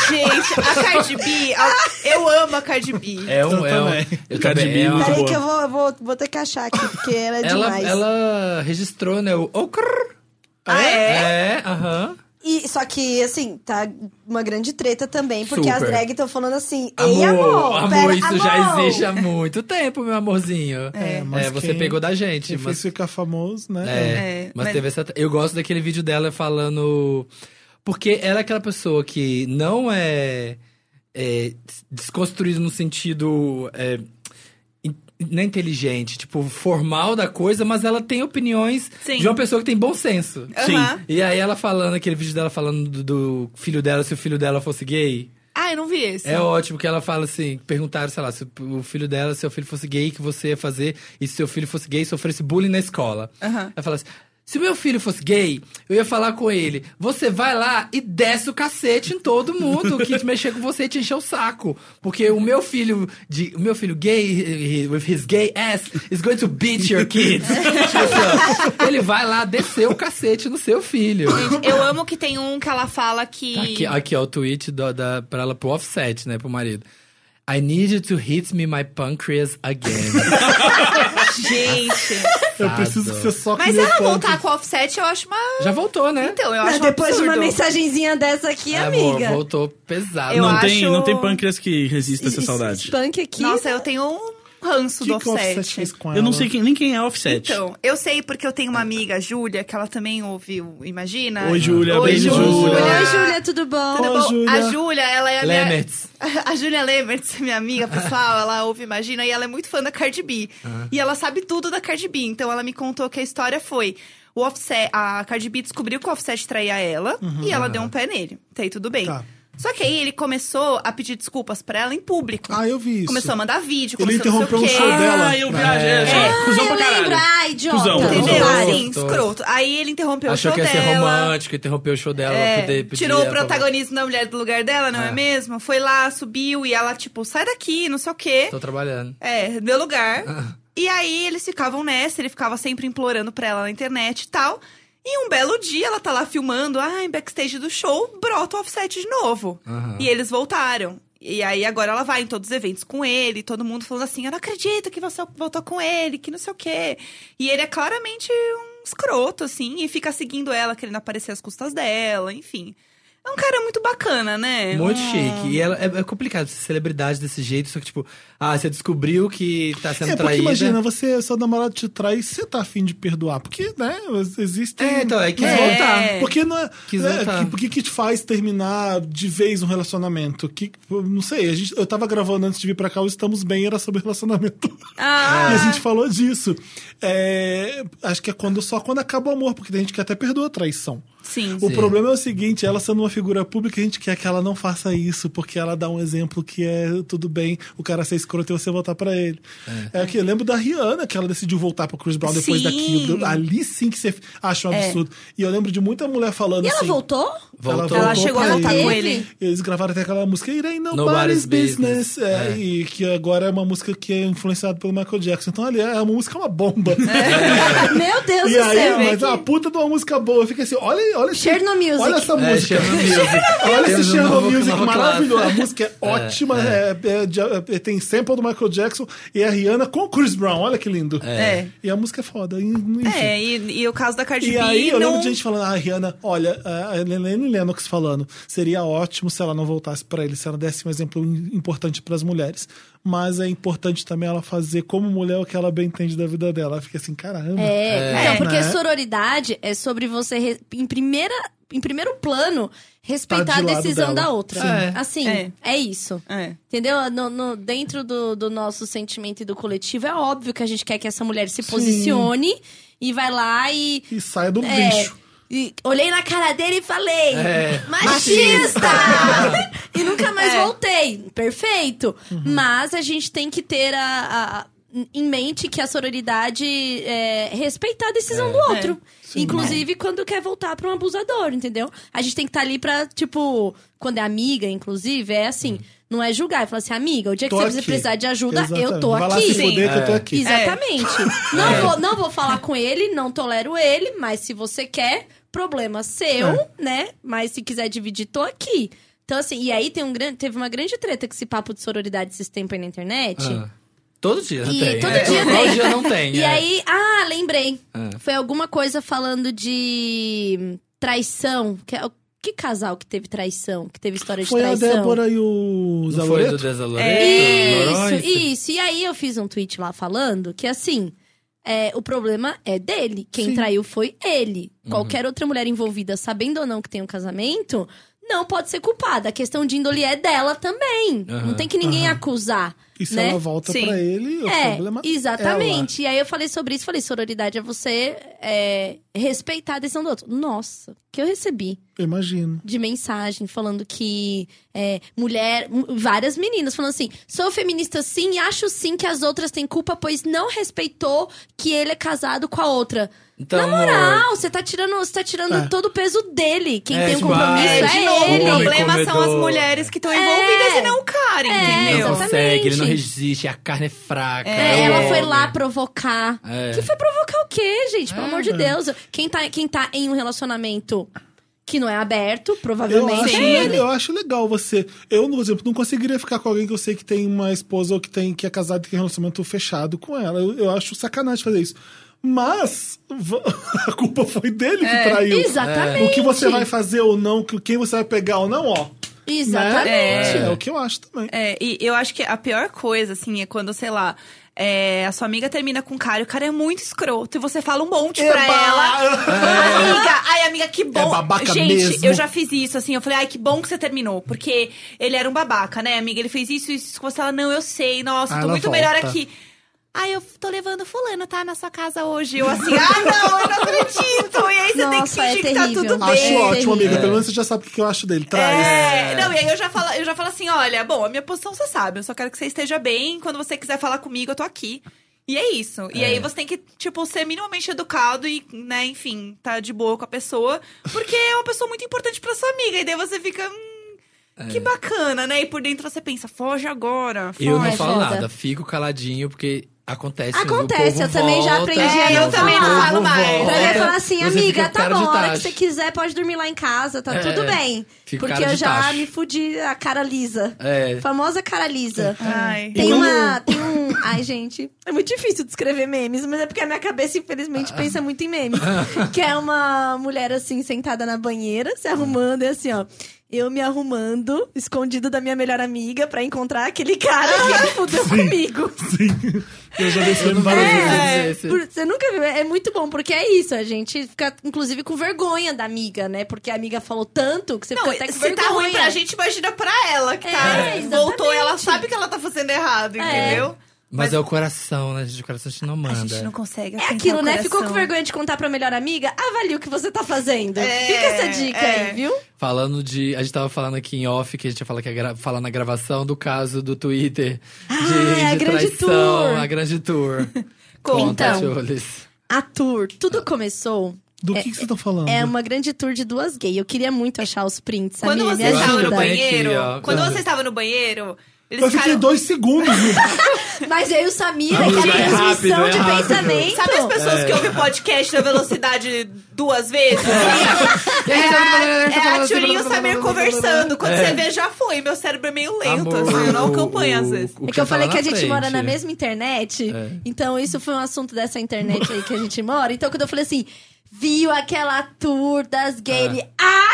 S2: Gente, a Cardi B, a- eu amo a Cardi B.
S4: É um,
S1: Eu
S4: é um.
S1: também.
S4: Eu
S1: Cardi
S4: também,
S1: B,
S4: é uma-
S1: muito
S8: Peraí
S1: boa.
S8: que eu vou, vou, vou ter que achar aqui, porque ela é
S4: ela,
S8: demais.
S4: ela registrou, né? O Ocr.
S8: Ah, é?
S4: É, aham.
S8: E, só que, assim, tá uma grande treta também, porque
S4: Super.
S8: as drag estão falando assim, ei, amor, pera,
S4: isso
S8: amor.
S4: já existe há muito tempo, meu amorzinho.
S5: É, mas
S4: você
S5: quem-
S4: pegou da gente,
S5: Quem
S4: mas
S5: fez ficar famoso, né?
S4: É,
S2: É,
S4: mas,
S2: mas-
S4: teve essa. Eu gosto daquele vídeo dela falando. Porque ela é aquela pessoa que não é, é desconstruída no sentido. É, in- não é inteligente, tipo, formal da coisa, mas ela tem opiniões
S2: Sim.
S4: de uma pessoa que tem bom senso.
S1: Sim.
S2: Aham.
S4: E aí ela falando, aquele vídeo dela falando do, do filho dela, se o filho dela fosse gay.
S2: Ah, eu não vi esse.
S4: É ótimo que ela fala assim, perguntaram, sei lá, se o filho dela, se seu filho fosse gay, o que você ia fazer? E se seu filho fosse gay, e sofresse bullying na escola.
S2: Aham.
S4: Ela fala assim, se meu filho fosse gay, eu ia falar com ele, você vai lá e desce o cacete em todo mundo que te mexer com você e te encher o saco. Porque o meu filho, de, o meu filho gay, eh, with his gay ass, is going to beat your kids. Tipo assim, ó, ele vai lá descer o cacete no seu filho.
S2: Eu amo que tem um que ela fala que.
S4: Tá Aqui, aqui, ó, o tweet do, da, pra ela, pro offset, né, pro marido. I need you to hit me my pancreas again.
S2: Gente.
S5: Eu preciso que você soque
S2: Mas
S5: meu
S2: ela
S5: ponto.
S2: voltar com o offset, eu acho uma.
S4: Já voltou, né?
S2: Então, eu
S7: Mas
S2: acho
S7: depois
S2: um
S7: de uma
S2: absurdo.
S7: mensagenzinha dessa aqui,
S4: É,
S7: amiga.
S4: Amor, voltou pesado.
S2: Eu
S1: não,
S2: acho-
S1: tem, não tem pâncreas que resista essa
S7: Esse
S1: saudade.
S7: Spunk aqui.
S2: Nossa, eu tenho um ranço
S5: O
S2: do
S5: que, que o Offset fez com ela?
S1: Eu não sei quem- nem quem é offset.
S2: Então, eu sei porque eu tenho uma amiga, a Júlia, que ela também ouve o Imagina.
S1: Oi, Júlia.
S2: Oi,
S1: Beijo,
S2: Júlia.
S1: Júlia.
S7: Oi, Júlia, tudo bom?
S2: Tudo É bom?
S5: Júlia.
S2: A Júlia, ela é a minha-
S4: Lemertz.
S2: A Júlia Lemertz, minha amiga pessoal, ela ouve Imagina e ela é muito fã da Cardi B. E ela sabe tudo da Cardi B, então ela me contou que a história foi... O Offset, a Cardi B descobriu que o Offset traía ela e ela deu um pé nele. Até aí tudo bem.
S5: Uhum. Tá.
S2: Só que aí ele começou a pedir desculpas pra ela em público.
S5: Ah, eu vi isso.
S2: Começou a mandar vídeo,
S5: Ele
S2: começou a não sei
S5: interrompeu
S2: o
S5: o
S2: quê.
S5: show dela.
S1: Ah, eu vi a Jéssica.
S5: é.
S7: Ah,
S1: Cusão pra
S7: eu
S1: caralho.
S7: lembro. Ai, idiota.
S1: Cusão, cusão.
S2: Entendeu?
S4: Gostoso,
S2: Assim,
S4: gostoso.
S2: escroto. Aí ele interrompeu
S4: Achou
S2: o
S4: que
S2: show
S4: ia ser
S2: dela.
S4: romântico, interrompeu o show dela.
S2: é,
S4: pra poder pedir
S2: tirou o
S4: ela pra-
S2: protagonismo da mulher do lugar dela, não é.
S4: É.
S2: mesmo? Foi lá, subiu e ela, tipo, sai daqui, não sei o quê.
S4: Tô trabalhando.
S2: É, deu lugar. E aí eles ficavam nessa, ele ficava sempre implorando pra ela na internet e tal. E um belo dia ela tá lá filmando, ah, em backstage do show, brota o offset de novo.
S4: Aham.
S2: E eles voltaram. E aí agora ela vai em todos os eventos com ele, todo mundo falando assim: eu não acredito que você voltou com ele, que não sei o quê. E ele é claramente um escroto, assim, e fica seguindo ela, querendo aparecer às custas dela, enfim. É um cara muito bacana, né?
S4: Muito
S2: Um-
S4: chique. E ela, é, é complicado ser celebridade desse jeito, só que tipo... Ah, você descobriu que tá sendo
S5: É, porque
S4: traída.
S5: imagina, você, seu namorado te trai, você tá afim de perdoar. Porque, né, existem...
S4: É, então, aí quis
S2: É.
S4: voltar.
S5: Porque não é.
S4: Quis
S5: né,
S4: voltar.
S5: que- Por que que te faz terminar de vez um relacionamento? Que, eu não sei, a gente, eu tava gravando antes de vir pra cá, o Estamos Bem era sobre relacionamento.
S2: Ah,
S5: E a gente falou disso. É, acho que é quando, só quando acaba o amor, porque tem gente que até perdoa a traição.
S2: sim.
S5: O
S4: Sim.
S5: problema é o seguinte, ela sendo uma figura pública, a gente quer que ela não faça isso, porque ela dá um exemplo que é tudo bem, o cara ser escroto e você voltar pra ele. É, que eu lembro da Rihanna, que ela decidiu voltar pro Chris Brown depois
S2: Sim. É.
S5: daquilo. Ali sim que você acha um absurdo. E eu lembro de muita mulher falando
S7: E ela
S5: assim...
S7: voltou?
S4: Voltou.
S2: Ela chegou a
S5: pra
S2: voltar
S7: ele.
S2: com ele.
S5: Eles gravaram até aquela música It Ain't Nobody's
S4: Nobody's
S5: Business,
S4: Business.
S5: é,
S4: É.
S5: e que agora é uma música que é influenciada pelo Michael Jackson. Então ali, é uma música é uma bomba.
S7: Meu Deus
S5: E
S7: do
S5: aí,
S7: céu.
S5: mas é uma puta de uma música boa. Fica assim, olha, olha esse-
S7: Cherno Music.
S5: Olha essa
S4: É,
S5: música.
S4: Cherno Music.
S5: Olha esse
S4: Temos um
S5: Cherno
S4: novo-
S5: Music
S4: nova classe.
S5: maravilhoso. A música é ótima. é- é de- é- tem sample do Michael Jackson e a Rihanna com o Chris Brown. Olha que lindo.
S2: É.
S5: E a música é foda. e- Enfim.
S2: É, e, e o caso da Cardi
S5: E
S2: B
S5: aí eu
S2: não...
S5: lembro de gente falando, ah, Rihanna, olha, a Helene Lennox falando, seria ótimo se ela não voltasse pra ele, se ela desse um exemplo im- importante pras mulheres. Mas é importante também ela fazer como mulher o que ela bem entende da vida dela. Ela fica assim, caramba.
S7: É,
S2: É.
S7: então, porque
S5: Né?
S7: sororidade é sobre você, re- em, primeira, em primeiro plano, respeitar
S5: Tá
S7: a
S5: de lado
S7: decisão
S5: dela.
S7: da outra.
S4: Sim.
S7: Assim,
S2: É.
S7: é. isso.
S2: É.
S7: Entendeu? No, no- dentro do, do nosso sentimento e do coletivo, é óbvio que a gente quer que essa mulher se posicione e vai lá e.
S5: E sai do
S7: é,
S5: bicho.
S7: e olhei na cara dele e falei:
S4: É.
S7: Machista! e nunca mais voltei. Perfeito.
S5: Uhum.
S7: Mas a gente tem que ter a. a- em mente que a sororidade é respeitar a decisão
S5: É.
S7: do outro. Inclusive quando quer voltar pra um abusador, entendeu? A gente tem que estar ali pra, tipo, quando é amiga, inclusive, é assim, não é julgar, é falar assim, amiga, o dia que
S5: Uhum. Tô
S7: você
S5: aqui.
S7: precisar de ajuda, eu
S5: Exatamente.
S7: tô
S5: Vai
S7: aqui.
S5: lá se
S2: Sim.
S5: fuder que eu tô
S4: É.
S5: aqui. É.
S7: Exatamente. Não, vou, não vou falar com ele, não tolero ele, mas se você quer, problema seu,
S5: É.
S7: né? Mas se quiser dividir, tô aqui. Então, assim, e aí tem um grande, teve uma grande treta com esse papo de sororidade esses tempos aí na internet.
S4: Ah. Todo dia
S7: E
S4: tem.
S7: todo
S4: é.
S7: dia
S4: Todo
S7: tem.
S4: dia não tem.
S7: E
S4: é.
S7: aí, ah, lembrei.
S4: É.
S7: Foi alguma coisa falando de traição. Que, é que casal que teve traição? Que teve história de
S5: Foi a
S7: traição?
S5: Débora e o
S4: Não foi do
S5: Zaloreto?
S4: Desa Loreto?
S7: Isso,
S4: Noronha?
S7: isso. E aí eu fiz um tweet lá falando que assim. é, o problema é dele. Quem traiu foi ele. Qualquer outra mulher envolvida, sabendo ou não que tem um casamento, não pode ser culpada. A questão de índole é dela também.
S4: Aham,
S7: Não tem que ninguém acusar.
S5: E se
S7: né?
S5: ela volta
S2: Sim.
S5: pra ele, o
S7: é,
S5: problema
S7: exatamente. E aí eu falei sobre isso, falei, sororidade é você é, respeitar a decisão do outro. Nossa, que eu recebi
S5: Eu imagino.
S7: de mensagem falando que é, mulher, m- várias meninas falando assim, sou feminista sim e acho sim que as outras têm culpa, pois não respeitou que ele é casado com a outra.
S4: Então,
S7: Na
S4: amor,
S7: moral, você tá tirando, você tá tirando
S5: É.
S7: todo o peso dele. Quem
S4: É,
S7: tem um
S4: tipo,
S7: compromisso
S4: ah,
S2: É, de
S7: é,
S2: novo,
S7: ele.
S2: o problema são as
S4: comedor.
S2: mulheres que estão envolvidas e não o cara,
S7: É,
S2: entendeu?
S4: não consegue, ele não
S7: exatamente.
S4: resiste, a carne é fraca.
S7: É,
S4: é o
S7: ela foi
S4: homem.
S7: lá provocar.
S4: É.
S7: Que foi provocar o quê, gente?
S5: É,
S7: Pelo amor de Deus. Quem tá, quem tá em um relacionamento que não é aberto,
S5: Eu
S7: provavelmente.
S5: acho,
S7: é
S5: le- eu acho legal você. Eu, por exemplo, não conseguiria ficar com alguém que eu sei que tem uma esposa ou que, tem, que é casado e que tem um relacionamento fechado com ela. Eu, eu acho sacanagem fazer isso. Mas v- a culpa foi dele que traiu.
S7: É. Exatamente.
S5: é O que você vai fazer ou não, que- quem você vai pegar ou não, ó.
S7: Exatamente.
S5: Né? É. o que eu acho também.
S2: É, e eu acho que a pior coisa, assim, é quando, sei lá, é, a sua amiga termina com um cara e o cara é muito escroto. E você fala um monte
S7: É,
S2: pra
S5: Eba!
S2: ela. Amiga, ai, amiga, que bom.
S5: É babaca
S2: Gente,
S5: mesmo.
S2: eu já fiz isso, assim. Eu falei, ai, que bom que você terminou. Porque ele era um babaca, né, amiga? Ele fez isso e isso com você. Ela, não, eu sei. Nossa,
S5: Aí
S2: tô
S5: Ah, ela
S2: muito
S5: volta.
S2: melhor aqui. Ai, eu tô levando fulano, tá? Na sua casa hoje. Eu assim, ah, não, eu não acredito. E aí você tem que
S7: Nossa, é
S2: fingir que tá
S7: terrível.
S2: tudo bem.
S5: Acho
S7: É
S5: ótimo, amiga.
S4: É.
S5: Pelo menos você já sabe o que eu acho dele. Traz.
S2: É, não, e aí eu já, falo, eu já falo assim: olha, bom, a minha posição você sabe, eu só quero que você esteja bem. Quando você quiser falar comigo, eu tô aqui. E é isso. E aí você tem que, tipo, ser minimamente educado e, né, enfim, tá de boa com a pessoa. Porque é uma pessoa muito importante pra sua amiga. E daí você fica. hum,
S4: É.
S2: Que bacana, né? E por dentro você pensa, foge agora. Foge.
S4: Eu não
S7: Ai,
S4: falo
S7: foda.
S4: nada, fico caladinho, porque acontece.
S7: Acontece, eu também já aprendi a
S2: não É, também não falo mais.
S7: Ela vai falar assim, amiga, tá bom,
S4: bom,
S7: a hora que você quiser pode dormir lá em casa, tá
S4: É,
S7: tudo
S4: é.
S7: bem.
S4: Fica
S7: Porque
S4: cara de
S7: eu já
S4: tacho.
S7: me fudi a cara lisa.
S4: É.
S7: Famosa cara lisa.
S2: Ai.
S7: Tem
S5: E quando-
S7: uma. Tem um. Ai, gente. É muito difícil descrever memes, mas é porque a minha cabeça,
S4: Ah.
S7: infelizmente, pensa muito em memes. que é uma mulher assim, sentada na banheira, se arrumando, e assim, ó. Eu me arrumando, escondido da minha melhor amiga, pra encontrar aquele cara
S4: Ah.
S7: que fudeu comigo.
S5: Eu já dei esse nome várias vezes.
S7: É,
S4: esse-
S7: por- você nunca viu. É muito bom, porque é isso. A gente fica, inclusive, com vergonha da amiga, né? Porque a amiga falou tanto que você
S2: Não,
S7: fica até com
S2: se
S7: vergonha.
S2: tá ruim pra gente, imagina pra ela que tá.
S7: É,
S2: voltou,
S7: exatamente.
S2: ela sabe que ela tá fazendo errado, entendeu?
S4: Mas é o coração, né? gente? O coração a gente não
S2: A
S4: manda.
S2: gente não consegue
S7: É aquilo, né? Ficou com
S2: vergonha.
S7: vergonha de contar pra melhor amiga? Avalie o que você tá fazendo.
S2: É,
S7: Fica essa dica
S2: é.
S7: aí, viu?
S4: Falando de. A gente tava falando aqui em off, que a gente ia falar, que ia gra- falar na gravação do caso do Twitter. De,
S7: Ah, a
S4: de
S7: grande
S4: traição,
S7: tour.
S4: a grande tour.
S7: Conta.
S4: Conta,
S7: Então.
S4: Jules.
S7: A tour, tudo começou.
S5: Do que, que vocês estão falando?
S7: É uma grande tour de duas gays. Eu queria muito achar os prints.
S2: Quando
S7: amiga,
S2: você
S7: me
S4: acho
S2: estava
S4: que
S2: no
S7: ajuda.
S4: eu tenho aqui,
S2: banheiro,
S4: ó.
S2: quando você estava no banheiro, eles
S5: Eu fiquei
S2: ficaram...
S5: dois segundos. no-
S7: Mas eu e o Samira, que
S4: Vamos
S7: era
S4: lá, é
S7: transmissão
S4: rápido, é
S7: de
S4: rápido.
S7: pensamento.
S2: Sabe as pessoas
S4: É.
S2: que ouvem podcast na velocidade duas vezes? É,
S7: tá
S2: a- é a Tchulinha e o Samir conversando. Quando você vê, já foi. Meu cérebro é meio lento,
S4: Amor,
S2: assim, eu não
S4: o-
S2: acompanho às
S4: o-
S2: vezes.
S4: o
S7: É que eu
S4: tá
S7: falei
S4: lá
S7: que a
S4: na
S7: gente
S4: frente. É.
S7: mora na mesma internet. Então, isso foi um assunto dessa internet aí que a gente mora. Então, quando eu falei assim, viu aquela tour das gays?
S4: É.
S7: ele,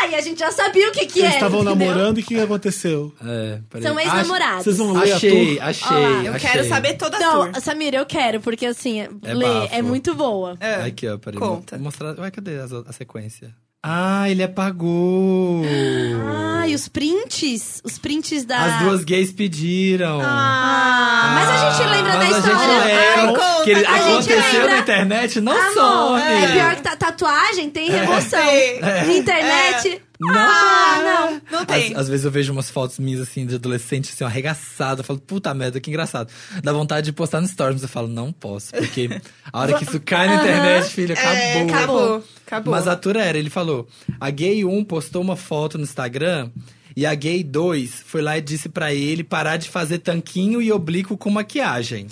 S7: Ai, a gente já sabia o que que
S5: Eles
S7: era.
S5: estavam
S7: é, entendeu?
S5: namorando e o que que aconteceu?
S4: É, peraí.
S7: São ex-namorados.
S5: Vocês vão
S4: Ah,
S5: ler
S4: Achei,
S5: a tour?
S4: achei.
S7: Ó lá,
S2: Eu
S4: achei.
S2: quero saber toda a
S7: Não, assim,
S2: tour.
S7: Samira, eu quero, porque assim,
S4: É
S7: lê,
S4: bafo.
S7: é muito boa.
S2: É.
S4: Aqui, ó, peraí.
S2: Conta.
S4: Vou mostrar. Ué, cadê as- a, sequência? Ah, ele apagou.
S7: Ah, e os prints? Os prints da.
S4: As duas gays pediram.
S7: Ah, mas a gente lembra da
S4: mas a gente
S7: história.
S4: lembra
S2: Ai,
S4: que
S2: Ah,
S4: ele
S2: conta, a gente
S4: aconteceu
S7: lembra.
S4: na internet, não
S7: Amor,
S4: some.
S7: é pior que ta- tatuagem, tem
S4: É.
S7: remoção.
S2: Tem.
S7: Internet.
S4: Não.
S7: Ah, não.
S2: Não tem.
S4: Às, às vezes eu vejo umas fotos minhas, assim, de adolescente, assim, ó, arregaçado. Eu falo, puta merda, que engraçado. Dá vontade de postar no Stories, mas eu falo, não posso. Porque a hora que isso cai na internet, filho,
S2: É,
S4: acabou.
S2: acabou. Acabou.
S4: Mas a Tura era, ele falou. A gay 1 postou uma foto no Instagram e a gay 2 foi lá e disse pra ele parar de fazer tanquinho e oblíquo com maquiagem.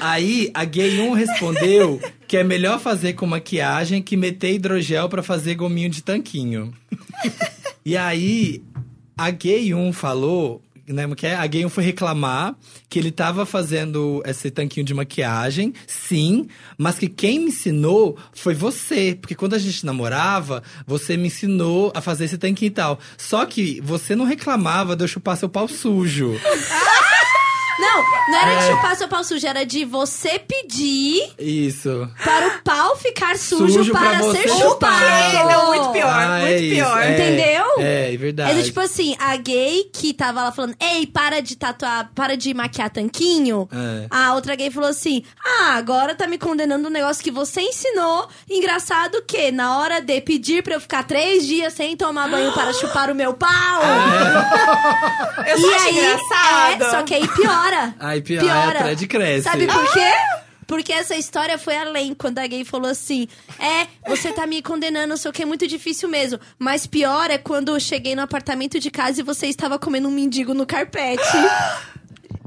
S4: Aí a gay 1 respondeu que é melhor fazer com maquiagem que meter hidrogel pra fazer gominho de tanquinho. e aí, a Gay 1 falou, né, como que é? a Gay 1 foi reclamar que ele tava fazendo esse tanquinho de maquiagem, sim, mas que quem me ensinou foi você. Porque quando a gente namorava, você me ensinou a fazer esse tanquinho e tal. Só que você não reclamava de eu chupar seu pau sujo.
S7: Não, não era
S4: É.
S7: de chupar seu pau sujo, era de você pedir
S4: Isso.
S7: para o pau ficar sujo,
S4: Sujo pra
S7: para
S4: você
S7: ser
S4: chupar.
S7: chupado.
S2: É, Não, muito pior,
S4: Ah,
S2: muito
S4: é isso,
S2: pior.
S4: é,
S7: Entendeu?
S4: É, é verdade.
S7: É do tipo assim, a gay que tava lá falando, ei, para de tatuar, para de maquiar tanquinho.
S4: É.
S7: A outra gay falou assim, ah, agora tá me condenando um negócio que você ensinou. Engraçado que na hora de pedir pra eu ficar três dias sem tomar banho para chupar o meu pau.
S4: É.
S2: Eu
S7: E
S2: só acho
S7: aí,
S2: engraçado.
S7: é, só que aí piora.
S4: Aí pi- aí a thread cresce.
S7: Sabe por quê?
S2: Ah.
S7: Porque essa história foi além, quando a gay falou assim: É, você tá me condenando, não sei o que, é muito difícil mesmo. Mas pior é quando eu cheguei no apartamento de casa e você estava comendo um mendigo no carpete.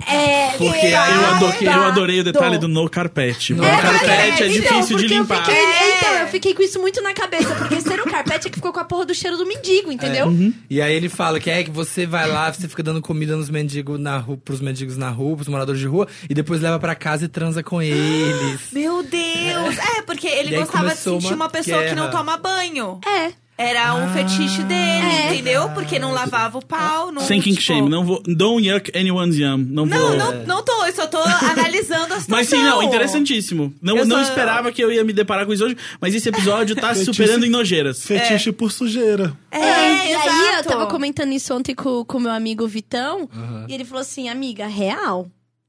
S7: É,
S4: Porque
S7: eu
S4: aí
S1: Eu,
S4: Ah,
S1: ado- eu adorei o detalhe do no carpete. No
S7: É,
S1: carpete é
S7: então,
S1: difícil de
S7: porque eu
S1: limpar.
S7: fiquei- Então, eu
S2: É.
S7: fiquei com isso muito na cabeça, porque ser um carpete é que ficou com a porra do cheiro do mendigo, entendeu?
S4: E aí ele fala que é que você vai lá, você fica dando comida nos mendigos na rua, pros mendigos na rua, pros moradores de rua, e depois leva pra casa e transa com eles.
S2: Meu Deus! É, porque
S4: E
S2: ele
S4: aí
S2: gostava de
S4: começou
S2: sentir
S4: uma
S2: uma, pessoa que não
S4: guerra.
S2: toma banho.
S7: É.
S2: Era
S4: Ah.
S2: um fetiche dele,
S4: É.
S2: entendeu? Porque não lavava o pau, não.
S1: Sem kink
S2: tipo-
S1: shame. Não vou, don't yuck anyone's yum. Não,
S2: Não,
S1: vou.
S2: não, não tô, eu só tô analisando a situação.
S1: Mas sim, não, interessantíssimo. Não,
S2: Eu
S1: não
S2: só-
S1: esperava que eu ia me deparar com isso hoje, mas esse episódio tá se superando em nojeiras.
S5: Fetiche por sujeira.
S2: É,
S7: É, e
S2: exato.
S7: aí eu tava comentando isso ontem com o meu amigo Vitão, e ele falou assim, amiga, real.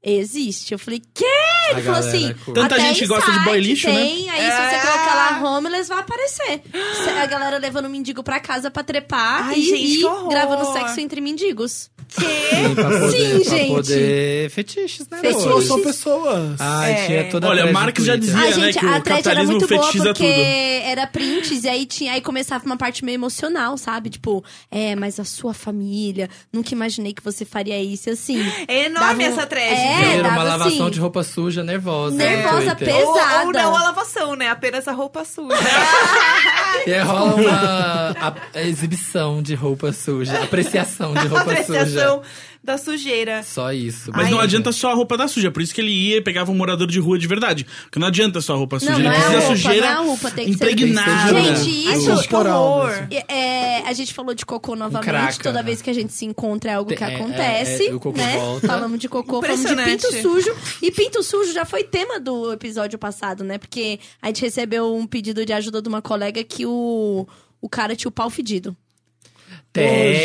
S7: Existe. Eu falei, quê? Ele
S4: A
S7: falou
S4: galera
S7: assim.
S4: curte.
S1: Tanta
S7: até
S1: gente
S7: em
S1: gosta de
S7: site
S1: boy lixo, né?
S7: tem, Aí se você
S2: É.
S7: colocar lá homeless, vai aparecer. Se- A galera levando mendigo pra casa pra trepar
S2: Ai,
S7: e,
S2: gente, que
S7: e
S2: horror.
S7: gravando sexo entre mendigos.
S2: Que?
S4: Pra poder,
S7: Sim,
S4: pra
S7: gente.
S4: poder fetiches, né? amor?
S5: Pessoas
S7: Fetiches.
S5: são pessoas.
S4: Ai,
S2: É.
S4: tinha toda a
S1: Olha,
S4: thread
S1: Marx
S4: no
S1: já
S4: Twitter.
S1: dizia,
S7: A
S1: né,
S7: gente,
S1: que o
S7: a thread era
S1: capitalismo
S7: muito boa
S1: fetichiza
S7: porque
S1: tudo.
S7: era prints e aí tinha, aí começava uma parte meio emocional, sabe? Tipo, é, mas a sua família, nunca imaginei que você faria isso E assim.
S2: É enorme
S7: dava um-
S2: essa thread.
S7: É,
S4: Era uma
S7: dava
S4: lavação
S7: assim,
S4: de roupa suja, nervosa. né, no
S7: Nervosa,
S4: Twitter.
S7: pe-
S2: Ou, ou
S7: pesada.
S2: não a lavação, né? Apenas a roupa suja.
S4: E aí rola uma a- a exibição de roupa suja, apreciação de
S2: a
S4: roupa
S2: apreciação
S4: suja.
S2: da sujeira.
S4: Só isso.
S1: Mas não
S4: Ai,
S1: adianta só a roupa da suja, por isso que ele ia e pegava um morador de rua de verdade. Porque não adianta só a roupa suja,
S7: Não,
S1: ele
S7: não é a
S1: precisa da
S7: roupa,
S1: sujeira
S7: não é a roupa, tem que ser-
S1: impregnada.
S4: Tem que ser-
S7: Gente,
S5: É
S7: isso.
S5: corporal
S2: horror.
S4: assim.
S5: mesmo.
S7: É, a gente falou de cocô novamente.
S4: craca.
S7: Toda vez que a gente se encontra é algo que
S4: É, é,
S7: acontece.
S4: é, o cocô
S7: né?
S4: volta.
S7: Falamos de cocô, falamos de
S2: Impressionante.
S7: pinto sujo. E pinto sujo já foi tema do episódio passado, né? Porque a gente recebeu um pedido de ajuda de uma colega que o, o cara tinha o pau fedido.
S5: Ô,
S4: Tem,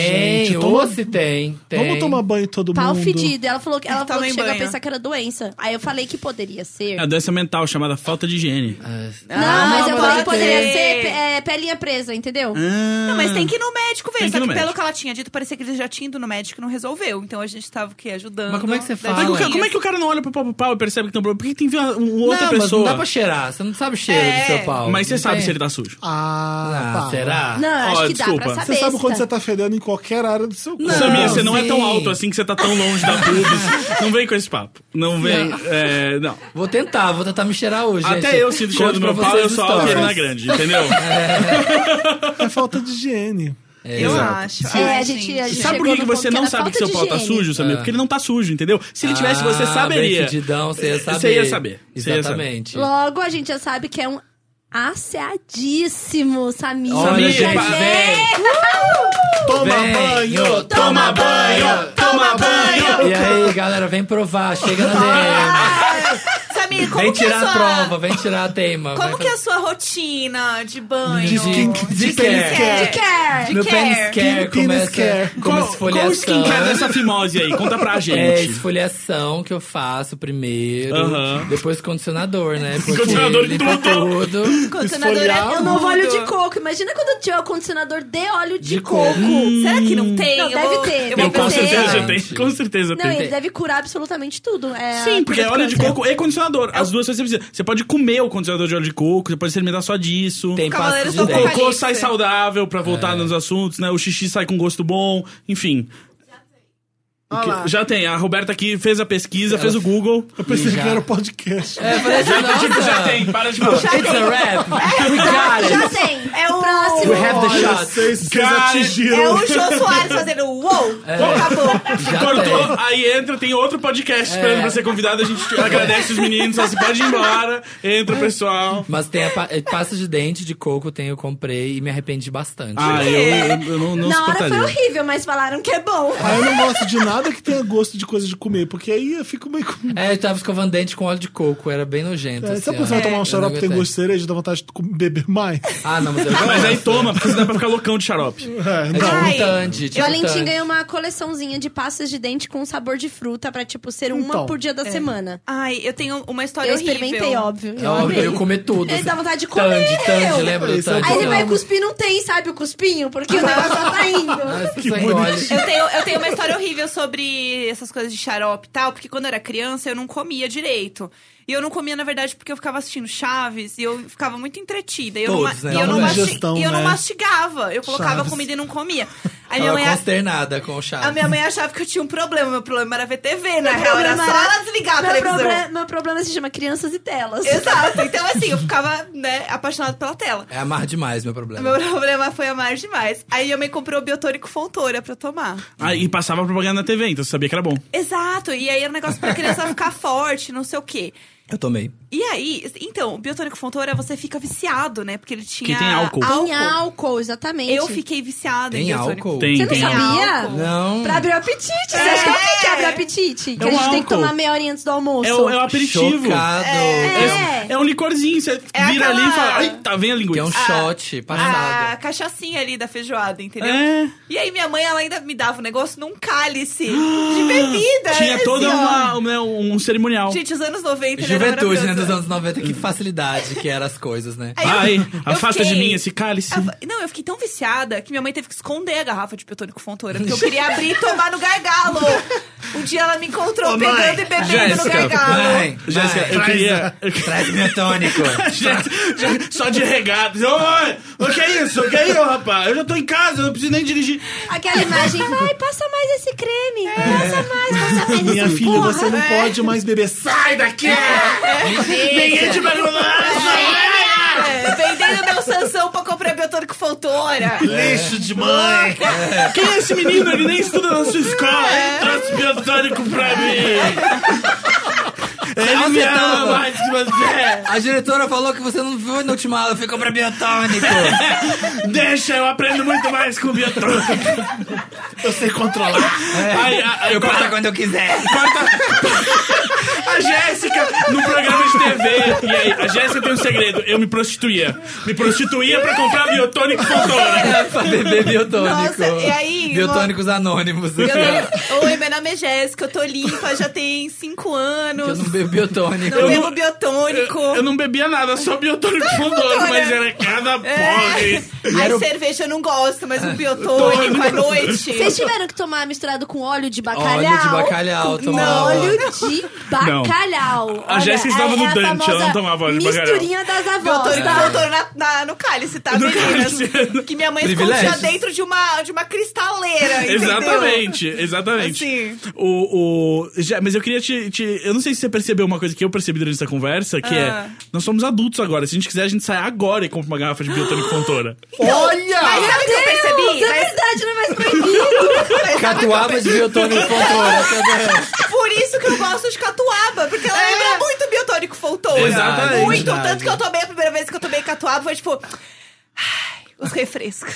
S5: gente,
S4: ou
S5: toma-
S4: se tem, tem.
S5: Vamos tomar banho todo
S7: Pau
S5: mundo.
S7: fedido. Ela falou que, ela
S2: Ele toma
S7: falou que
S2: Tá em
S7: chegou a
S2: banho.
S7: pensar que era doença. Aí eu falei que poderia ser.
S1: É a doença mental chamada falta de higiene.
S4: Ah,
S7: Não, mas eu falei que
S2: pode
S7: poderia
S2: ser.
S7: ser pe- é, pelinha presa, entendeu?
S1: Ah.
S2: Não, mas tem que ir no médico ver.
S1: Tem que
S2: Só
S1: ir
S2: que,
S1: no
S2: pelo
S1: médico.
S2: que ela tinha dito, parecia que eles já tinham ido no médico e não resolveu. Então a gente tava o quê? Ajudando.
S4: Mas como é que você
S2: dando
S4: fala?
S1: Mas o cara-
S2: dias.
S1: como é que o cara não olha pro próprio pau e percebe que tem um problema? Por que tem que vir uma- um- outra
S4: não, mas
S1: pessoa?
S4: não dá pra cheirar. Você não sabe o cheiro
S2: É.
S4: do tipo. seu pau.
S1: Mas você
S4: Não
S1: sabe
S4: tem?
S1: se ele tá sujo.
S5: Ah,
S4: Ah,
S5: pá.
S4: será?
S7: Não, eu acho
S1: Ó,
S7: que
S1: desculpa.
S7: dá pra saber.
S5: Você sabe quando
S7: se
S5: você tá fedendo em qualquer área do seu corpo.
S1: Samir, você não é tão
S4: sim.
S1: alto assim que você tá tão longe da pubis. não vem com esse papo. Não vem. É, não.
S4: Vou tentar, vou tentar me cheirar hoje.
S1: Até
S4: gente.
S1: eu sinto cheiro do
S4: Conto
S1: meu
S4: pra
S1: pau,
S4: vocês
S1: eu sou alto e ele
S4: stories.
S1: na grande, entendeu?
S5: É falta de higiene.
S4: É,
S2: Eu
S4: exato.
S2: acho.
S7: É,
S2: Ai,
S7: a gente- a gente-
S1: Sabe por
S7: chegou
S1: que, que
S7: no
S1: você
S7: ponto
S1: não
S7: que era
S1: sabe que
S7: falta
S1: seu
S7: de
S1: pau tá
S7: higiene.
S1: sujo, Samir? Porque ele não tá sujo, entendeu? Se ele tivesse, você
S4: Ah,
S1: saberia.
S4: Bem fedidão, você ia saber.
S1: Você ia saber. Você ia saber.
S4: Exatamente.
S7: Logo, a gente já sabe que é um asseadíssimo, Samir.
S4: Olha,
S1: Samir,
S4: gente,
S1: pa-
S4: vem,
S5: Toma
S4: vem.
S5: banho!
S1: Toma banho! Toma banho!
S4: E aí, galera, vem provar, chega na DM.
S2: Samir, como
S4: Vem
S2: que é
S4: tirar
S2: sua...
S4: a prova, vem tirar a teima.
S2: Como
S4: vai
S2: que é a sua rotina de banho?
S4: De- de- de skincare.
S2: De care.
S4: Meu pênis
S5: Meu
S4: care
S5: pênis
S4: começa,
S1: Qual,
S5: care.
S4: começa
S1: qual o
S4: esfoliação.
S1: skincare dessa fimose aí? Conta pra gente.
S4: É, esfoliação que eu faço primeiro.
S1: Aham.
S4: Depois condicionador, né? Porque
S1: Condicionador em
S4: limpa
S1: tudo.
S4: tudo.
S7: Condicionador é
S5: Esfoliar
S7: eu não
S2: tudo.
S7: óleo de coco. Imagina quando tiver o condicionador de óleo de,
S4: De
S7: coco.
S4: coco.
S1: Hum,
S2: Será que é não tem?
S7: Não,
S2: Eu
S7: deve
S2: vou-
S7: ter,
S2: Eu
S1: Eu
S2: vou
S1: com
S2: fazer.
S1: certeza
S4: Gente.
S1: tem. Com certeza
S7: Não, é
S1: tem.
S7: ele deve curar absolutamente tudo. É,
S1: Sim, porque é
S7: tudo
S1: óleo de
S7: câncer.
S1: coco e condicionador. As duas coisas você precisa. Você pode comer o condicionador de óleo de coco, você pode se alimentar só disso.
S4: Tem pasta
S2: Cavaleiros
S4: de
S2: do
S1: O
S4: dente.
S1: cocô
S2: Apocalipse.
S1: sai É. saudável pra voltar nos assuntos, né? O xixi sai com gosto bom, enfim. O que- Já tem, a Roberta aqui fez a pesquisa, fez o Google.
S5: Eu pensei que era o podcast.
S4: É, parece
S1: Já, tipo, já tem, para de falar.
S4: It's a rap. We got it.
S8: Já tem.
S2: É o,
S8: Próximo.
S4: We have the shot.
S5: Vocês, um vocês
S1: Cara,
S2: é
S5: atingiram.
S2: o Jô Soares fazendo uou, acabou.
S4: Já tem.
S1: Cortou, aí entra, tem outro podcast esperando pra ser convidado. A gente agradece os meninos, só se pode ir embora. Entra o pessoal.
S4: Mas tem a pa- eh, pasta de dente de coco, tem, eu comprei e me arrependi bastante.
S1: Ah, eu, eu- eu não, não
S8: Na hora foi
S1: suportaria.
S8: horrível, mas falaram que é bom.
S5: Aí eu não gosto de nada que tenha gosto de coisa de comer, porque aí eu fico meio com.
S4: É, eu tava escovando dente com óleo de coco, era bem
S7: Tá
S4: nojento.
S5: É,
S4: assim,
S5: sabe
S4: ó.
S5: quando você vai tomar
S4: Eu
S5: um xarope
S4: não
S5: que tem
S4: aguentei.
S5: gosto de cereja, dá vontade de comer- beber mais?
S4: Ah, não, mas eu
S1: Mas aí
S4: gosto.
S1: toma, porque senão dá pra ficar loucão de xarope.
S5: É,
S4: É tipo
S5: não.
S2: Ai,
S4: dilatante,
S7: Valentim
S4: dilatante.
S7: ganhou uma coleçãozinha de pastas de dente com sabor de fruta pra, tipo, ser uma
S5: Então,
S7: por dia da semana.
S2: Ai, eu tenho uma história
S7: Eu
S2: horrível.
S7: experimentei, óbvio.
S1: É
S7: Eu
S4: Não,
S7: amei.
S4: É eu comer tudo.
S7: Ele dá vontade de comer.
S4: Tandy, Tandy, lembra do
S5: Esse é o
S4: Tandy?
S7: Aí ele vai
S5: Não.
S7: cuspir, não tem, sabe, o cuspinho? Porque o negócio só tá indo.
S4: Nossa, só engole.
S2: Eu tenho, eu tenho uma história horrível sobre essas coisas de xarope e tal, porque quando eu era criança eu não comia direito. E eu não comia, na verdade, porque eu ficava assistindo Chaves e eu ficava muito entretida. E eu,
S4: Todos,
S2: não, ma-
S4: né?
S2: e eu,
S5: Dá
S2: não,
S5: uma
S2: masti-
S5: indigestão,
S2: e eu não
S5: né?
S2: mastigava. Eu colocava
S5: Chaves.
S2: comida e não comia. Aí minha
S4: Tava
S2: mãe, é a,
S4: consternada com o chá.
S2: a minha mãe achava que eu tinha um problema. Meu problema era ver TV, na real. Era só
S7: problema era-
S2: ela desligar a
S7: Meu,
S2: televisão.
S7: problema- meu problema se chama crianças e telas.
S2: Exato. Então, assim, eu ficava, né, apaixonada pela tela.
S4: É amar demais, meu
S2: Meu
S4: problema.
S2: problema foi amar demais. Aí minha mãe comprou o biotônico Fontoura pra eu tomar.
S1: Aí Ah, e passava propaganda na TV, então você sabia que era bom.
S2: Exato, e aí era um negócio pra criança ficar forte, não sei o quê.
S4: Eu tomei.
S2: E aí, então, o biotônico Fontoura, você fica viciado, né? Porque ele tinha.
S1: tem álcool.
S7: Tem álcool, exatamente.
S2: Eu fiquei viciada
S4: Tem
S2: em biotônico.
S4: álcool?
S1: Tem,
S7: Você não
S1: tem.
S7: sabia? É.
S2: álcool.
S4: Não.
S7: Pra abrir o apetite. Você acha que alguém quer abrir o apetite? Que
S1: É
S7: a
S1: um
S7: gente tem que
S1: álcool.
S7: tomar meia horinha antes do almoço.
S1: É o, é o aperitivo.
S4: Chocado.
S1: É, é um licorzinho, você
S2: É
S1: vira ali e fala,
S2: aquela-
S1: ai, tá vendo a
S4: Que
S1: linguiça?
S4: é um
S2: Ah,
S4: shot
S2: A
S4: passado.
S2: cachaçinha ali da feijoada, entendeu?
S4: Ah.
S1: É.
S2: E aí minha mãe, ela ainda me dava um negócio num cálice de bebida.
S1: Tinha
S2: assim,
S1: todo
S2: ó.
S1: um cerimonial.
S2: Gente, os anos 90, ele era
S4: Juventude, né,
S2: maravilhoso.
S4: dos anos 90, que facilidade que eram as coisas, né?
S2: eu-
S1: Ai,
S2: eu
S1: afasta de
S2: fiquei-
S1: mim esse cálice.
S2: Eu fa- Não, eu fiquei tão viciada que minha mãe teve que esconder a garrafa de biotônico Fontoura, porque eu queria abrir e tomar no gargalo. Um dia ela me encontrou
S4: Ô, mãe,
S2: pegando e bebendo
S1: Jéssica,
S2: no gargalo.
S4: Mãe,
S1: Jéssica,
S4: mãe,
S1: eu
S4: traz-
S1: queria... eu-
S4: Traz meu tônico.
S1: Gente, gente, Só de regata. Ô, ô, o que é isso? O que é isso, rapaz? Eu já tô em casa, eu não preciso nem dirigir.
S7: Aquela imagem, vai, passa mais esse creme.
S1: É.
S7: Passa mais, passa mais
S5: Minha
S7: esse
S5: filha,
S7: assim, porra.
S5: você não pode mais beber.
S1: Sai daqui! Ninguém te perguntou nada.
S2: É, vendendo meu Sansão pra comprar biotônico Fontoura.
S1: Lixo de mãe! Quem é esse menino? Ele nem estuda na sua escola.
S2: É.
S1: Ele traz biotônico pra mim. Ele me ama
S4: tava.
S1: mais que você.
S4: A diretora falou que você não foi no último aula, ficou pra biotônico.
S1: Deixa, eu aprendo muito mais com biotônico.
S5: Eu sei controlar.
S1: Aí, a- aí,
S4: eu
S1: corta-
S4: corto quando eu quiser.
S1: A Jéssica no programa de TV. E aí, a Jéssica tem um segredo. Eu me prostituía. Me prostituía pra comprar biotônico Fontoura.
S4: É, pra beber biotônico.
S2: Nossa, e aí,
S4: Biotônicos anônimos.
S2: Eu
S4: Eu
S2: tenho- Oi, meu nome é Jéssica, eu tô limpa, já tem cinco anos.
S4: não bebo biotônico.
S2: Não
S1: eu
S2: bebo
S1: não-
S2: biotônico.
S1: Eu não bebia nada, só biotônico Fontoura. Mas era cada
S2: É.
S1: porre.
S2: Ai,
S4: era o-
S2: cerveja eu não gosto, mas um biotônico à noite.
S7: Vocês tiveram que tomar misturado com óleo de bacalhau?
S4: Óleo de bacalhau,
S7: Não,
S4: tomava.
S7: óleo de bacalhau. é
S1: A Jéssica estava no Dante, ela não
S7: famosa
S1: tomava óleo de bacalhau.
S7: Misturinha das avós,
S2: Biotônico
S7: tá?
S2: voltou na, na- no cálice, tá,
S1: No
S2: meninas?
S1: cálice.
S2: Que minha mãe escondia
S4: Privilégios.
S2: dentro de uma, de uma cristaleira, entendeu?
S1: Exatamente, exatamente.
S2: Assim.
S1: O, o, já- mas eu queria te, te- Eu não sei se você percebeu uma coisa que eu percebi durante essa conversa, que
S2: Ah.
S1: é. Nós somos adultos agora. Se a gente quiser, a gente sai agora e compra uma garrafa de biotônico Fontoura.
S5: Olha!
S2: Mas sabe o que eu percebi?
S7: Isso é
S2: Mas
S7: verdade, não é mais proibido.
S4: Catuaba de biotônico controla.
S2: por isso que eu gosto de catuaba, porque ela lembra muito biotônico Fontoura.
S1: Exatamente.
S2: Muito,
S4: Verdade.
S2: tanto que eu tomei a primeira vez que eu tomei catuaba, foi tipo... ai, Os refrescos.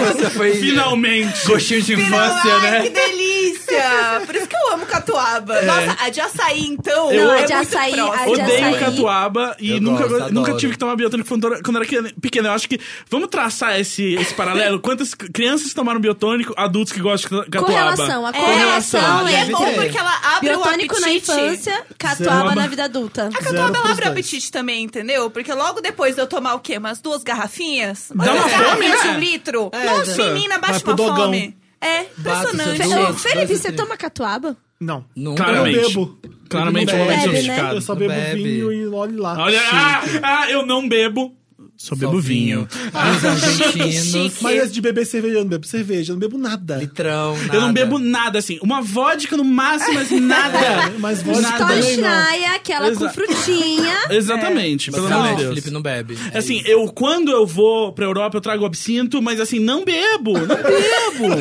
S4: Você foi
S1: Finalmente!
S4: gostinho de infância,
S2: Ai, que
S4: né?
S2: delícia! Por isso que eu amo catuaba. Nossa, a de açaí, então,
S7: Não,
S2: é
S7: a de
S2: muito
S7: açaí-
S2: próximo.
S7: a de
S1: Odeio
S7: açaí.
S1: catuaba e
S4: Eu
S1: nunca,
S4: gosto,
S1: go- nunca
S4: adoro.
S1: tive que tomar biotônico Fontoura quando era que- pequeno. Eu acho que. Vamos traçar esse, esse paralelo? Quantas c- crianças tomaram biotônico, adultos que gostam de catuaba?
S7: Correlação, a correlação
S2: É,
S7: é,
S2: é
S4: deve
S2: bom
S4: ter.
S2: porque ela abre o
S7: biotônico
S2: apetite.
S7: na infância, catuaba na vida adulta.
S2: A catuaba
S5: Zero
S2: ela
S5: pros
S2: abre o
S5: dois.
S2: apetite também, entendeu? Porque logo depois de eu tomar o quê? Umas duas garrafinhas?
S1: Dá uma
S2: Duas
S1: fome,
S2: garrafinhas
S1: né?
S2: de um litro.
S1: É,
S2: Nossa,
S1: dá.
S2: menina,
S5: Vai
S2: bate
S5: pro
S2: uma
S5: dogão.
S2: fome. É, impressionante.
S4: Bate
S7: Fe-
S4: seu
S7: Ô,
S4: dois,
S7: Felipe,
S4: dois,
S7: você
S4: três.
S7: toma catuaba?
S5: Não.
S4: Nunca.
S1: Claramente.
S5: Eu não bebo.
S1: Claramente,
S5: Eu
S4: né?
S1: um
S5: não
S1: homem
S5: bebo.
S7: bebe, né?
S1: sofisticado.
S5: Eu só bebo
S4: Bebe.
S5: vinho e olhe lá.
S1: Olha, ah, ah, eu ah, não bebo. Só bebo vinho.
S4: Ah, Os argentinos.
S7: é
S5: Mas antes de beber cerveja, eu não bebo cerveja, eu não bebo nada.
S4: Litrão,
S1: Eu não
S4: nada.
S1: bebo nada, assim. Uma vodka no máximo, mas nada.
S4: É.
S5: Mas vodka também não.
S7: Stoichnaya, tá aquela com
S1: Exa-
S7: frutinha.
S1: Exatamente,
S4: Mas
S1: pelo
S4: não,
S1: amor de
S4: o
S1: Deus.
S4: Felipe não bebe. É
S1: Assim,
S4: isso.
S1: eu quando eu vou pra Europa, eu trago absinto, mas assim, não bebo, não bebo.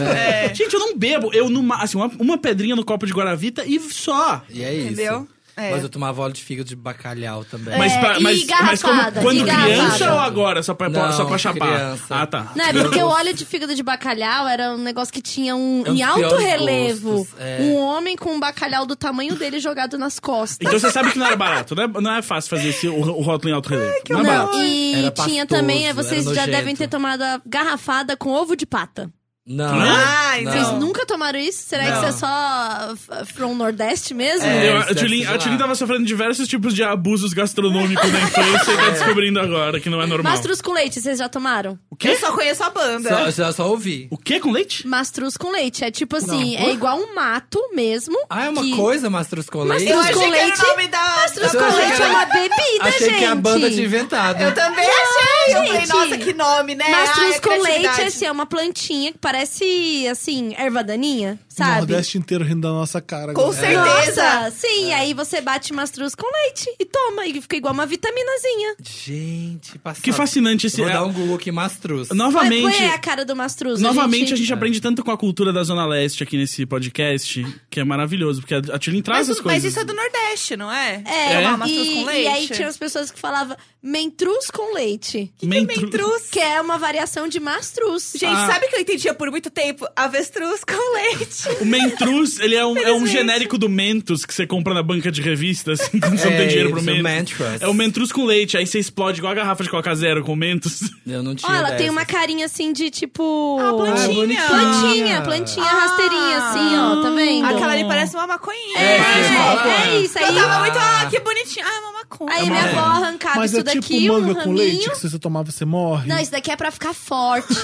S1: Gente, eu não bebo. Eu, numa, assim, uma, uma pedrinha no copo de Guaravita e só.
S4: E é isso.
S2: Entendeu? É.
S4: Mas eu tomava óleo de fígado de bacalhau também.
S1: Mas, pra-
S7: e
S1: mas, mas como-
S7: garrafada,
S1: quando
S7: e
S1: criança
S7: garrafada.
S1: ou agora? Só pra,
S4: Não,
S1: só pra chapar?
S4: criança.
S1: Ah, tá.
S7: Não, é porque o óleo de fígado de bacalhau era um negócio que tinha um,
S4: É um
S7: em alto
S4: pior
S7: relevo.
S4: gostos, é.
S7: Um homem com um bacalhau do tamanho dele jogado nas costas.
S1: Então você sabe que não era barato, né? Não é fácil fazer esse, o, o rótulo em alto relevo. não é
S7: Não,
S1: barato.
S7: e
S4: Era pastoso,
S7: tinha também, é,
S4: era
S7: vocês já
S4: nojento.
S7: devem ter tomado a garrafada com ovo de pata.
S4: Não.
S2: Ah,
S4: Não.
S2: então.
S7: Vocês nunca tomaram isso? Será que
S4: Não. É,
S7: isso é só f- from Nordeste mesmo?
S1: É, Eu- a
S4: isso deve
S1: Tilin
S4: ser
S1: a Tilin
S4: lá.
S1: tava sofrendo diversos tipos de abusos gastronômicos na infância e tá descobrindo agora que não é normal.
S7: Mastruz com leite, vocês já tomaram?
S1: O quê?
S2: Eu só conheço a banda.
S4: Só, só, só ouvi.
S1: O quê com leite?
S7: Mastruz com leite. É tipo assim, é igual um mato mesmo.
S4: Ah, é uma
S7: que-
S4: coisa, mastruz com leite?
S2: Eu
S7: Mastruz
S2: achei
S7: com
S2: que era
S7: leite.
S2: o nome da...
S7: Mastruz
S4: Eu
S7: com
S4: achei
S7: leite
S4: que
S7: é
S4: era-
S7: uma bebida,
S4: Achei
S7: gente.
S4: que é a banda tinha inventado.
S2: Eu também achei. Eu falei,
S7: gente.
S2: nossa, que nome, né?
S7: Mastruz
S2: Ai, a
S7: com leite
S2: criatividade.
S7: é assim, é uma plantinha que parece, assim, erva daninha,
S5: O
S7: sabe?
S5: Nordeste inteiro rindo da nossa cara.
S2: Com
S5: agora.
S2: certeza.
S7: Nossa,
S4: É.
S7: sim, aí você bate mastruz com leite e toma, e fica igual uma vitaminazinha.
S4: Gente, passado.
S1: Que fascinante esse...
S4: Vou
S1: é-
S4: dar um Google aqui, mastruz.
S1: Novamente...
S7: Mas foi a cara do mastruz. né,
S1: Novamente, a
S7: gente.
S1: gente aprende tanto com a cultura da Zona Leste aqui nesse podcast, que é maravilhoso, porque a a Tilin traz
S2: Mas,
S1: as
S2: o-
S1: coisas.
S2: mas isso é do Nordeste, não é?
S7: É,
S2: Tomar mastruz
S7: e,
S2: com
S7: e
S2: leite.
S7: aí tinha as pessoas que falavam mentruz com leite.
S1: Mentru-
S2: é Mentruz.
S7: Que é uma variação de mastruz.
S2: Gente,
S1: Ah.
S2: sabe o que eu entendia por muito tempo? Avestruz com leite.
S1: O Mentruz, ele é um, é um genérico do Mentos que você compra na banca de revista, assim, quando você não tem dinheiro pro
S4: É isso, um
S1: Mentos.
S4: Mentrus.
S1: É o Mentrus com leite, aí você explode igual a garrafa de Coca Zero com Mentos.
S4: Eu não tinha
S7: Ó, ela tem
S4: dessas.
S7: uma carinha assim de tipo. Ah,
S2: plantinha. Ah.
S4: bonitinha.
S7: Plantinha, plantinha rasteirinha, assim, ó, tá vendo?
S2: Aquela ali parece uma maconhinha.
S7: É,
S2: É.
S7: é isso aí.
S2: Eu tava muito, ah, que bonitinho. Ah, é uma maconha.
S7: Aí minha avó arrancava
S5: Mas
S7: isso
S5: é tipo
S7: daqui, um
S5: manga
S7: raminho.
S5: com leite, que se você tomar, você morre.
S7: Não, isso daqui é pra ficar forte.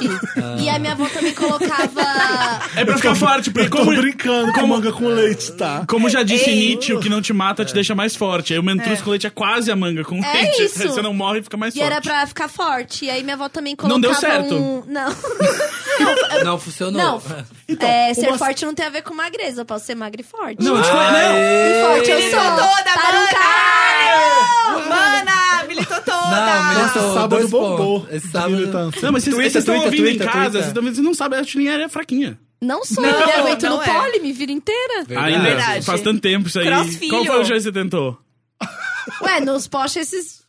S7: E a minha avó também colocava.
S1: É pra ficar forte, porque
S5: Eu tô
S1: como,
S5: brincando com manga com leite, tá?
S1: como já disse Nietzsche, o que não te mata te deixa mais forte. Aí o Mentrus com leite é quase a manga com
S7: É
S1: leite.
S7: isso.
S1: Você não morre e fica mais
S7: E
S1: forte.
S7: era pra ficar forte. E aí minha avó também colocava
S1: Não deu certo.
S7: um. Não.
S4: Não, funcionou.
S7: Não.
S5: Então,
S7: é, ser
S5: mas-
S7: forte não tem a ver com magreza. Eu posso ser magra e forte.
S1: Não, eu te falei, não.
S7: E Um forte eu sou.
S2: toda,
S7: Para
S2: mana!
S7: um caralho!
S2: Mana, militou toda.
S4: Não, me
S5: Nossa,
S4: lançou
S5: sábado
S4: dois
S5: bombou.
S4: pontos. Esse sábado-
S5: Militância.
S1: Não, mas vocês
S4: Twitter,
S1: vocês estão
S4: Twitter,
S1: ouvindo em
S4: Twitter,
S1: casa,
S4: Twitter.
S1: vocês também- vocês não sabem, a Tilin era fraquinha.
S7: Não sou, eu me aguento
S2: não
S7: no
S2: é.
S7: pole, me vira inteira.
S4: Verdade.
S1: Ainda
S2: Verdade.
S1: faz tanto tempo isso aí.
S2: Crossfilho.
S1: Qual foi o jogo que você tentou?
S7: Ué, nos postes esses.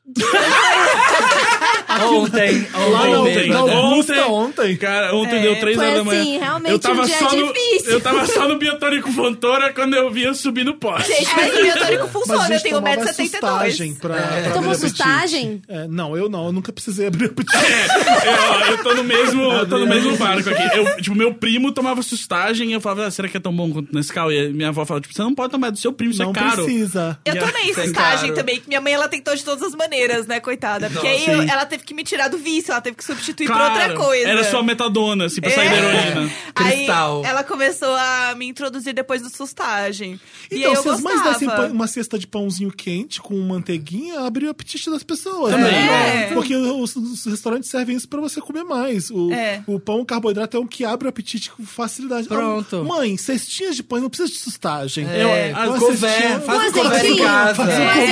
S4: Ontem.
S5: Lá não,
S1: Ontem.
S5: ontem.
S4: ontem.
S5: Não,
S1: Ontem.
S5: Augusta ontem.
S1: Cara, ontem deu três
S7: É, Foi
S1: horas da manhã.
S7: assim, realmente
S1: eu tava
S7: um dia
S1: só
S7: difícil.
S1: No, eu tava só no biotônico Fontoura quando eu vi eu subir no poste.
S2: Gente, mas o meu tônico
S5: Mas a
S2: funciona.
S5: gente
S2: Eu tenho
S5: tomava
S2: 1,72m.
S5: sustagem pra, pra
S7: Tomou
S5: abrir
S7: sustagem?
S5: apetite. É, não, eu não. Eu nunca precisei abrir apetite.
S1: É, ó, eu tô no mesmo, eu tô no mesmo barco aqui. Eu, tipo, meu primo tomava sustagem e eu falava, ah, será que é tão bom quanto Nescau? E minha avó falava, tipo, você não pode tomar do seu primo, isso
S5: não
S1: é caro.
S5: precisa.
S2: Eu tomei
S4: Sem
S2: sustagem
S4: caro.
S2: também, que minha mãe ela tentou de todas as maneiras, né, coitada? Porque
S4: Nossa,
S2: aí eu-
S1: sim.
S2: ela teve que me tirar do vício, ela teve que substituir
S1: Claro,
S2: por outra coisa. É.
S1: Era só metadona, assim, pra
S7: É.
S1: sair da heroína.
S2: Aí
S4: Cristal.
S2: ela começou a me introduzir depois do sustagem. e
S5: Então,
S2: aí eu
S5: se as mães
S2: gostava.
S5: dessem pã- uma cesta de pãozinho quente com manteiguinha, abre o apetite das pessoas.
S1: Também.
S5: né?
S2: É.
S5: Porque os, os restaurantes servem isso pra você comer mais. O,
S2: É.
S5: o pão, o carboidrato é um que abre o apetite com facilidade.
S4: Pronto.
S5: Ah, mãe, cestinhas de pão não precisa de sustagem. Então,
S4: É,
S1: Eu- as
S4: couvert,
S7: Um
S4: faz um couvert em
S7: azeitinho,
S4: casa.
S7: um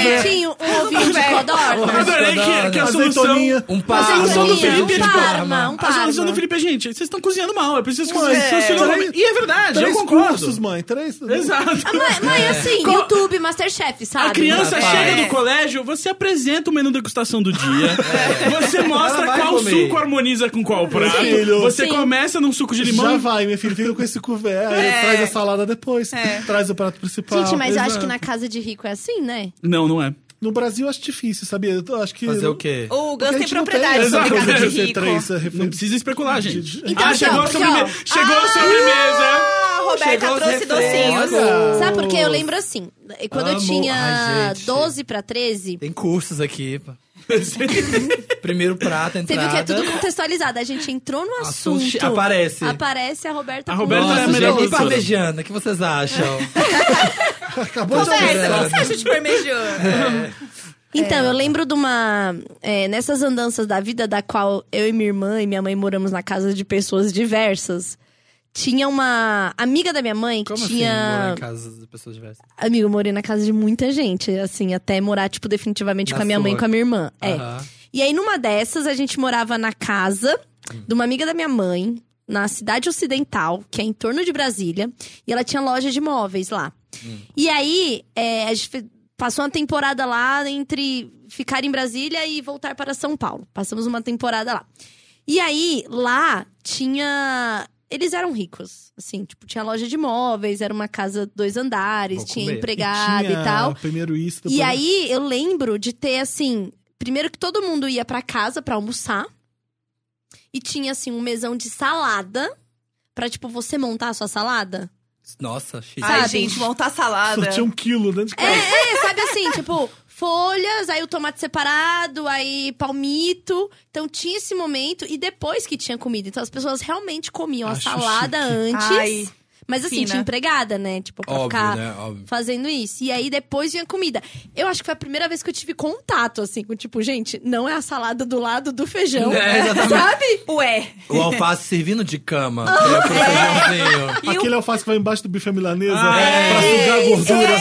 S7: azeitinho, um ovinho de
S1: Eu
S7: codorna.
S1: adorei é que, que a
S5: Uma
S1: solução...
S5: azeitoninha.
S4: Um
S7: Uma
S4: par.
S1: A solução do
S7: azeitoninha,
S1: Felipe é
S7: um
S1: tipo...
S7: parma, um
S1: A solução
S7: parma.
S1: do Felipe é, gente, vocês estão cozinhando mal, é preciso que
S5: Mãe,
S1: vocês solucionem.
S5: três-
S1: E é verdade, eu
S5: Três cursos,
S1: concordo.
S5: mãe. Três.
S1: Exato.
S7: Mãe, mãe, assim, YouTube, Masterchef, sabe?
S1: A criança
S4: Rapaz.
S1: chega
S2: É.
S1: do colégio, você apresenta o menu degustação do dia,
S7: É.
S1: você mostra
S4: Ela vai
S1: qual
S4: comer.
S1: suco harmoniza com qual prato,
S5: filho.
S1: você
S7: Sim.
S1: começa num suco de limão.
S5: Já vai, minha filha, fica com esse couvert. Aí traz a salada depois. Traz o prato
S4: é
S5: principal.
S7: Gente, mas eu acho
S5: Exato.
S7: que na casa de rico é assim, né?
S1: Não, não é.
S5: No Brasil eu acho difícil, sabia? Eu acho que.
S4: Fazer o quê?
S7: Oh.
S2: O
S5: Porque
S2: Gus
S5: a
S2: tem
S5: gente não
S2: propriedade
S5: tem
S2: sobre
S1: Exato,
S2: casa de
S1: deve ser
S2: rico.
S5: três, é,
S1: Não precisa especular, gente.
S7: Então,
S1: ah, chegou a
S7: aqui, ó.
S1: sobremesa. Chegou a sobremesa.
S2: Ah, a Roberta
S4: Chegou os
S2: trouxe
S4: refrescos.
S2: docinhos.
S5: Olha!
S7: Sabe por quê? Eu lembro assim, quando eu
S4: Amo.
S7: tinha
S4: Ai, gente.
S7: 12 pra 13,
S4: Tem cursos aqui. Primeiro prato,
S7: você
S4: entrada.
S7: viu que é tudo contextualizado. A gente entrou no
S4: Assunto.
S7: assunto.
S4: Aparece.
S7: Aparece a Roberta.
S1: A
S7: com
S1: Roberta
S7: doce.
S1: é a
S4: Nossa,
S1: melhor
S4: gente, e
S1: professora.
S4: parmegiana, o que vocês acham?
S5: Acabou de
S2: Roberta,
S5: avisar.
S2: o que você acha de parmejão?
S4: É.
S7: Então, eu lembro de uma. é, nessas andanças da vida, da qual eu e minha irmã e minha mãe moramos na casa de pessoas diversas. Tinha uma amiga da minha mãe que
S4: Como assim, morar
S7: tinha.
S4: em casa de pessoas diversas?
S7: Amigo, eu morei na casa de muita gente, assim, até morar, tipo, definitivamente
S4: Na
S7: com a minha mãe
S4: sua.
S7: e com a minha irmã. É.
S4: Aham.
S7: E aí, numa dessas, a gente morava na casa de uma amiga da minha mãe, na cidade ocidental, que é em torno de Brasília, e ela tinha loja de móveis lá. E aí, é, a gente fe- passou uma temporada lá entre ficar em Brasília e voltar para São Paulo. Passamos uma temporada lá. E aí, lá tinha. Eles eram ricos, assim, tipo, tinha loja de móveis, era uma casa dois andares,
S4: Vou
S7: tinha
S4: comer. E
S7: empregada e tal.
S5: Primeiro isso, depois...
S7: E aí eu lembro de ter assim, primeiro que todo mundo ia pra casa pra almoçar e tinha assim um mesão de salada pra, tipo você montar a sua salada.
S4: Nossa, chique.
S2: Ai,
S7: Sabe?
S2: gente, montar salada.
S5: Só tinha um quilo dentro de casa.
S7: É, sabe assim, tipo folhas, aí o tomate separado, aí palmito. Então tinha esse momento e depois que tinha comida, então as pessoas realmente comiam
S5: Acho
S7: a salada antes.
S2: Ai,
S7: mas assim,
S2: fina.
S7: tinha empregada, né? Tipo, pra
S4: Óbvio,
S7: ficar
S4: né? Óbvio.
S7: fazendo isso. E aí depois vinha comida. Eu acho que foi a primeira vez que eu tive contato, assim, com tipo, gente, não é a salada do lado do
S2: Então,
S7: feijão.
S4: É, exatamente.
S7: sabe?
S2: ué.
S4: O alface servindo de cama. né, pra
S2: É.
S4: proteger o
S5: Aquele alface que vai embaixo do bife à milanesa
S4: Ah, é.
S5: pra sugar a
S7: é.
S5: gordura.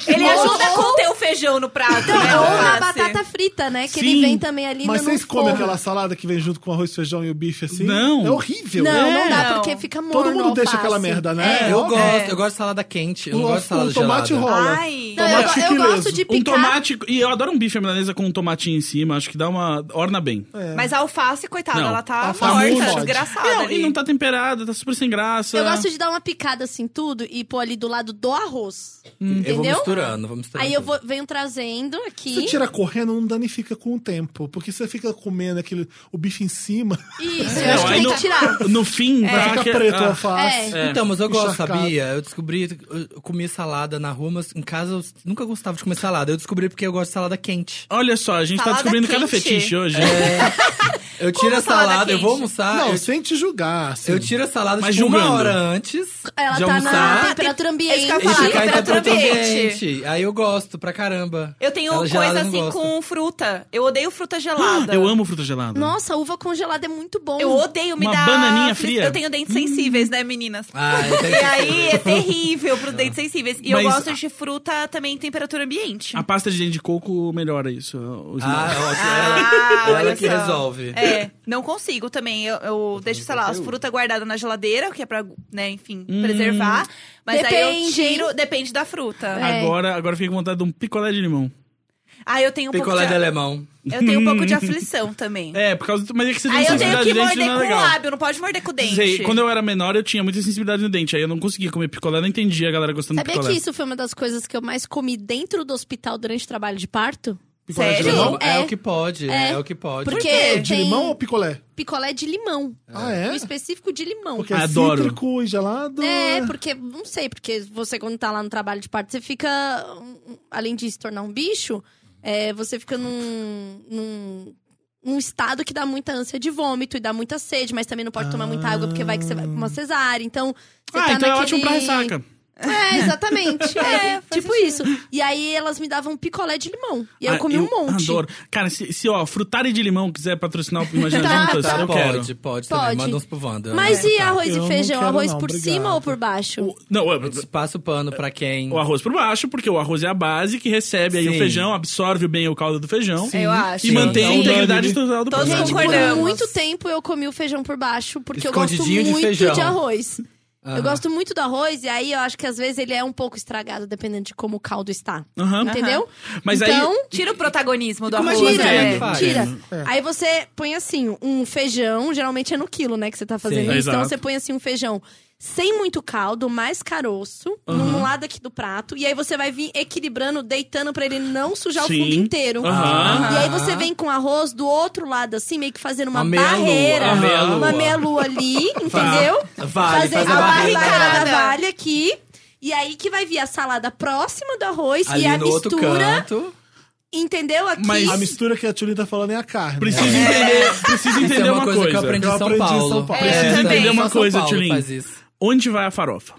S5: assim.
S2: Ele
S7: Ou-
S2: ajuda a conter o feijão no prato,
S7: Ou
S2: né?
S7: na
S2: Alface.
S7: batata frita, né? Que
S5: Sim,
S7: ele vem também ali
S5: Mas
S7: no
S5: vocês
S7: forno.
S5: comem aquela salada que vem junto com arroz, feijão e o bife assim?
S1: Não.
S5: É horrível.
S7: Não,
S5: é.
S7: não dá,
S2: Não.
S7: porque fica morno
S5: Todo mundo
S7: o
S5: deixa aquela
S7: alface.
S5: merda,
S2: É.
S4: feijão.
S5: né?
S4: É, Eu
S5: Óbvio.
S4: gosto, eu gosto de salada quente. Eu não
S5: O-
S4: gosto de salada
S5: o tomate
S4: gelada.
S5: rola.
S2: Ai.
S7: Não, eu,
S5: Tomate
S7: eu gosto
S5: chiquileza.
S7: de
S1: Um
S7: picar.
S1: tomate. E eu adoro um bife à milanesa com um tomatinho em cima. Acho que dá uma. Orna bem.
S5: É.
S2: Mas a alface, coitada,
S1: Não,
S2: ela tá
S5: alface
S2: morta,
S5: fode.
S2: desgraçada.
S1: Não,
S2: ali.
S1: e não tá temperada, tá super sem graça.
S7: Eu gosto de dar uma picada assim, tudo, e pôr ali do lado do arroz.
S4: Hum. Eu vou
S7: Entendeu?
S4: misturando, vou misturando.
S7: Aí eu
S4: tudo.
S7: vou, venho trazendo
S5: Se
S7: aqui.
S5: tira correndo, não danifica com o tempo. Porque você fica comendo aquele, o bife em cima,
S7: Isso,
S1: Não,
S7: eu acho que
S1: aí
S7: tem
S1: no-
S7: que tirar. É.
S1: No fim, vai
S4: É,
S5: fica
S1: que-
S5: preto o
S1: ah,
S5: alface.
S1: É.
S4: Então, mas eu gosto,
S5: Encharcado.
S4: sabia? Eu descobri, eu eu comia salada na rua, mas em casa eu nunca gostava de comer salada. Eu descobri porque eu gosto de salada quente.
S1: Olha só, a gente tá
S2: Salada
S1: descobrindo cada
S2: quente.
S1: fetiche hoje.
S7: É.
S1: né?
S4: Eu
S2: Como
S4: tiro a
S2: salada
S4: salada, eu vou
S2: quente?
S4: almoçar.
S5: não,
S4: Ah, eu,
S5: sem te julgar. assim.
S4: eu tiro a salada
S1: Mas
S4: tipo, uma
S1: julgando.
S4: hora antes.
S7: Ela
S4: de
S7: tá
S4: almoçar.
S7: na temperatura
S2: É isso
S7: ambiente.
S2: que eu
S7: tá
S2: ia
S4: E
S2: falar,
S4: ficar em
S2: temperatura
S4: temperatura
S2: ambiente.
S4: ambiente. Aí eu gosto pra caramba.
S2: Eu tenho
S4: Ela gelada,
S2: coisa
S4: eu não
S2: assim
S4: gosto.
S2: com fruta. Eu odeio fruta gelada.
S1: Eu amo fruta gelada.
S7: Nossa, uva congelada é muito bom.
S2: Eu odeio me
S1: Uma
S2: dar.
S1: bananinha fria? Hum.
S2: Eu tenho dentes sensíveis, né, meninas?
S4: Ah, eu
S2: E
S4: tenho-
S2: aí é terrível pros dentes sensíveis. E eu
S1: Mas-
S2: gosto de fruta também em temperatura ambiente.
S1: A pasta de dente de coco melhora isso. os
S4: Ah,
S1: maus.
S4: ótimo.
S2: Ah,
S4: ela ela
S2: olha
S4: que
S2: só.
S7: um
S4: resolve.
S2: É, não consigo também. Eu, eu deixo, sei lá, as frutas guardadas na geladeira, que é pra, né, enfim, preservar. Mas aí eu
S7: Depende.
S2: cheiro, depende da fruta.
S7: É.
S1: Agora, agora eu fiquei com vontade de um picolé de limão.
S2: Ah, eu tenho um pouco
S4: Picolé de
S2: de,
S4: alemão.
S2: eu tenho um pouco de aflição também.
S1: É, por causa do... Mas é que você tem
S2: Aí eu tenho
S1: sensibilidade
S2: que
S1: de dente,
S2: morder
S1: não é
S2: com o
S1: legal.
S2: lábio, não pode morder com o dente.
S1: Sei, quando eu era menor, eu tinha muita sensibilidade no dente. Aí eu não conseguia comer picolé, não entendia a galera gostando de
S7: Sabia
S1: picolé.
S7: que isso foi uma das coisas que eu mais comi dentro do hospital durante o trabalho de parto?
S5: Picolé de
S2: Sério?
S5: limão?
S4: É.
S7: É.
S4: o que pode, é, o que pode.
S7: Porque
S5: É,
S7: tem
S5: de limão ou picolé?
S7: picolé de limão.
S5: Ah, é?
S7: O específico de limão.
S5: Porque
S1: Adoro.
S5: é cítrico e gelado.
S7: É, porque, não sei, porque você quando tá lá no trabalho de parto, você fica, um, além de se tornar um bicho, é, você fica num, num, num estado que dá muita ânsia de vômito e dá muita sede, mas também não pode tomar muita água porque vai que você vai pra uma cesárea, então... você
S1: Ah,
S7: tá
S1: então é
S7: naquele-
S1: ótimo pra ressaca.
S7: É, exatamente. É,
S2: É, faz
S7: tipo isso. E aí elas me davam picolé de limão. E aí
S1: Ah,
S7: eu comi um monte.
S1: Adoro. Cara, se, se ó, frutari de limão quiser patrocinar o Imagina
S7: Tá.
S1: Juntas,
S4: Tá,
S1: eu quero.
S4: pode, pode, também.
S7: Pode.
S4: Manda uns pro Wanda.
S7: Mas e arroz
S5: Eu não
S7: e feijão?
S5: quero
S7: Arroz
S5: não,
S7: por
S5: obrigado.
S7: cima ou por baixo?
S1: O- não, é-
S4: Passa o pano pra quem...
S1: o arroz por baixo, porque o arroz é a base que recebe aí o
S4: Sim.
S1: feijão, absorve bem o caldo do feijão.
S2: Eu acho.
S1: E mantém a
S5: Sim.
S1: integridade total do
S2: Todos
S1: produto.
S7: Gente, por
S2: concordamos.
S7: muito tempo eu comi o feijão por baixo, porque eu gosto
S4: Escondidinho de
S7: muito
S4: feijão.
S7: de arroz.
S4: Aham.
S7: Eu gosto muito do arroz, e aí eu acho que às vezes ele é um pouco estragado, dependendo de como o caldo está.
S1: Aham.
S7: Entendeu?
S1: Mas aí-
S7: então,
S2: Tira o protagonismo do
S4: Como é
S2: arroz.
S4: que
S7: tira,
S4: você
S2: né?
S4: faz?
S7: tira. Aí você põe assim, um feijão, geralmente é no quilo, né, que você tá fazendo
S1: Sim.
S7: isso. Então
S1: Exato.
S7: você põe assim um feijão sem muito caldo, mais caroço, num lado aqui do prato. E aí você vai vir equilibrando, deitando pra ele não sujar
S1: Sim.
S7: o fundo inteiro.
S1: Aham.
S7: E aí você vem com arroz do outro lado, assim, meio que fazendo uma,
S4: Uma meia
S7: barreira.
S4: lua, uma meia lua.
S7: Uma meia lua ali, entendeu?
S4: Vale, faz
S7: fazendo
S4: a
S7: a
S4: barreira.
S7: barricada
S2: Barricada.
S7: da valha aqui. E aí que vai vir a salada próxima do arroz
S4: Ali
S7: e a
S4: no outro
S7: mistura,
S4: canto.
S7: entendeu? Aqui.
S1: Mas
S5: A mistura que a Tchulin tá falando é a carne.
S1: Precisa entender, precisa
S4: Isso
S1: entender
S4: é
S1: uma coisa.
S4: que eu aprendi
S5: Eu
S4: em São
S5: aprendi em São
S4: Paulo.
S5: Paulo.
S4: É,
S1: Precisa
S4: também.
S1: entender uma
S4: Só São
S1: coisa,
S4: Paulo
S1: Tulin.
S4: faz isso.
S1: Onde vai a farofa?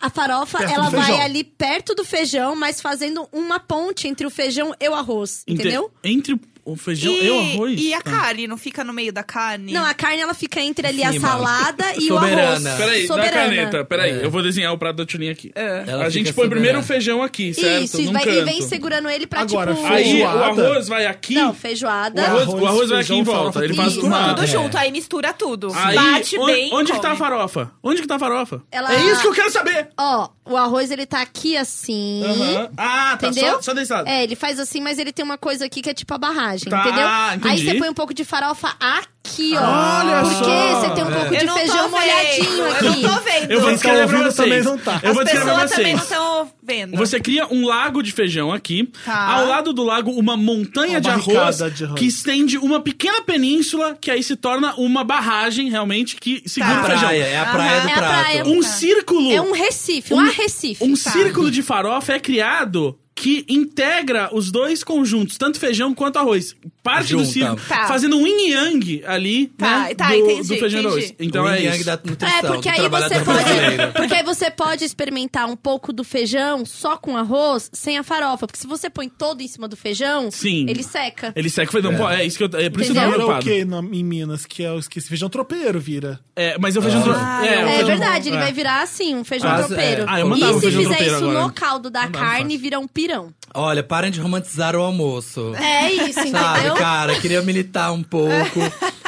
S7: A farofa,
S5: Perto
S7: ela
S5: do feijão.
S7: vai ali perto do feijão, mas fazendo uma ponte entre o feijão e o arroz,
S1: Ente-
S7: entendeu?
S1: Entre o feijão
S2: e,
S1: e o arroz.
S2: e a
S1: tá.
S2: carne, não fica no meio da carne?
S7: Não, a carne ela fica entre ali a
S4: Sim, mano.
S7: salada e o arroz.
S4: Soberana.
S1: Peraí, dá a
S7: Soberana. É.
S1: caneta. Peraí, eu vou desenhar o prato da Tulinha aqui.
S4: Ela
S1: a gente
S4: fica
S1: põe
S4: soberana.
S1: primeiro o feijão aqui, certo?
S7: Isso,
S1: Num
S7: e, vai, e
S1: canto.
S7: vem segurando ele pra
S5: Agora,
S7: tipo.
S1: Aí o
S5: Feijoada.
S1: arroz vai aqui.
S7: Não, feijoada.
S1: O arroz, o arroz vai aqui
S5: Feijão,
S1: em volta.
S5: farofa,
S1: Ele
S5: tudo
S1: faz
S2: Tudo
S1: uma.
S2: junto, aí mistura tudo.
S1: Ah, é. Aí,
S2: Bate
S1: on-
S2: bem.
S1: onde que tá a
S2: come.
S1: farofa? Onde que tá a farofa?
S7: Ela-
S1: É isso que eu quero saber!
S7: Ó, o arroz ele tá aqui assim.
S2: Uhum.
S1: Aham. Ah, tá.
S7: Entendeu?
S1: Só, só desse lado.
S7: É, ele faz assim, mas ele tem uma coisa aqui que é tipo a barragem,
S1: Tá,
S7: entendeu?
S1: entendi. Ah,
S7: Aí você põe um pouco de farofa aqui, ó.
S5: Olha
S7: porque
S5: só.
S7: você tem um pouco
S2: Eu
S7: de
S2: não tô
S7: feijão
S2: vendo,
S7: molhadinho
S2: Eu
S7: aqui.
S2: não tô vendo.
S1: Eu vou
S5: Quem tá
S1: descrever pra
S5: ouvindo
S1: vocês.
S5: também não tá.
S1: Eu vou
S2: As
S1: descrever pra
S2: pessoas também
S1: vocês.
S2: não tá. estão vendo.
S1: Você cria um lago de feijão aqui.
S2: Tá.
S1: Ao lado do lago, uma montanha
S5: Uma
S1: de, arroz,
S5: barricada de arroz.
S1: que estende uma pequena península que aí se torna uma barragem realmente que segura
S2: Tá.
S1: o
S4: A
S1: feijão.
S4: praia, é a praia
S7: Aham.
S4: do
S7: É a
S4: prato.
S7: praia.
S1: Um círculo.
S7: É um Recife, um, arrecife.
S1: um círculo de farofa é criado que integra os dois conjuntos, tanto feijão quanto arroz. Parte do
S4: Junta.
S1: círculo,
S2: Tá.
S1: fazendo um yin yang ali,
S2: Tá,
S1: né,
S2: tá,
S1: do,
S2: entendi,
S1: do feijão e
S2: entendi.
S1: arroz. Então
S4: o
S1: é
S4: yin yang
S1: isso.
S4: Um da nutrição,
S7: É, porque
S4: do
S7: aí você
S4: trabalhador brasileiro.
S7: pode. Porque aí você pode experimentar um pouco do feijão só com arroz, sem a farofa. Porque se você põe todo em cima do feijão,
S1: Sim.
S7: ele seca.
S1: Ele seca o feijão. Pô, É, isso que eu, é por isso que eu tô
S7: Entendeu?
S5: Era o
S1: preocupado.
S5: que na- em Minas? Que é, eu esqueci, feijão tropeiro vira.
S1: É, mas eu feijão... é,
S2: Ah, é
S1: o
S7: É
S1: feijão-
S7: verdade, ele
S1: é.
S7: vai virar assim, um feijão
S4: Mas,
S7: tropeiro.
S4: é,
S1: ah, eu
S7: e
S1: mandava um
S7: se
S1: feijão
S7: fizer
S1: tropeiro
S7: isso
S1: agora.
S7: no caldo da carne, vira um pirão.
S4: Olha, parem de romantizar o almoço.
S7: É isso,
S4: Sabe,
S7: entendeu?
S4: cara, queria militar um pouco.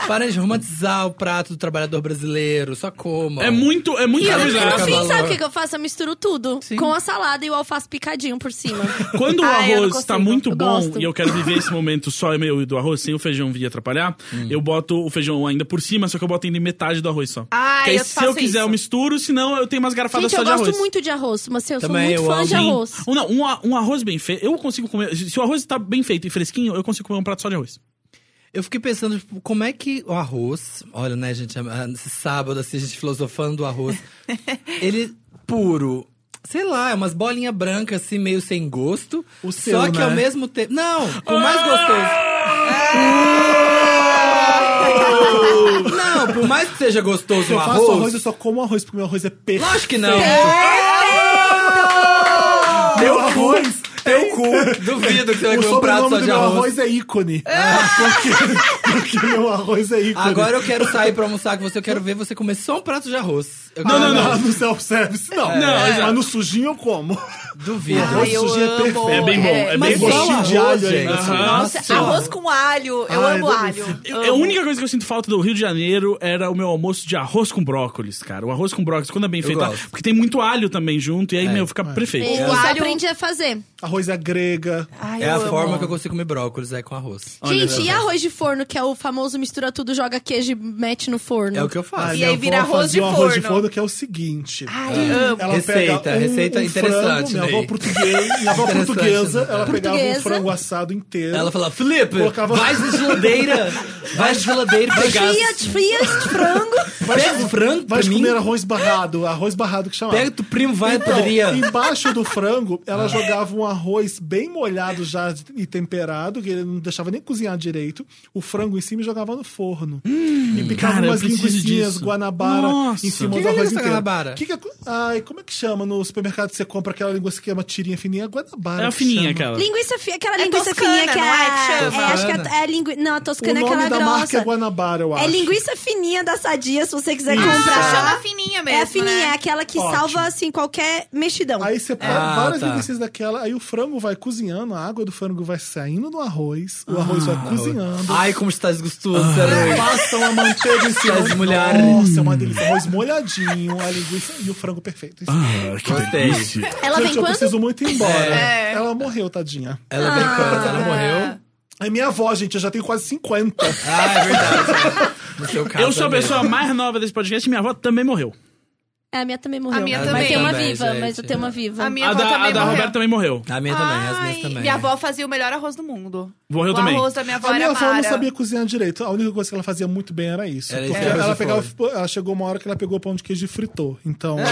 S4: Parem de romantizar o prato do trabalhador brasileiro, só comam.
S1: É muito, é muito
S7: E eu, no
S4: Exato.
S1: carboidrato.
S2: assim,
S4: fiz-
S7: fim, sabe o que, que eu faço? Eu misturo tudo.
S4: Sim.
S7: Com a salada e o alface picadinho por cima.
S1: Quando o
S2: Ah, eu não
S1: arroz tá
S2: consigo.
S1: muito
S7: Eu
S1: bom
S7: gosto.
S1: e eu quero viver esse momento só meu e do arroz, sem o feijão vir atrapalhar, eu boto o feijão ainda por cima, só que eu boto ainda metade do arroz só.
S2: Ah,
S1: Porque aí,
S2: eu
S1: se
S2: faço
S1: eu quiser, eu
S2: isso.
S1: misturo, senão eu tenho umas garfadas
S7: Gente,
S1: só
S7: eu
S1: de
S7: gosto
S1: arroz.
S7: muito de arroz, mas assim, eu sou
S4: Também
S7: muito
S4: eu
S7: fã
S4: amo.
S7: de
S1: Sim.
S7: arroz.
S1: Um, não, um, a- um arroz bem feito, eu consigo comer. Se se o arroz tá bem feito e fresquinho, eu consigo comer um prato só de arroz.
S4: Eu fiquei pensando, tipo, como é que o arroz. Olha, né, gente, ah, esse sábado, assim, a gente filosofando o arroz. ele puro. Sei lá, é umas bolinhas brancas, assim, meio sem gosto.
S5: O
S4: só
S5: seu,
S4: que
S5: né? Ah!
S4: ao mesmo tempo. Não! O mais gostoso. Não, por mais que seja gostoso
S5: Se eu
S4: o
S5: faço
S4: arroz.
S5: arroz, eu só como arroz, porque meu arroz é perfeito.
S4: Lógico que não!
S5: É
S4: Meu arroz! Teu É cu! Duvido que você vai
S5: O
S4: comer um prato só
S5: sobrenome do
S4: de
S5: meu
S4: arroz.
S5: arroz é ícone. Porque, porque meu arroz é ícone.
S4: Agora eu quero sair pra almoçar com você, eu quero ver você comer só um prato de arroz. Eu
S5: não,
S4: quero-
S5: não, Ah, não, no self-service, não.
S4: É.
S1: Não, exato.
S5: Mas no sujinho eu como.
S4: Duvido.
S5: Arroz
S2: eu
S5: sujinho é
S2: amo.
S5: perfeito.
S1: É bem bom, é
S4: Mas
S1: bem
S4: só
S1: bom.
S5: gostinho de
S4: arroz,
S5: alho ainda,
S4: gente.
S5: assim.
S2: Nossa, arroz com alho. Eu
S5: Ai,
S2: amo
S5: delícia.
S2: alho.
S1: Eu- É
S2: Amo.
S1: A única coisa que eu sinto falta do Rio de Janeiro era o meu almoço de arroz com brócolis, cara. O arroz com brócolis, quando é bem feito,
S4: gosto.
S1: porque tem muito alho também junto, e aí, meu, fica perfeito.
S7: Você
S2: alho-
S7: aprende a fazer.
S5: Arroz é grega.
S2: Ai,
S4: É
S2: eu
S4: a
S2: amo.
S4: forma que eu consigo comer brócolis, é com arroz.
S7: Gente, e arroz de forno, que é o famoso mistura tudo, joga queijo e mete no forno?
S4: É o que eu faço.
S5: Ai,
S2: Ah, E
S5: minha
S2: aí
S5: avó
S2: vira arroz de
S5: fazia um arroz de
S2: forno.
S5: forno que é o seguinte. É.
S2: Ai, amo.
S5: Ela
S4: Receita,
S5: pega um,
S4: receita
S5: um
S4: interessante,
S5: Frango, minha avó
S4: Ney.
S5: portuguesa, minha avó
S4: Interessante,
S5: portuguesa
S4: né?
S5: ela pegava um
S7: Portuguesa.
S5: frango assado inteiro.
S4: Ela fala, Felipe,
S5: Colocava-
S4: vai na geladeira, vai na geladeira pegar...
S7: Frias, frias de frango.
S4: Pega o frango
S5: Vai
S4: pra mim,
S5: comer arroz barrado, arroz barrado que chama.
S4: pega teu primo, vai,
S5: Então,
S4: poderia...
S5: Embaixo do frango, ela jogava um arroz bem molhado já e temperado, que ele não deixava nem cozinhar direito. O frango em cima e jogava no forno. e picava
S1: Hum, cara, eu
S5: umas
S1: preciso
S5: linguiças,
S1: disso.
S5: guanabara
S1: Nossa. é
S5: em cima
S4: Que
S5: do arroz
S4: linguiça
S5: inteiro.
S4: guanabara?
S5: Que que é- ai, como é que chama no supermercado que você compra aquela linguiça que é uma tirinha fininha? É Guanabara.
S1: É a
S5: que
S1: fininha
S5: chama.
S1: aquela.
S7: Linguiça fininha, aquela
S2: É
S7: linguiça
S2: toscana,
S7: fininha que é.
S2: não é que
S7: a-
S2: chama?
S7: é, acho que é, é a lingui... Não, a
S5: O
S7: toscana é
S5: nome
S7: aquela
S5: da marca
S7: grossa.
S5: é Guanabara, eu acho.
S7: é linguiça fininha da sadia, se você quiser
S5: Isso.
S2: Ah,
S7: comprar.
S2: chama fininha mesmo,
S7: é a fininha, é
S2: né?
S7: aquela que
S5: Ótimo.
S7: salva, assim, qualquer mexidão.
S5: Aí você pega
S4: Ah,
S5: várias
S4: tá.
S5: linguiças daquela, aí o frango vai cozinhando, a água do frango vai saindo no arroz,
S1: Ah,
S5: o arroz vai cozinhando.
S4: Ai, como estás gostoso, Sarui.
S5: Passam a manteiga em cima.
S4: As mulheres.
S5: Nossa, é uma delícia. Arroz molhadinho, a linguiça e o frango perfeito. Isso.
S1: Ah, que
S4: Gostei.
S1: delícia.
S7: Ela
S5: Gente,
S7: vem
S5: eu
S7: quando?
S5: preciso muito ir embora.
S2: É.
S5: Ela morreu, tadinha.
S4: Ela vem quando? Ela morreu?
S5: É minha avó, gente. Eu já tenho quase 50.
S4: Ah, é verdade. é. No seu caso
S1: Eu sou a
S4: também.
S1: pessoa mais nova desse podcast e minha avó também morreu.
S7: É, a minha também morreu.
S2: A minha
S7: mas
S2: também.
S7: tem uma
S4: Também,
S7: viva,
S4: gente.
S7: mas eu tenho uma viva.
S2: A minha
S1: A
S2: avó
S1: da, a
S2: também
S1: da
S2: morreu.
S1: Roberta também morreu.
S4: A minha também, as
S2: Ai,
S4: minhas também.
S2: Minha avó fazia o melhor arroz do mundo.
S1: Morreu
S2: o
S1: também.
S2: arroz da minha avó
S5: A minha
S2: era
S5: avó não
S2: mara.
S5: sabia cozinhar direito. A única coisa que ela fazia muito bem era isso.
S4: Era
S5: porque
S4: isso, arroz
S5: ela,
S4: de
S5: pegava, ela chegou uma hora que ela pegou o pão de queijo e fritou. Então,
S2: Ah.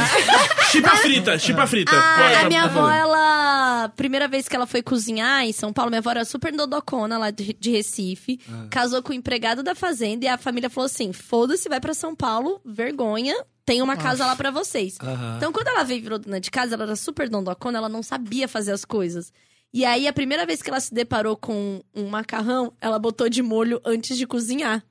S1: Chipa frita, chipa frita. Qual é
S7: Ah,
S1: essa-
S7: a minha avó, ela. Primeira vez que ela foi cozinhar em São Paulo, minha avó era super dodocona lá de de Recife.
S4: Ah.
S7: um Casou com o empregado da fazenda e a família falou assim: foda-se, vai pra São Paulo, vergonha. tem
S4: Ah.
S7: uma casa lá pra vocês.
S4: Aham.
S7: Então, quando ela veio e virou dona de casa, ela era super dondocona, ela não sabia fazer as coisas. E aí, a primeira vez que ela se deparou com um macarrão, ela botou de molho antes de cozinhar.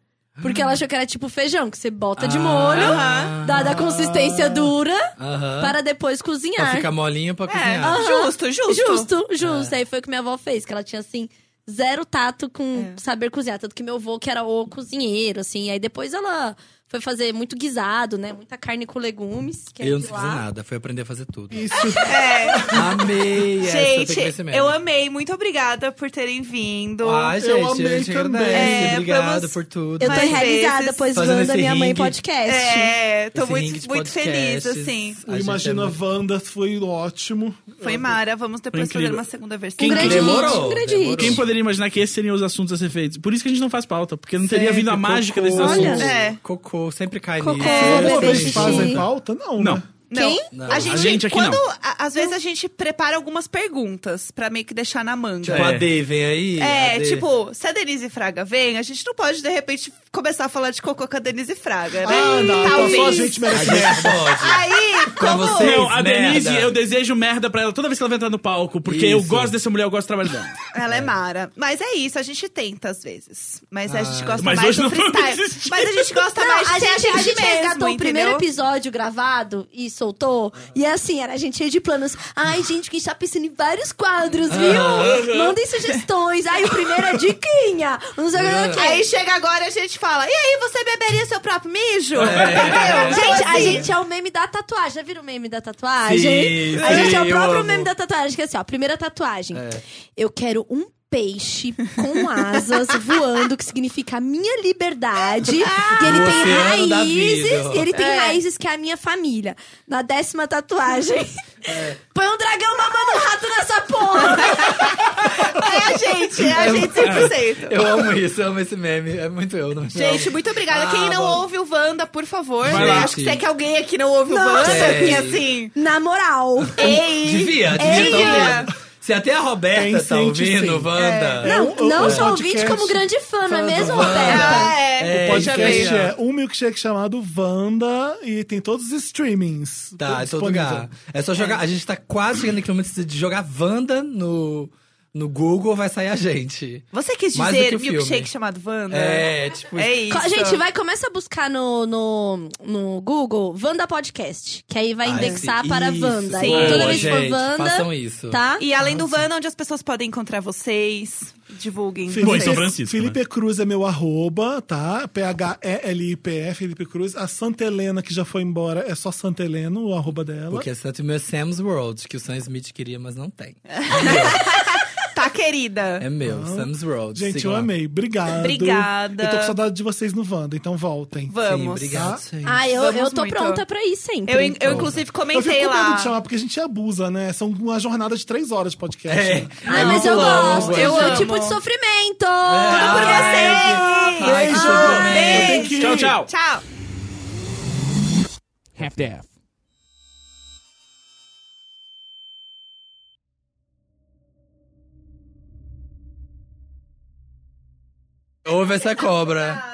S7: Porque ela achou que era tipo feijão, que você bota de
S4: Ah.
S7: molho,
S4: Aham.
S7: dada a consistência dura,
S4: Aham.
S7: para depois
S4: Pra
S7: cozinhar.
S4: ficar molinho pra
S2: É,
S4: cozinhar.
S2: justo, justo. é.
S7: Justo, justo. Aí foi o que minha avó fez, que ela tinha, assim, zero tato
S2: É.
S7: com saber cozinhar. Tanto que meu avô, que era o cozinheiro, assim. Aí depois ela foi fazer muito guisado, né? Muita carne com legumes. Que é
S4: Eu não
S7: de
S4: sei
S7: lá.
S4: fazer nada, foi aprender a fazer tudo.
S5: Isso.
S2: É.
S4: Amei essa, eu tenho que ver
S2: Gente,
S4: esse meme.
S2: eu amei. Muito obrigada por terem vindo.
S4: Ai, Ah, gente,
S5: Eu amei
S4: a gente
S5: também.
S4: agradece.
S2: É,
S4: Obrigado
S2: vamos-
S4: por tudo.
S7: Eu tô
S2: Mais
S7: realizada,
S2: vezes.
S7: pois
S4: Fazendo
S7: Wanda,
S4: esse
S7: minha mãe
S4: ringue.
S7: podcast.
S2: É, tô
S4: Esse ringue de
S2: muito, muito feliz,
S4: podcasts,
S2: assim.
S4: a gente
S5: Imagina
S4: é
S5: a
S4: muito-
S5: Wanda, foi ótimo.
S2: Foi Mara, vamos depois
S1: Foi incrível.
S2: fazer uma segunda versão.
S1: Quem
S7: Um grande
S4: Demorou,
S7: hit, um grande
S4: demorou.
S1: Quem
S7: hit.
S1: poderia imaginar que esses seriam os assuntos a ser feitos? Por isso que a gente não faz pauta, porque não teria
S4: Sempre,
S1: vindo a mágica
S4: cocô.
S1: desses
S7: Olha.
S1: assuntos.
S2: É.
S4: Cocô, sempre cai
S7: Cocô,
S4: nisso.
S7: É,
S5: Alguma
S7: bebê
S5: vez
S7: xixi.
S5: fazem pauta? Não,
S1: Não.
S5: né?
S2: Não.
S7: Quem?
S4: Não.
S2: A, gente,
S1: A gente aqui
S2: quando,
S1: não.
S2: a- às vezes a gente prepara algumas perguntas pra meio que deixar na manga.
S4: Tipo, a D vem aí.
S2: É,
S4: a D.
S2: tipo, se a Denise Fraga vem, a gente não pode, de repente, começar a falar de cocô com a Denise Fraga, né?
S5: Ah, não, então
S2: Talvez.
S5: só a gente
S4: A
S5: merece.
S4: gente pode.
S2: Aí,
S4: Pra
S2: como...
S4: você.
S1: Não, a
S4: Merda.
S1: Denise, eu desejo merda pra ela toda vez que ela vai entrar no palco, porque eu
S4: Isso.
S1: gosto dessa mulher, eu gosto do trabalho dela.
S2: Ela é. mara. Mas é isso, a gente tenta às vezes. Mas a gente gosta
S1: Mas
S2: mais
S1: hoje
S2: do
S1: não vamos
S2: freestyle.
S1: desistir.
S2: Tá, Mas a gente gosta
S7: Não,
S2: mais de
S7: a
S2: ser
S7: gente, a gente
S2: mesmo,
S7: resgatou o primeiro
S2: entendeu?
S7: episódio gravado e soltou.
S4: É.
S7: E assim, era a gente cheio de planos. Ai, gente, que está pensando em vários quadros,
S4: Ah,
S7: viu? Mandem sugestões. Ai, o primeiro é diquinha. Não sei o que.
S2: Aí chega agora e a gente fala: E aí, você beberia seu próprio mijo?
S4: É,
S7: Entendeu?
S2: Entendeu?
S7: Gente,
S2: Então,
S7: a
S2: assim,
S7: gente é o meme da tatuagem. Já viram o meme da tatuagem?
S4: Sim,
S7: a gente é o
S4: sim, eu
S7: próprio
S4: amo. É.
S7: meme da tatuagem. Que é assim, ó, primeira tatuagem. Eu quero um peixe com asas voando, que significa minha liberdade. e ele
S4: O
S7: tem
S4: Ah! oceano da
S7: raízes.
S4: vida.
S7: E ele tem raízes que é a minha família. Na décima tatuagem.
S4: É.
S7: Põe um dragão mamando um rato nessa porra.
S2: É a gente, é a gente 100%.
S4: Eu amo isso, eu amo esse meme. É muito eu, não
S2: Gente, muito obrigada.
S4: Ah,
S2: Quem não
S4: bom.
S2: ouve o Wanda, por favor,
S1: Vai
S2: né?
S1: lá,
S2: Acho que
S4: sim.
S2: sei que alguém aqui não ouve o
S7: Não.
S2: Wanda,
S4: Tem.
S2: que assim.
S7: Na moral.
S5: É,
S4: É.
S2: Ei!
S4: Devia, devia
S2: Ei,
S4: estar
S2: Ian.
S4: ouvindo. Se até a
S5: Quem
S4: Roberta tá
S5: sente,
S4: ouvindo,
S5: sim.
S4: Wanda.
S5: É.
S7: Não,
S5: o-
S7: não
S5: o
S7: só ouvinte,
S5: podcast-
S7: como grande fã,
S4: um
S7: não é
S4: Fã do
S7: mesmo,
S4: Wanda.
S7: Roberta?
S2: Ah, é.
S4: É,
S5: O
S2: Poxa
S4: podcast
S2: vida.
S5: podcast
S4: Veja.
S5: é um milkshake chamado Wanda e tem todos os streamings.
S4: Tá, é
S5: tudo
S4: todo
S5: disponível.
S4: lugar. É só jogar. A gente tá quase chegando aqui no momento de jogar Wanda no, no Google, vai sair a gente.
S2: Você quis
S4: Mais do
S2: dizer
S4: que o filme.
S2: milkshake chamado Wanda?
S4: É, tipo.
S2: É isso.
S7: Co- Gente, vai, começa a buscar no, no, no Google Wanda Podcast, que aí vai
S4: Ah,
S7: indexar
S4: esse-
S7: para
S4: isso,
S7: Wanda. Aí
S4: boa,
S7: toda vez que for
S4: gente,
S7: Wanda,
S4: Façam isso.
S7: tá?
S2: E além do Wanda, onde as pessoas podem encontrar vocês, divulguem.
S5: Felipe-
S1: Bom, em São Francisco,
S5: Felipe
S1: né?
S5: Cruz é meu arroba, tá? P-H-E-L-I-P-E, Felipe Cruz. A Santa Helena, que já foi embora, é só Santa Helena, o arroba dela.
S4: Porque é tanto o meu Sam's World, que o Sam Smith queria, mas não tem.
S2: Tá, querida?
S4: É meu, Sam's World.
S5: Gente,
S4: sigam
S5: eu
S4: lá.
S5: amei. Obrigado.
S2: Obrigada.
S5: Eu tô com saudade de vocês no Wanda, então voltem.
S4: Sim,
S2: Vamos.
S4: obrigado, gente.
S7: Ah, eu,
S2: Vamos
S7: eu tô
S2: muito.
S7: pronta pra ir sempre.
S2: eu, in- eu, inclusive,
S5: Eu fico
S2: comentei
S5: com medo
S2: lá.
S5: de chamar, porque a gente abusa, né? São uma jornada de três horas de podcast.
S4: É.
S5: né?
S7: Ai,
S4: É
S7: mas
S4: muito
S7: eu
S4: longo,
S7: gosto.
S4: é
S7: Eu
S2: gente.
S7: amo. tipo de sofrimento.
S2: É.
S4: Tudo
S5: Ah,
S4: por
S5: é,
S2: Ai,
S4: você! Ai, que sofrimento.
S2: Ah, Beijo.
S1: Tchau, tchau.
S2: Tchau.
S1: Half-death.
S4: Ouve essa cobra.